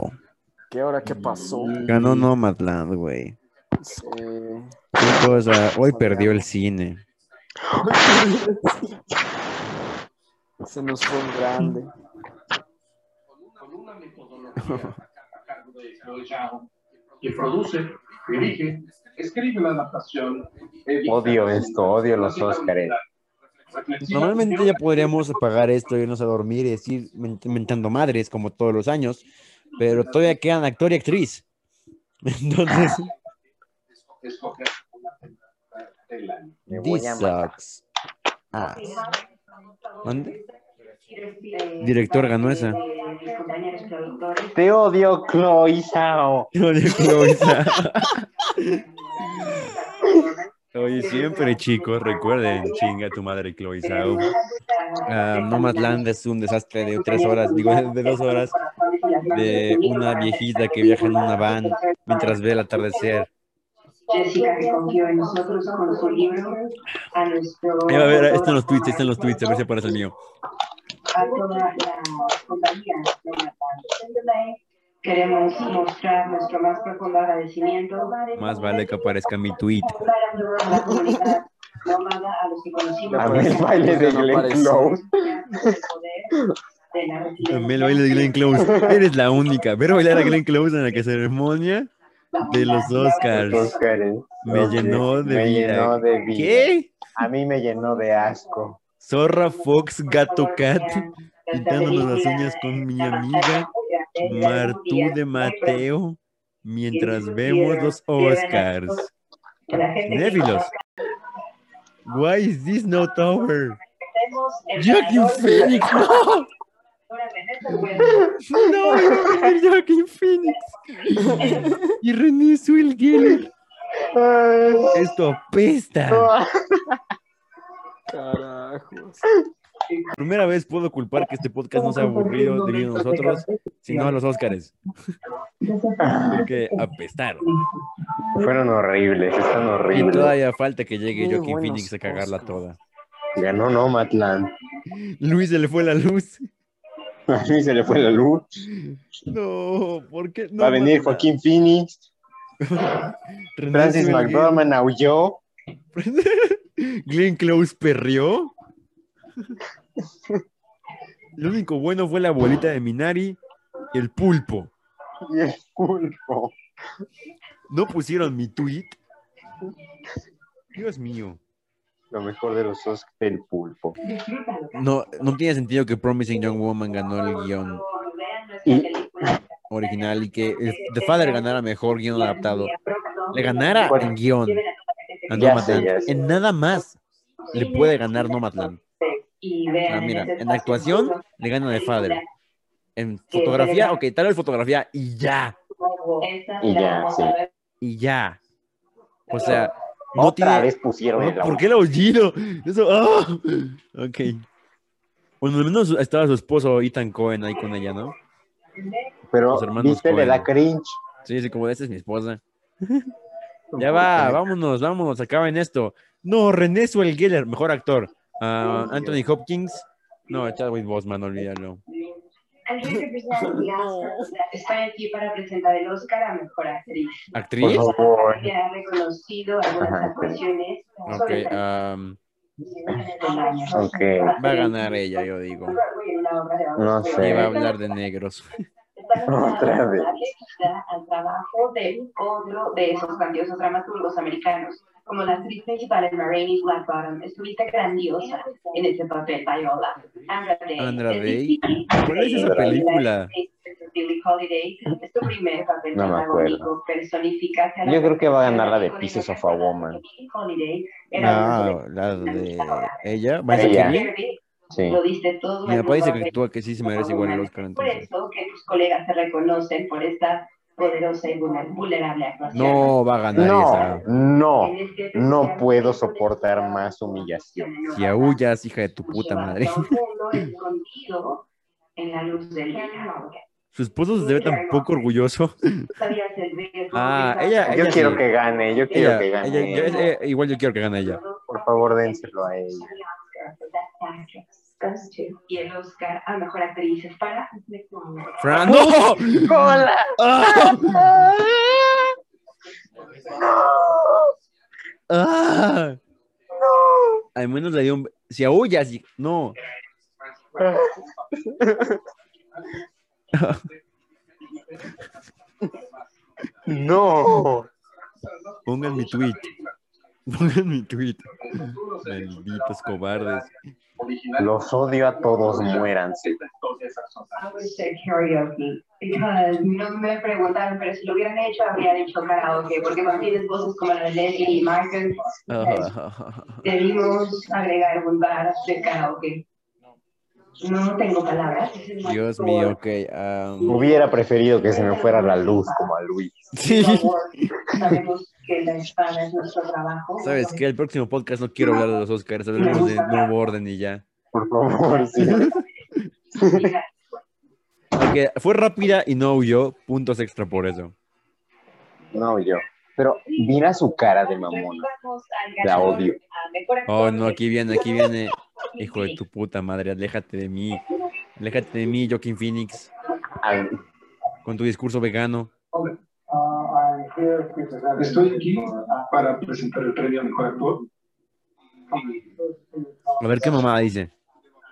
[SPEAKER 7] ¿Qué hora qué pasó?
[SPEAKER 1] Ganó Nomadland, güey.
[SPEAKER 7] Sí.
[SPEAKER 1] Qué cosa, Hoy perdió el cine.
[SPEAKER 7] Se nos fue un grande.
[SPEAKER 6] con una metodología a cargo de Chloe Zhao, que produce, dirige, escribe la adaptación. edita,
[SPEAKER 3] Odio esto, odio los eh. Óscares.
[SPEAKER 6] Reflexiva,
[SPEAKER 1] Pues Normalmente ya podríamos apagar esto, irnos a dormir y decir men- mentando madres como todos los años, pero todavía quedan actor y actriz. [laughs] Entonces,
[SPEAKER 3] Ah,
[SPEAKER 6] escoger una película del año.
[SPEAKER 3] Me voy
[SPEAKER 1] this
[SPEAKER 3] a matar.
[SPEAKER 1] sucks. Ah. [laughs] ¿Dónde? Director ganó esa.
[SPEAKER 3] Te odio, Chloe Zhao.
[SPEAKER 1] Oye, siempre chicos, recuerden, chinga tu madre Chloe Zhao. Ah, Nomadland es un desastre de tres horas, digo, [laughs] de dos horas, de una viejita que viaja en una van mientras ve el atardecer.
[SPEAKER 5] Jessica que confió en nosotros con su libro a nuestro
[SPEAKER 1] Ahí va a ver, ahí están los tweets, ahí están los tweets, a ver si aparece el mío.
[SPEAKER 5] a toda la compañía de Natal. Queremos mostrar nuestro más profundo agradecimiento
[SPEAKER 1] Más vale que aparezca mi tweet.
[SPEAKER 5] a la comunidad nómada, a los que conocimos.
[SPEAKER 3] A ver, baile de
[SPEAKER 7] No
[SPEAKER 3] Glenn
[SPEAKER 7] parece.
[SPEAKER 3] Close.
[SPEAKER 1] Amé el baile de Glenn Close. Eres la única. Ver bailar a Glenn Close en la que ceremonia de los
[SPEAKER 3] Los
[SPEAKER 1] Oscars.
[SPEAKER 3] Óscares.
[SPEAKER 1] Me
[SPEAKER 3] Oye,
[SPEAKER 1] llenó de
[SPEAKER 3] me llenó
[SPEAKER 1] vida.
[SPEAKER 3] de vida.
[SPEAKER 1] ¿Qué?
[SPEAKER 3] A mí me llenó de asco.
[SPEAKER 1] Zorra, Fox, Gato, Cat, pintándonos las uñas con mi amiga Martú de Mateo, mientras vemos los Oscars. Néfilos. Why is this not over? Joaquín Phoenix, no, no, iba a ser Joaquín Phoenix. Y René Zellweger. Esto apesta.
[SPEAKER 7] Carajos.
[SPEAKER 1] Primera vez puedo culpar que este podcast no sea aburrido debido a nosotros, sino a los Óscares. Porque apestaron.
[SPEAKER 3] Fueron horribles, están
[SPEAKER 1] Y
[SPEAKER 3] horribles.
[SPEAKER 1] todavía falta que llegue
[SPEAKER 7] Muy
[SPEAKER 1] Joaquín
[SPEAKER 7] buenos
[SPEAKER 1] Phoenix a cagarla
[SPEAKER 7] Óscars.
[SPEAKER 1] toda.
[SPEAKER 3] Ganó Nomadland.
[SPEAKER 1] Luis se le fue la luz.
[SPEAKER 3] A mí se le fue la luz.
[SPEAKER 1] No, ¿por qué no?
[SPEAKER 3] Va a venir
[SPEAKER 1] manda?
[SPEAKER 3] Joaquín Phoenix.
[SPEAKER 1] René
[SPEAKER 3] Francis
[SPEAKER 1] Zellweger.
[SPEAKER 3] McDormand aulló.
[SPEAKER 1] Glenn Close perrió. Lo único bueno fue la abuelita de Minari y el pulpo.
[SPEAKER 3] Y el pulpo.
[SPEAKER 1] No pusieron mi tweet. Dios mío.
[SPEAKER 3] Lo mejor de los Oscars, el pulpo.
[SPEAKER 1] No, no tiene sentido que Promising Young Woman ganó el guión original y que el- The Father ganara mejor guión adaptado. Le ganara en guión a
[SPEAKER 3] Ya
[SPEAKER 1] Nomadland.
[SPEAKER 3] sé, ya sé.
[SPEAKER 1] En nada más le puede ganar Nomadland. Ah, mira, en actuación le gana The Father. En fotografía, ok, tal vez fotografía y ya,
[SPEAKER 3] Y ya, sí.
[SPEAKER 1] y ya. O sea, no
[SPEAKER 3] Otra
[SPEAKER 1] tiene-
[SPEAKER 3] vez pusieron el
[SPEAKER 1] no, ¿Por qué el aullido? Eso, ah, ok. Bueno, al menos estaba su esposo Ethan Cohen ahí con ella, ¿no?
[SPEAKER 3] Pero,
[SPEAKER 1] los hermanos
[SPEAKER 3] viste, le
[SPEAKER 1] Coen.
[SPEAKER 3] da cringe.
[SPEAKER 1] Sí, sí, como esta es mi
[SPEAKER 3] [laughs]
[SPEAKER 1] esposa. ya va, vámonos, vámonos, acaben esto. No, René Zellweger, mejor actor. Ah, Anthony Hopkins. No, Chadwick Boseman, olvídalo.
[SPEAKER 5] "Ah, Está aquí para presentar el Oscar a Mejor Actriz.
[SPEAKER 1] ¿Actriz?
[SPEAKER 3] Por favor.
[SPEAKER 5] que ha reconocido algunas
[SPEAKER 3] Oh, Ajá, sí.
[SPEAKER 5] actuaciones
[SPEAKER 1] Ok, am,
[SPEAKER 3] Ok.
[SPEAKER 1] va a ganar ella, yo digo.
[SPEAKER 3] No
[SPEAKER 1] Y
[SPEAKER 3] sé.
[SPEAKER 1] va a hablar de negros.
[SPEAKER 3] [laughs] Otra vez.
[SPEAKER 5] al trabajo de otro de esos grandiosos dramaturgos americanos, como la actriz principal en Marraine's Black Bottom, estuviste grandiosa en ese papel, Viola. Andra Day.
[SPEAKER 1] Andra
[SPEAKER 5] Es
[SPEAKER 1] Day.
[SPEAKER 5] difícil.
[SPEAKER 1] ¿Cuál es esa película?
[SPEAKER 5] Billie Holiday es tu primer papel
[SPEAKER 3] No me acuerdo.
[SPEAKER 5] protagónico, personificaste a la
[SPEAKER 3] Yo creo que va a ganar la de
[SPEAKER 5] persona
[SPEAKER 3] Pieces of
[SPEAKER 5] icónica
[SPEAKER 3] a Woman.
[SPEAKER 5] Billie Holiday
[SPEAKER 1] Ah,
[SPEAKER 5] era una
[SPEAKER 1] No, la de ella. Vanessa
[SPEAKER 5] Parece
[SPEAKER 3] Ella.
[SPEAKER 1] Kirby.
[SPEAKER 5] que
[SPEAKER 3] Sí.
[SPEAKER 5] Lo diste todo.
[SPEAKER 1] Mi
[SPEAKER 5] en
[SPEAKER 1] papá
[SPEAKER 5] tu
[SPEAKER 1] dice que
[SPEAKER 5] papel.
[SPEAKER 1] actúa que sí se merece igual el Oscar
[SPEAKER 5] Por
[SPEAKER 1] entonces.
[SPEAKER 5] eso que tus colegas te reconocen por esta poderosa y vulner- vulnerable actuación. este
[SPEAKER 1] No va a ganar
[SPEAKER 3] No,
[SPEAKER 1] esa.
[SPEAKER 3] no.
[SPEAKER 5] Tienes que
[SPEAKER 3] No
[SPEAKER 5] apreciar
[SPEAKER 3] puedo
[SPEAKER 5] que
[SPEAKER 3] soportar
[SPEAKER 5] puedes
[SPEAKER 3] más
[SPEAKER 5] llevar
[SPEAKER 3] humillación.
[SPEAKER 5] a
[SPEAKER 1] Si aullas, hija de tu puta
[SPEAKER 5] llevar
[SPEAKER 1] madre.
[SPEAKER 5] a un mundo escondido en la luz del día.
[SPEAKER 1] [laughs] Su esposo se ve tan poco orgulloso.
[SPEAKER 5] Tú sabías el riesgo
[SPEAKER 1] Ah,
[SPEAKER 5] que
[SPEAKER 1] ella-
[SPEAKER 3] Yo
[SPEAKER 5] estaba-
[SPEAKER 3] quiero que gane, yo quiero
[SPEAKER 1] Ella,
[SPEAKER 3] que
[SPEAKER 1] ella, yo-
[SPEAKER 3] gane.
[SPEAKER 1] eh, igual yo quiero que gane ella.
[SPEAKER 3] Por favor, dénselo a ella.
[SPEAKER 5] Y el Oscar a mejor actriz es para.
[SPEAKER 1] ¡Fran!
[SPEAKER 3] [laughs]
[SPEAKER 1] ¡No! [laughs] ¡Ah! ¡Ah! Al menos le dio un... Si aullas... y- No.
[SPEAKER 2] No.
[SPEAKER 1] Pongan mi tweet. [laughs] Pongan mi tweet. Malditos cobardes.
[SPEAKER 3] Los odio a todos, muéranse.
[SPEAKER 5] I would say karaoke because no me preguntaron, pero si lo hubieran hecho habrían hecho karaoke porque para mí las voces como la de Leslie y Michael debimos agregar un bar de karaoke. No tengo palabras. ese es
[SPEAKER 1] Dios
[SPEAKER 5] nuestro
[SPEAKER 1] mío, ok. am,
[SPEAKER 3] Hubiera preferido que se me fuera la luz como a Luis.
[SPEAKER 1] [laughs] sí. [laughs]
[SPEAKER 5] labor. Sabemos que la espada es nuestro trabajo.
[SPEAKER 1] ¿Sabes qué? El próximo podcast no quiero hablar de los Oscars. Hablemos de Nuevo Orden y ya.
[SPEAKER 3] Por
[SPEAKER 1] [laughs]
[SPEAKER 3] favor, sí.
[SPEAKER 1] Ok, fue rápida y no huyó. Puntos extra por eso.
[SPEAKER 3] No, yo. Pero mira su cara de mamona.
[SPEAKER 5] Vamos al
[SPEAKER 3] La
[SPEAKER 5] ganador,
[SPEAKER 3] odio.
[SPEAKER 5] a mejor
[SPEAKER 1] Oh,
[SPEAKER 5] actor
[SPEAKER 1] no,
[SPEAKER 5] de
[SPEAKER 1] aquí viene, aquí viene. Hijo de tu puta madre, aléjate de mí. Aléjate de mí, Joaquin Phoenix.
[SPEAKER 3] Al-
[SPEAKER 1] Con tu discurso vegano.
[SPEAKER 6] Estoy aquí para presentar el premio a mejor actor.
[SPEAKER 1] A ver qué mamada dice.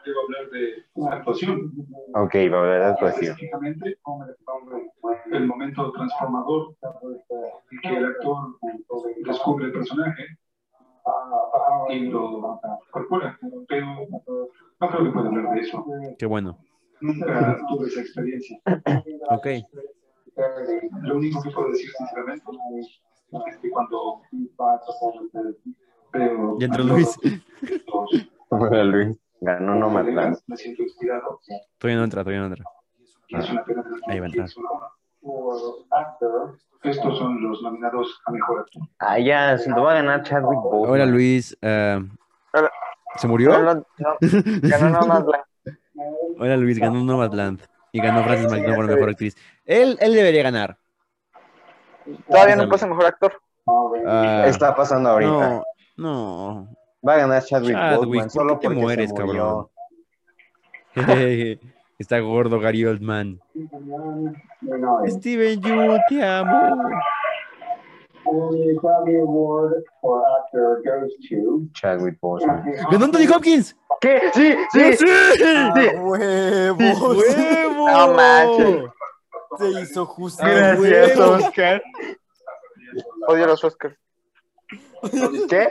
[SPEAKER 6] Debo hablar de actuación.
[SPEAKER 3] Ok, la verdad, pues sí.
[SPEAKER 6] Específicamente, el momento transformador en que el actor descubre el personaje y lo incorpora. Pero no creo que pueda hablar de eso.
[SPEAKER 1] Qué bueno.
[SPEAKER 6] Nunca tuve esa experiencia.
[SPEAKER 1] Ok.
[SPEAKER 6] Lo único que puedo decir sinceramente es que cuando veo
[SPEAKER 1] Y entró
[SPEAKER 6] a [laughs]
[SPEAKER 1] Luis.
[SPEAKER 6] todos
[SPEAKER 3] Hola, Luis. Ganó no matar.
[SPEAKER 6] los- me siento inspirado.
[SPEAKER 1] Todavía no entra, todavía no entra.
[SPEAKER 6] Es una pena
[SPEAKER 1] Ahí va a entrar.
[SPEAKER 6] Estos son los nominados a mejor actor.
[SPEAKER 3] Ah, ya, se lo va a ganar Chadwick Boseman.
[SPEAKER 1] Hola, Luis. ah,
[SPEAKER 3] Hola.
[SPEAKER 1] ¿Se murió?
[SPEAKER 3] Ganó no matar.
[SPEAKER 1] Hola, Luis. Ganó Nomadland. Y ganó Frances McDormand por mejor actriz. Él, él debería ganar.
[SPEAKER 4] Todavía no pasa mejor actor.
[SPEAKER 1] Ah,
[SPEAKER 3] Está pasando ahorita.
[SPEAKER 1] no, no.
[SPEAKER 3] Va a ganar Chadwick,
[SPEAKER 1] Chadwick, ¿por
[SPEAKER 3] Boseman
[SPEAKER 1] qué
[SPEAKER 3] solo
[SPEAKER 1] te
[SPEAKER 3] porque
[SPEAKER 1] mueres,
[SPEAKER 3] se
[SPEAKER 1] cabrón?
[SPEAKER 3] murió.
[SPEAKER 1] [laughs] Está gordo Gary Oldman. Steven Yu, te amo.
[SPEAKER 3] Chadwick Boseman.
[SPEAKER 1] ¡Ganó Anthony Hopkins!
[SPEAKER 3] ¿Qué? Sí, sí.
[SPEAKER 7] huevos!
[SPEAKER 1] ¡Huevo!
[SPEAKER 4] No manches.
[SPEAKER 7] Se hizo justo.
[SPEAKER 3] Gracias,
[SPEAKER 1] huevo.
[SPEAKER 3] Oscar.
[SPEAKER 4] Odio los Oscars.
[SPEAKER 3] ¿Qué?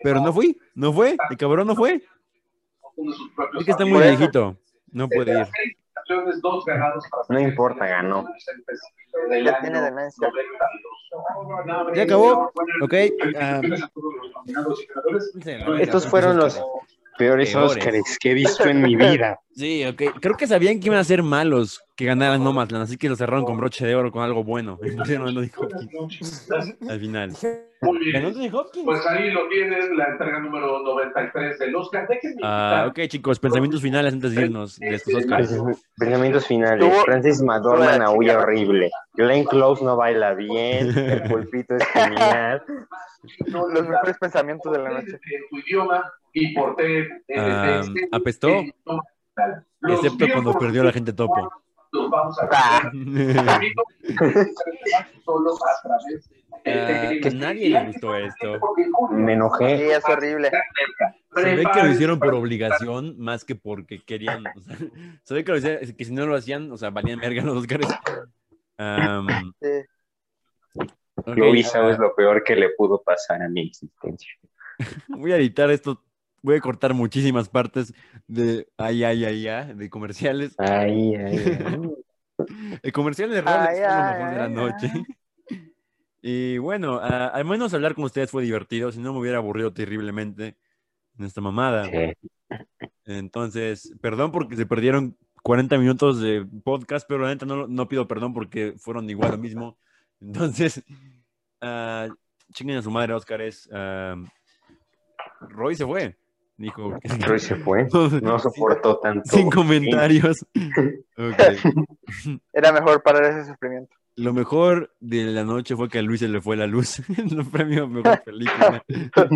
[SPEAKER 1] Pero no fui, no fue, el cabrón no fue. Es que está muy
[SPEAKER 4] Por eso.
[SPEAKER 1] viejito. No puede ir.
[SPEAKER 3] No importa, ganó.
[SPEAKER 4] Ya tiene demencia.
[SPEAKER 1] Ya acabó. Ok. ah,
[SPEAKER 6] pues,
[SPEAKER 3] Estos fueron los peores
[SPEAKER 1] Peores.
[SPEAKER 3] Oscars que he visto en mi
[SPEAKER 1] [laughs]
[SPEAKER 3] vida.
[SPEAKER 1] Sí, ok. Creo que sabían que iban a ser malos que ganaran Nomadland, así que lo cerraron con broche de oro con algo bueno. [laughs] Y pusieron a Anthony Hopkins al final.
[SPEAKER 6] Muy bien.
[SPEAKER 1] ¿Ganó Anthony Hopkins?
[SPEAKER 6] Pues ahí lo tienen, la entrega número 93 del Oscar. Déjenme
[SPEAKER 1] Ah,
[SPEAKER 6] invitar
[SPEAKER 1] ok, chicos, pensamientos finales antes de irnos de estos Oscars.
[SPEAKER 3] Pensamientos finales.
[SPEAKER 4] Estuvo-
[SPEAKER 3] Francis
[SPEAKER 4] estuvo
[SPEAKER 3] McDormand
[SPEAKER 4] la
[SPEAKER 3] aúlla
[SPEAKER 4] chingada.
[SPEAKER 3] horrible. Glenn Close no baila bien. El pulpito es genial.
[SPEAKER 4] Los mejores pensamientos de la
[SPEAKER 6] por
[SPEAKER 4] noche.
[SPEAKER 6] TED en tu idioma y por este TED en el
[SPEAKER 1] Ah,
[SPEAKER 6] texto.
[SPEAKER 1] apestó,
[SPEAKER 6] Los
[SPEAKER 1] excepto cuando
[SPEAKER 6] tiempos
[SPEAKER 1] perdió la gente topo. [laughs]
[SPEAKER 6] los vamos a
[SPEAKER 4] Ah,
[SPEAKER 6] Amigos, solo a través
[SPEAKER 1] Ah,
[SPEAKER 6] de- este
[SPEAKER 1] que nadie le gustó esto.
[SPEAKER 3] Me
[SPEAKER 1] Eh.
[SPEAKER 4] sí,
[SPEAKER 3] enojé.
[SPEAKER 4] es horrible.
[SPEAKER 1] Se ve que lo hicieron por obligación más que porque querían. o sea, [laughs] se ve que, lo hicieron- que si no lo hacían, o sea, valían verga los Oscars. Am,
[SPEAKER 4] Sí.
[SPEAKER 1] ok,
[SPEAKER 3] Luisa
[SPEAKER 1] ah,
[SPEAKER 3] es lo peor que le pudo pasar a mi existencia.
[SPEAKER 1] voy a editar esto. Voy a cortar muchísimas partes de ay, ay, ay, ay, de comerciales.
[SPEAKER 3] Ay,
[SPEAKER 1] [laughs]
[SPEAKER 3] ay, ay.
[SPEAKER 1] El comercial de real
[SPEAKER 4] Ay,
[SPEAKER 1] es lo
[SPEAKER 4] ay,
[SPEAKER 1] mejor de la
[SPEAKER 4] ay,
[SPEAKER 1] noche. [laughs] Y bueno, ah, al menos hablar con ustedes fue divertido, si no me hubiera aburrido terriblemente en esta mamada.
[SPEAKER 3] Sí.
[SPEAKER 1] Entonces, perdón porque se perdieron 40 minutos de podcast, pero la neta no, no pido perdón porque fueron igual lo mismo. Entonces, ah, chinguen a su madre, Oscar. Es, ah, Roy se fue. Dijo.
[SPEAKER 4] [laughs]
[SPEAKER 3] Roy se fue.
[SPEAKER 1] [laughs]
[SPEAKER 3] No soportó tanto.
[SPEAKER 1] Sin comentarios.
[SPEAKER 4] [laughs]
[SPEAKER 1] Ok.
[SPEAKER 4] Era mejor parar ese sufrimiento.
[SPEAKER 1] Lo mejor de la noche fue que a Luis se le fue la luz [laughs] en los premios Mejor
[SPEAKER 3] [laughs]
[SPEAKER 1] Película.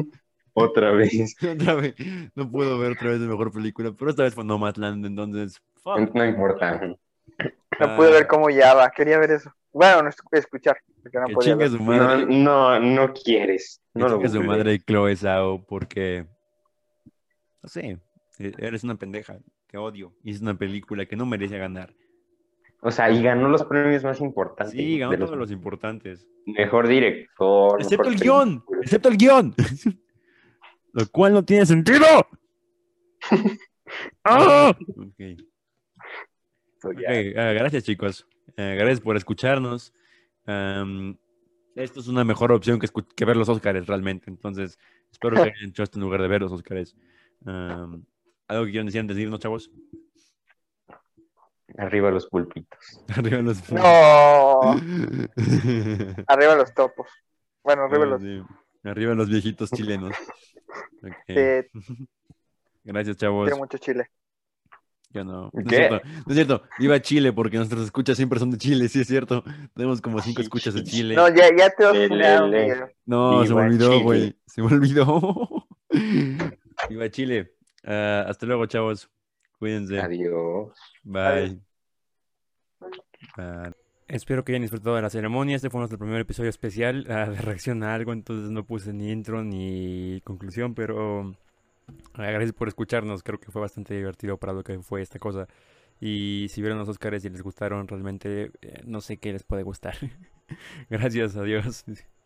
[SPEAKER 1] [laughs]
[SPEAKER 3] Otra vez. [laughs]
[SPEAKER 1] Otra vez, no puedo ver otra vez de Mejor Película, pero esta vez fue Nomadland, entonces, fuck.
[SPEAKER 3] No importa.
[SPEAKER 4] No pude
[SPEAKER 1] Ah.
[SPEAKER 4] ver cómo va. Quería ver eso. Bueno, no escu- escuchar. Porque no
[SPEAKER 1] Que
[SPEAKER 4] podía
[SPEAKER 1] chingue su
[SPEAKER 4] ver.
[SPEAKER 3] No,
[SPEAKER 1] madre.
[SPEAKER 3] no, no quieres.
[SPEAKER 1] Que
[SPEAKER 3] No lo
[SPEAKER 1] chingue su
[SPEAKER 3] busques.
[SPEAKER 1] madre Chloe Zhao porque. No sé. Eh, Eres una pendeja, te odio. Y es una película que no merece ganar.
[SPEAKER 3] O sea, y ganó los premios más importantes.
[SPEAKER 1] Sí, ganó
[SPEAKER 3] de
[SPEAKER 1] todos
[SPEAKER 3] los-
[SPEAKER 1] los importantes.
[SPEAKER 3] Mejor director.
[SPEAKER 1] Excepto
[SPEAKER 3] mejor
[SPEAKER 1] el guión,
[SPEAKER 3] película.
[SPEAKER 1] excepto el guión. [laughs] Lo cual no tiene sentido. [laughs] ¡Ah! Ok. Ok, ah, gracias chicos. Eh, gracias por escucharnos. Am, esto es una mejor opción que, escu- que ver los Óscares realmente. Entonces, espero [laughs] que hayan hecho esto en este lugar de ver los Óscares. Am, ¿Algo que quieran decir antes de irnos, chavos? [laughs]
[SPEAKER 3] Arriba los pulpitos.
[SPEAKER 1] Arriba los... [laughs]
[SPEAKER 4] No, arriba los topos. Bueno, arriba los.
[SPEAKER 1] Sí. Arriba los viejitos [laughs] chilenos. Ok.
[SPEAKER 4] Te
[SPEAKER 1] pues, Gracias, chavos.
[SPEAKER 4] quiero mucho Chile.
[SPEAKER 1] Ya no. No es
[SPEAKER 3] ¿Qué?
[SPEAKER 1] cierto. No es cierto. Viva Chile, porque nuestras escuchas siempre son de Chile, sí es cierto. Tenemos como cinco escuchas de Chile.
[SPEAKER 4] No, ya, ya te vas
[SPEAKER 3] Le, le,
[SPEAKER 4] a funear,
[SPEAKER 3] le.
[SPEAKER 4] Miguel.
[SPEAKER 1] No, se me
[SPEAKER 3] Viva
[SPEAKER 1] olvidó,
[SPEAKER 3] Chile.
[SPEAKER 1] güey. Se me olvidó. [laughs] Viva Chile. Ah, hasta luego, chavos. Cuídense.
[SPEAKER 3] Adiós.
[SPEAKER 1] Bye. Bye. Espero que hayan disfrutado de la ceremonia. Este fue nuestro primer episodio especial [laughs] ah, de reacción a algo, entonces no puse ni intro ni conclusión, pero ah, gracias por escucharnos. Creo que fue bastante divertido para lo que fue esta cosa. Y si vieron los Oscars y les gustaron, realmente eh, no sé qué les puede gustar. [laughs] gracias, adiós. [laughs]